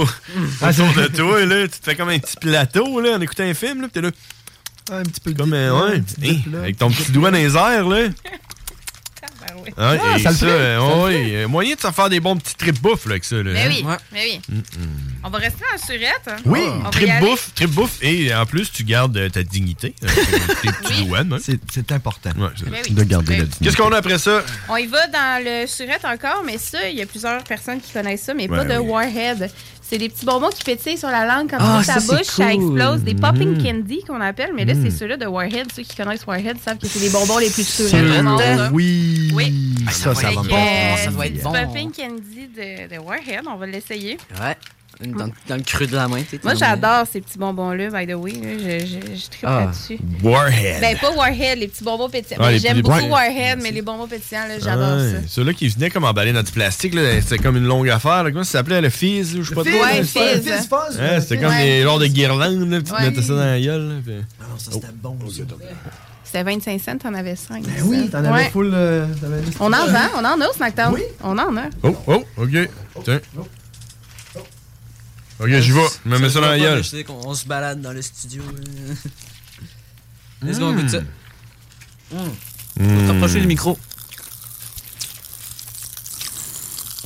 S6: Ah, c'est-
S7: autour de toi, là, tu te fais comme un petit plateau, là, en écoutant un film, là, puis t'es là.
S6: Ah, Un petit peu de
S7: Comme, euh, ouais,
S6: un petit
S7: hey, avec ton petit doigt dans les airs, là.
S6: Ah,
S7: Ouais, et
S6: ça le fait,
S7: euh,
S6: ça le
S7: ouais, euh, moyen de se faire des bons petits trips bouffe, là, avec ça, là.
S13: Mais
S7: hein?
S13: Ben
S7: mm.
S13: oui, mais oui. On va rester dans la surette. hein.
S7: Oui,
S13: On va y
S7: trip
S13: aller.
S7: bouffe, trip bouffe, et en plus, tu gardes euh, ta dignité. euh, Tes petits douanes, hein.
S6: C'est important
S13: Ben oui. de garder la
S7: Qu'est-ce qu'on a après ça?
S13: On y va dans le surette encore, mais ça, il y a plusieurs personnes qui connaissent ça, mais
S7: Ouais,
S13: pas de
S7: Ben oui.
S13: Warhead. C'est des petits bonbons qui pétillent sur la langue quand
S7: Ah,
S13: tu ta
S7: ça, c'est
S13: bouche, ça
S7: cool.
S13: explose. Des popping
S7: Mm.
S13: candy qu'on appelle, mais là, c'est ceux-là de Warhead. Ceux qui connaissent Warhead savent que c'est les bonbons les plus surés
S6: Ceux-
S13: du monde. là.
S6: Oui.
S13: Oui.
S6: Ah, ça, ça va me
S7: Oh,
S13: Euh,
S6: faire-
S10: ça doit être
S13: du
S10: bon.
S13: Popping candy de, de Warhead, on va l'essayer.
S7: Ah.
S6: hein.
S10: Ouais. Dans, dans le creux de la main. t'es
S13: Moi,
S10: tellement-
S13: j'adore ces petits bonbons-là, by the way. là. Je, je, je tripe
S10: Ah,
S13: là-dessus.
S7: Warhead.
S13: Ben, pas Warhead, les petits bonbons pétillants.
S7: Ah,
S13: Mais
S7: les
S13: J'aime
S7: petits-
S13: beaucoup
S7: ouais.
S13: Warhead, mais les bonbons pétillants, là, j'adore ça.
S7: Ouais, Ceux-là qui venaient comme emballés dans du plastique, là, c'était comme une longue affaire. là. Comment ça s'appelait? Le fizz? ou Je sais pas
S13: Fizz,
S7: trop, là.
S13: ouais, fizz.
S7: Ouais,
S13: Fizz fuzz,
S7: ouais, C'était comme
S13: ouais.
S7: des genres de guirlandes. là, Oh. puis Tu
S13: Ouais.
S7: mettais ça dans la gueule. ça,
S6: c'était bon.
S13: C'était 25 cents, t'en avais 5.
S6: Ben oui, t'en avais
S13: Ouais.
S6: full. euh, t'en avais-
S13: On en vend, on en a au Snackdown. On en a.
S7: Oh, oh, OK. Tiens. OK, j'y vais. Je me mets ça dans
S10: se
S7: la
S10: voit pas,
S7: gueule.
S10: mais Je sais qu'on on se balade dans le studio. euh. Let's go, on
S7: Mm.
S10: goûte ça.
S7: Mmh.
S6: Hmm.
S10: T'approcher du micro.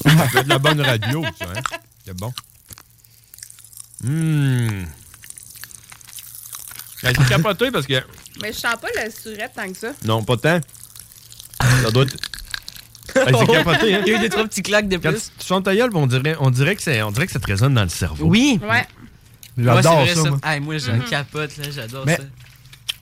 S7: Ça fait de la bonne radio, ça. Hein? C'est bon. Mmh. Ben, c'est capoté parce que...
S13: Mais je sens pas le surette tant que ça.
S7: Non, pas tant. Ça doit être... Hey, c'est capoté, hein?
S10: Il y a eu des trois petits claques de
S7: Quand
S10: plus.
S7: tu chantes ta gueule, ben, on dirait, on, dirait que c'est- on dirait que ça te résonne dans le cerveau.
S10: Oui.
S13: Ouais.
S6: J'adore
S10: Ouais, c'est vrai,
S6: ça, moi.
S10: Ah, moi, je
S7: Hmm.
S6: Mhm.
S10: capote, là, j'adore
S6: Mais-
S10: ça.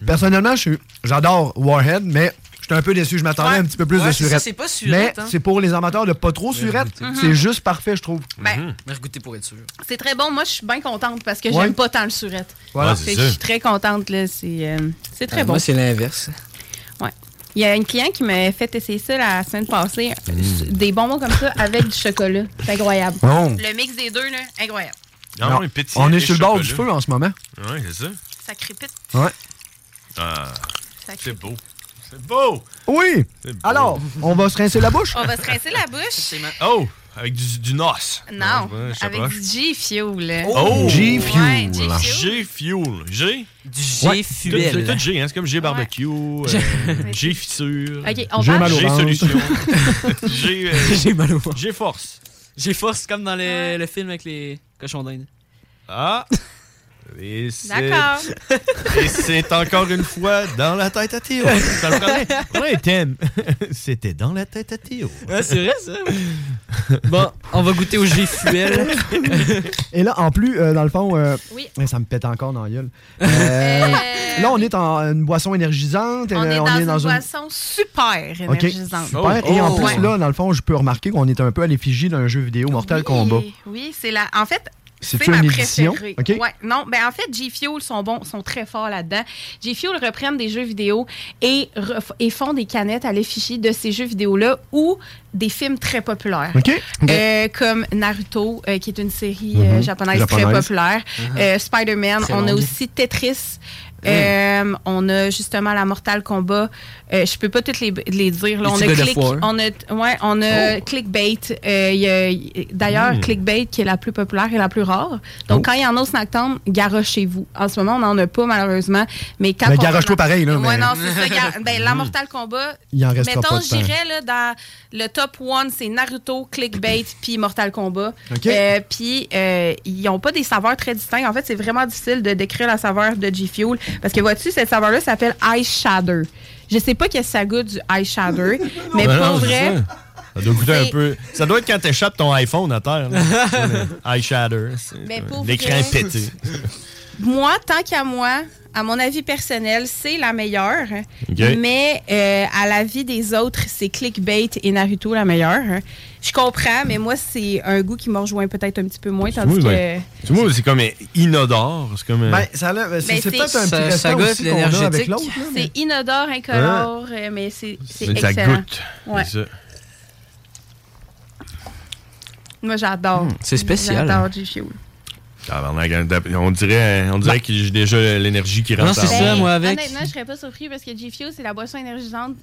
S6: Personnellement, je suis- j'adore Warhead, mais je suis un peu déçu. Je m'attendais
S10: Ouais.
S6: un petit peu plus
S10: Ouais,
S6: de
S10: c'est ça,
S6: surette.
S10: c'est pas surette,
S6: Mais
S10: hein.
S6: c'est pour les amateurs de pas trop surette.
S10: Mhm.
S6: C'est juste parfait, je trouve.
S7: Hmm.
S13: Ben,
S10: Mais regoûtez pour être sûr.
S13: c'est très bon. Moi, je suis bien contente parce que
S6: Ouais.
S13: j'aime pas tant le surette.
S6: Voilà. Ouais,
S13: Fait
S6: c'est
S13: que je
S6: ça.
S13: suis très contente, là. C'est euh, c'est très
S10: Ah,
S13: bon.
S10: Moi, c'est l'inverse.
S13: Ouais. Il y a une cliente qui m'a fait essayer ça la semaine passée. Des bonbons comme ça avec du chocolat. C'est incroyable.
S6: Oh.
S13: Le mix des deux, là, incroyable.
S7: Non,
S6: Non,
S7: il pétille
S6: on est
S7: avec
S6: sur le
S7: chocolat.
S6: bord du feu en ce moment.
S7: Oui, c'est ça.
S13: Ça crépite.
S6: Ouais.
S7: Ah,
S13: Ça
S7: c'est beau. C'est beau!
S6: Oui! Alors, on va se rincer la bouche?
S13: On va se rincer la bouche.
S7: Oh! Avec du, du noce.
S13: Non,
S7: Ouais, je sais
S13: avec
S7: pas.
S13: du G-Fuel.
S7: Oh!
S13: Ouais, G-Fuel.
S7: G-Fuel. G? Du
S13: G-fuel.
S7: C'est tout G, hein? C'est comme G-barbecue, euh, G-fissure.
S13: Ok, on J'ai parle- mal au ventre.
S7: G-solution. G... euh,
S10: J'ai mal au
S7: G-force.
S10: G-force, comme dans le, le film avec les cochons d'Inde.
S7: Ah! Et c'est-
S10: D'accord.
S7: Et c'est encore une fois dans la tête à Théo. Ça le prenait. Ouais, thème. C'était dans la tête à Théo.
S10: Ouais, c'est vrai, ça. Bon, on va goûter au G-fuel.
S6: Et là, en plus, euh, dans le fond, euh,
S13: Oui.
S6: eh, ça me pète encore dans la gueule. Euh, là, on est en une boisson énergisante.
S13: On
S6: euh,
S13: est dans une boisson super
S6: OK.
S13: énergisante.
S6: Super. Et
S7: Oh,
S6: en plus,
S13: Ouais.
S6: là, dans le fond, je peux remarquer qu'on est un peu à l'effigie d'un jeu vidéo Mortal Kombat.
S13: Oui, c'est la. En fait, c'est
S6: C'est-tu
S13: ma
S6: une édition?
S13: préférée.
S6: OK.
S13: Ouais, non, ben en fait, G-Fuel sont bons, sont très forts là-dedans. G-Fuel reprennent des jeux vidéo et, ref- et font des canettes à l'effigie de ces jeux vidéo-là ou des films très populaires.
S5: OK.
S13: Euh, comme Naruto, euh, qui est une série euh,
S5: Mhm.
S13: japonaise, très
S5: Japonaise.
S13: populaire.
S5: Mhm. Mm.
S13: Euh, Spider-Man,
S5: Très
S13: on a
S5: longue.
S13: aussi Tetris. Euh, on a justement la Mortal Kombat. Euh, je peux pas toutes les, les dire. là.
S5: Les
S13: on,
S5: petits
S13: a
S5: God of
S13: Click-
S5: War.
S13: on a, ouais, on
S6: Oh.
S13: a Clickbait. Euh, il y a- il- D'ailleurs,
S6: Hmm.
S5: Mm.
S13: Clickbait qui est la plus populaire et la plus rare. Donc,
S6: Oh.
S13: quand il y en a au Snacktown, garochez-vous. En ce moment, on n'en a pas malheureusement, mais quand
S6: Mais
S13: on en
S6: garoche-toi
S13: a-
S6: pareil, là,
S13: Ouais,
S6: mais-
S13: non, c'est ça. gar- Ben, la
S6: Mm.
S13: Mortal Kombat.
S6: Il en restera
S13: mettons,
S6: pas de temps.
S13: j'irais là, dans le top one, c'est Naruto, Clickbait, puis Mortal Kombat.
S6: OK.
S13: Euh, puis euh, ils n'ont pas des saveurs très distinctes. En fait, c'est vraiment difficile de décrire la saveur de G Fuel parce que vois-tu, cette saveur-là s'appelle Ice Shadow. Je sais pas qu'est-ce que ça goûte du Ice Shadow, mais
S7: Ben
S13: pour
S7: non, c'est
S13: vrai.
S7: Ça. Ça doit goûter un
S13: C'est-
S7: peu. Ça doit être quand t'échappes ton iPhone à terre. là. Eyeshadow. c'est-
S13: Mais pour
S7: L'écran
S13: vrai-
S7: pété.
S13: Moi, tant qu'à moi, à mon avis personnel, c'est la meilleure.
S7: OK.
S13: Mais euh, à l'avis des autres, c'est Clickbait et Naruto la meilleure. Je comprends, mais moi, c'est un goût qui me rejoint peut-être un petit peu moins. Tandis
S7: Oui,
S13: que.
S7: ben, Tu vois, c'est comme euh, inodore. C'est comme. euh,
S6: Ben, ça a l'air-
S13: Ben,
S6: c'est c'est peut-être un petit
S7: ça- ça
S6: restant
S7: goûte
S6: aussi qu'on a avec
S7: l'énergétique.
S6: l'autre. là, mais-
S13: C'est inodore, incolore, euh, mais c'est c'est
S7: mais ça
S13: excellent.
S7: goûte.
S13: Ouais.
S7: C'est ça.
S13: Moi, j'adore.
S7: c'est spécial.
S13: J'adore du fuel.
S7: Tabarnak, On dirait, hein, on
S6: Ben,
S7: dirait que j'ai déjà l'énergie qui rentre.
S10: Non, c'est
S7: en
S10: ça,
S7: moi.
S10: moi, avec.
S13: Honnêtement, je serais pas surpris parce que G-Fuel, c'est la boisson énergisante,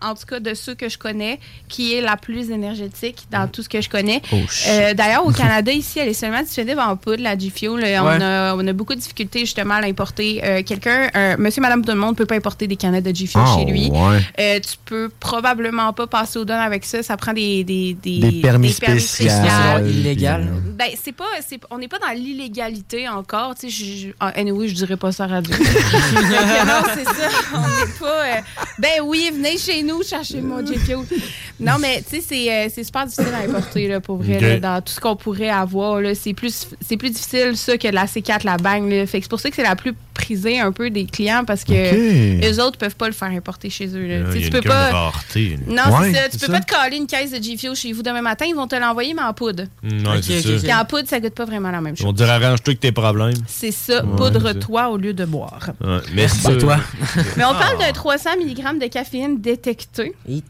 S13: en tout cas de ceux que je connais, qui est la plus énergétique dans tout ce que je connais.
S5: Oh, shit.
S13: Euh, D'ailleurs, au Canada, ici, elle est seulement disponible en poudre, la G-Fuel. Euh,
S5: Ouais.
S13: On, a, on a beaucoup de difficultés, justement, à l'importer. Euh, Quelqu'un, euh, monsieur, madame, tout le monde peut pas importer des canettes de G-Fuel
S6: Ah,
S13: chez lui.
S6: ouais.
S13: Euh, tu peux probablement pas passer au don avec ça. Ça prend des... Des,
S6: Des permis spéciaux.
S10: Illégal.
S13: ben, c'est pas, c'est, on n'est pas dans l'illégalité encore. Tu sais, je, je- ah, anyway, je dirais pas ça à radio. Donc, non, c'est ça. On n'est pas. euh, ben oui, venez chez nous chercher mon JPO. Non, mais tu sais, c'est, euh, c'est super difficile à importer, là, pour vrai,
S5: Ok.
S13: là, dans tout ce qu'on pourrait avoir. Là, c'est, plus, c'est plus difficile, ça, que la C4, la bang. Là. Fait que c'est pour ça que c'est la plus prisée un peu des clients parce que
S7: Ok.
S13: eux autres peuvent pas le faire importer chez eux. Là.
S7: Là,
S13: Tu sais,
S7: il y a
S13: tu
S7: une
S13: peux
S7: comme
S13: pas.
S7: rareté, là.
S13: Non,
S7: Ouais,
S13: c'est ça. Tu
S7: c'est ça.
S13: peux pas te coller une caisse de GFO chez vous demain matin. Ils vont te l'envoyer, mais en poudre.
S7: Mm, ouais,
S13: Ok,
S7: c'est
S13: ok,
S7: ça.
S13: ok. Puis en poudre, ça goûte pas vraiment la même
S7: On
S13: chose.
S7: dirait arrange-toi avec tes problèmes.
S13: C'est ça,
S7: Ouais, c'est ça.
S13: poudre-toi au lieu de boire.
S7: Ouais, mais
S6: Merci
S7: ça-
S6: à toi.
S13: Mais on parle
S6: Ah.
S13: de 300 mg de caféine détectée.
S10: Et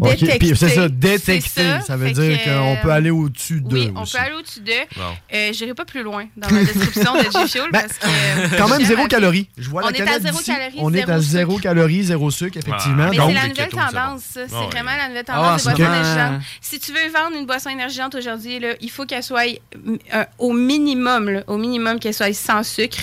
S6: Ok,
S13: Détecté.
S6: puis c'est ça,
S13: détecté.
S6: détecté. Ça, veut dire qu'on peut aller au-dessus de.
S13: Oui, on peut aller au-dessus d'eux. Euh, J'irai pas plus loin dans la description de G-Fuel
S6: Ben,
S13: parce que.
S6: Quand même,
S13: j'aime
S6: zéro
S13: avec-
S6: calorie. Je vois
S13: On
S6: la
S13: est à
S6: canette
S13: zéro
S6: d'ici.
S13: calorie,
S6: On est
S13: zéro
S6: à
S13: sucre.
S6: zéro calorie, zéro sucre, effectivement.
S13: Mais
S6: Donc-
S13: c'est la nouvelle tendance, ça. c'est
S6: Ah ouais.
S13: vraiment la nouvelle
S6: Ah
S13: tendance
S6: ouais,
S13: des boissons
S6: c'est bon.
S13: énergisantes. Si tu veux vendre une boisson énergisante aujourd'hui, là, il faut qu'elle soit mm, euh, au minimum, là, au minimum qu'elle soit sans sucre,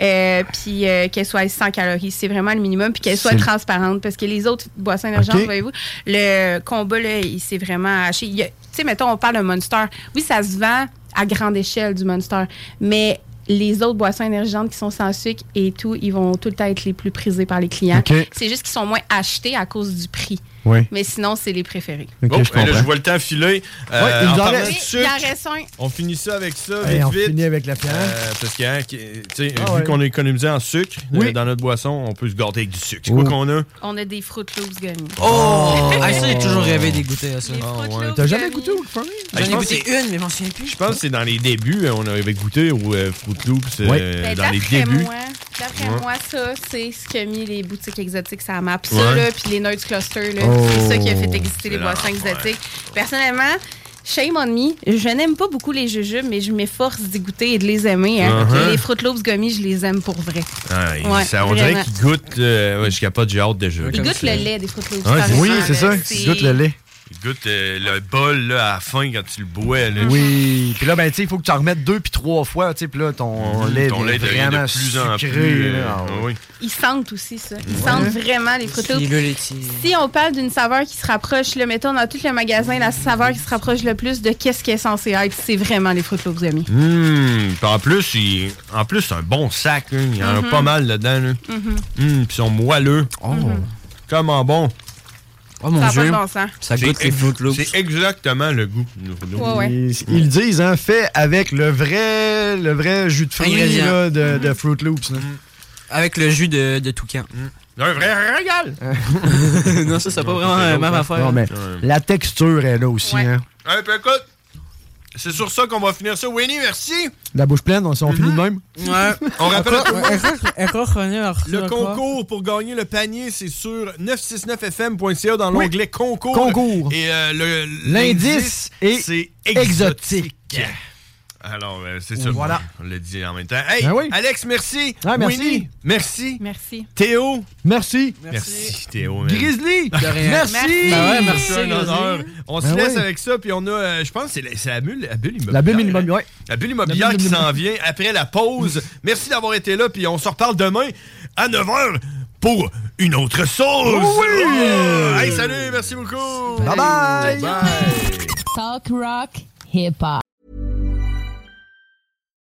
S13: euh, puis euh, qu'elle soit sans calories. C'est vraiment le minimum, puis qu'elle soit
S5: C'est-
S13: transparente, parce que les autres boissons énergisantes,
S5: Ok.
S13: voyez-vous, le combat là, il s'est vraiment haché. Il y a- Tu sais, mettons, on parle de Monster. Oui, ça se vend à grande échelle du Monster, mais les autres boissons énergisantes qui sont sans sucre et tout, ils vont tout le temps être les plus prisés par les clients.
S7: Ok.
S13: C'est juste qu'ils sont moins achetés à cause du prix.
S7: Oui.
S13: Mais sinon, c'est les préférés.
S7: Oh, et là, je vois le temps filer. Euh,
S6: Ouais, il nous
S7: en
S6: en
S7: parlant
S6: reste.
S7: de
S6: Oui,
S7: sucre,
S13: il en reste un.
S7: On finit ça avec ça,
S6: Hey,
S7: vite,
S6: on
S7: vite.
S6: finit avec la pierre.
S7: Euh, parce que, hein, qui- tu sais,
S6: Ah
S7: vu
S6: ouais.
S7: qu'on a économisé en sucre euh,
S6: Oui.
S7: dans notre boisson, on peut se gâter avec du sucre. C'est quoi
S6: Oh.
S7: qu'on a?
S13: On a des Fruit Loops gummy.
S10: Oh!
S7: Oh!
S10: Ah, ça, j'ai toujours rêvé de goûter à ça.
S6: T'as jamais goûté au
S7: Ah, je
S10: J'en ai
S7: pense
S10: goûté
S7: que c'est-
S10: une, mais je m'en souviens plus.
S7: Je pense que c'est dans les débuts, euh, on avait goûté au euh, Fruit Loops euh,
S6: Ouais.
S13: Ben,
S7: dans les
S13: d'après
S7: débuts.
S13: moi, d'après
S7: Ouais.
S13: moi, ça, c'est ce qu'a mis les boutiques exotiques sur la map. Ça,
S7: Ouais.
S13: là, puis les Nerds Cluster, là,
S5: Oh.
S13: c'est ça qui a fait exister les
S5: C'est
S13: boissons
S5: l'enfer.
S13: exotiques. Personnellement, shame on me, je n'aime pas beaucoup les jujubes, mais je m'efforce d'y goûter et de les aimer. hein.
S7: Uh-huh.
S13: Les Fruit Loops gummy, je les aime pour vrai.
S7: Ah, il-
S13: Ouais,
S7: ça, on dirait
S13: vraiment.
S7: qu'il goûte. euh, ouais, je suis capable, j'ai hâte déjà.
S13: Ils goûtent le lait des Fruit Loops.
S7: Ouais,
S13: par
S7: c'est-
S13: exemple, là,
S6: Ils goûtent le lait.
S7: Il goûte euh, le bol là, à la fin quand tu le bois. Là.
S6: Oui. Puis là, ben, tu sais, il faut que tu en remettes deux puis trois fois. Tu sais, puis là, ton
S7: Mhm,
S6: lait
S7: ton
S6: devient
S7: lait devient de
S6: vraiment
S7: plus en
S6: sucré,
S7: plus, euh,
S6: là.
S7: ah oui.
S13: Ils sentent aussi ça. Ils sentent vraiment les fruits.
S8: Puis le laitier.
S13: Si on parle d'une saveur qui se rapproche, le mettons dans tout le magasin, la saveur qui se rapproche le plus de qu'est-ce qui est censé être, c'est vraiment les fruits Loops, amis.
S7: Hum, puis en plus, il- en plus, c'est un bon sac. hein. Il y en
S13: Mhm.
S7: a pas mal dedans. là.
S13: Mhm.
S7: Hum, puis ils sont moelleux. Oh. Comment bon. Oh
S13: mon Ça a pas Dieu. de bon sens. Ça goûte les
S7: Fruit C'est exactement le goût. du Froot Loops.
S13: Ouais, ouais.
S6: Ils, ils le disent, hein, fait avec le vrai, le vrai jus de fruits
S8: Ingrédient.
S6: là, de,
S13: Mhm.
S6: de Fruit Loops. là.
S8: Avec le jus de, de toucan.
S7: Un vrai régal!
S8: non, ça, c'est pas
S13: euh,
S8: vraiment
S7: c'est
S8: la
S7: l'autre,
S8: même
S7: hein.
S8: affaire.
S6: Non, mais la texture est là aussi. Hein.
S7: Hey, puis écoute, c'est sur ça qu'on va finir ça. Winnie, merci.
S6: La bouche pleine, on, on finit de même.
S7: Mm-hmm. On rappelle à tout le monde- Le
S6: Le
S7: concours pour gagner le panier, c'est sur 969fm.ca dans
S6: Oui.
S7: l'onglet concours.
S6: Concours.
S7: Et euh, le-
S6: L'indice est
S7: c'est
S6: exotique.
S7: Alors, euh, c'est ça.
S6: Voilà.
S7: On l'a dit en même temps. Hey,
S6: Ben oui.
S7: Alex, merci.
S6: Ah, merci.
S7: Winnie, merci.
S13: Merci.
S7: Théo.
S6: Merci.
S7: Merci, Théo. man.
S6: Grizzly. Merci.
S7: Ben ouais, merci, un honneur. On se
S6: Ben
S7: laisse
S6: oui.
S7: avec ça, puis on a, euh, je pense, que c'est la, c'est la bulle, la bulle immobilière.
S6: La bulle minimum, ouais.
S7: La bulle immobilière
S6: La bulle
S7: qui
S6: immobilière.
S7: s'en vient après la pause. Merci d'avoir été là, puis on se reparle demain à 9h pour une autre sauce.
S5: Oui!
S7: Oh! Hey, salut, merci beaucoup.
S5: Bye bye.
S11: Talk rock hip hop.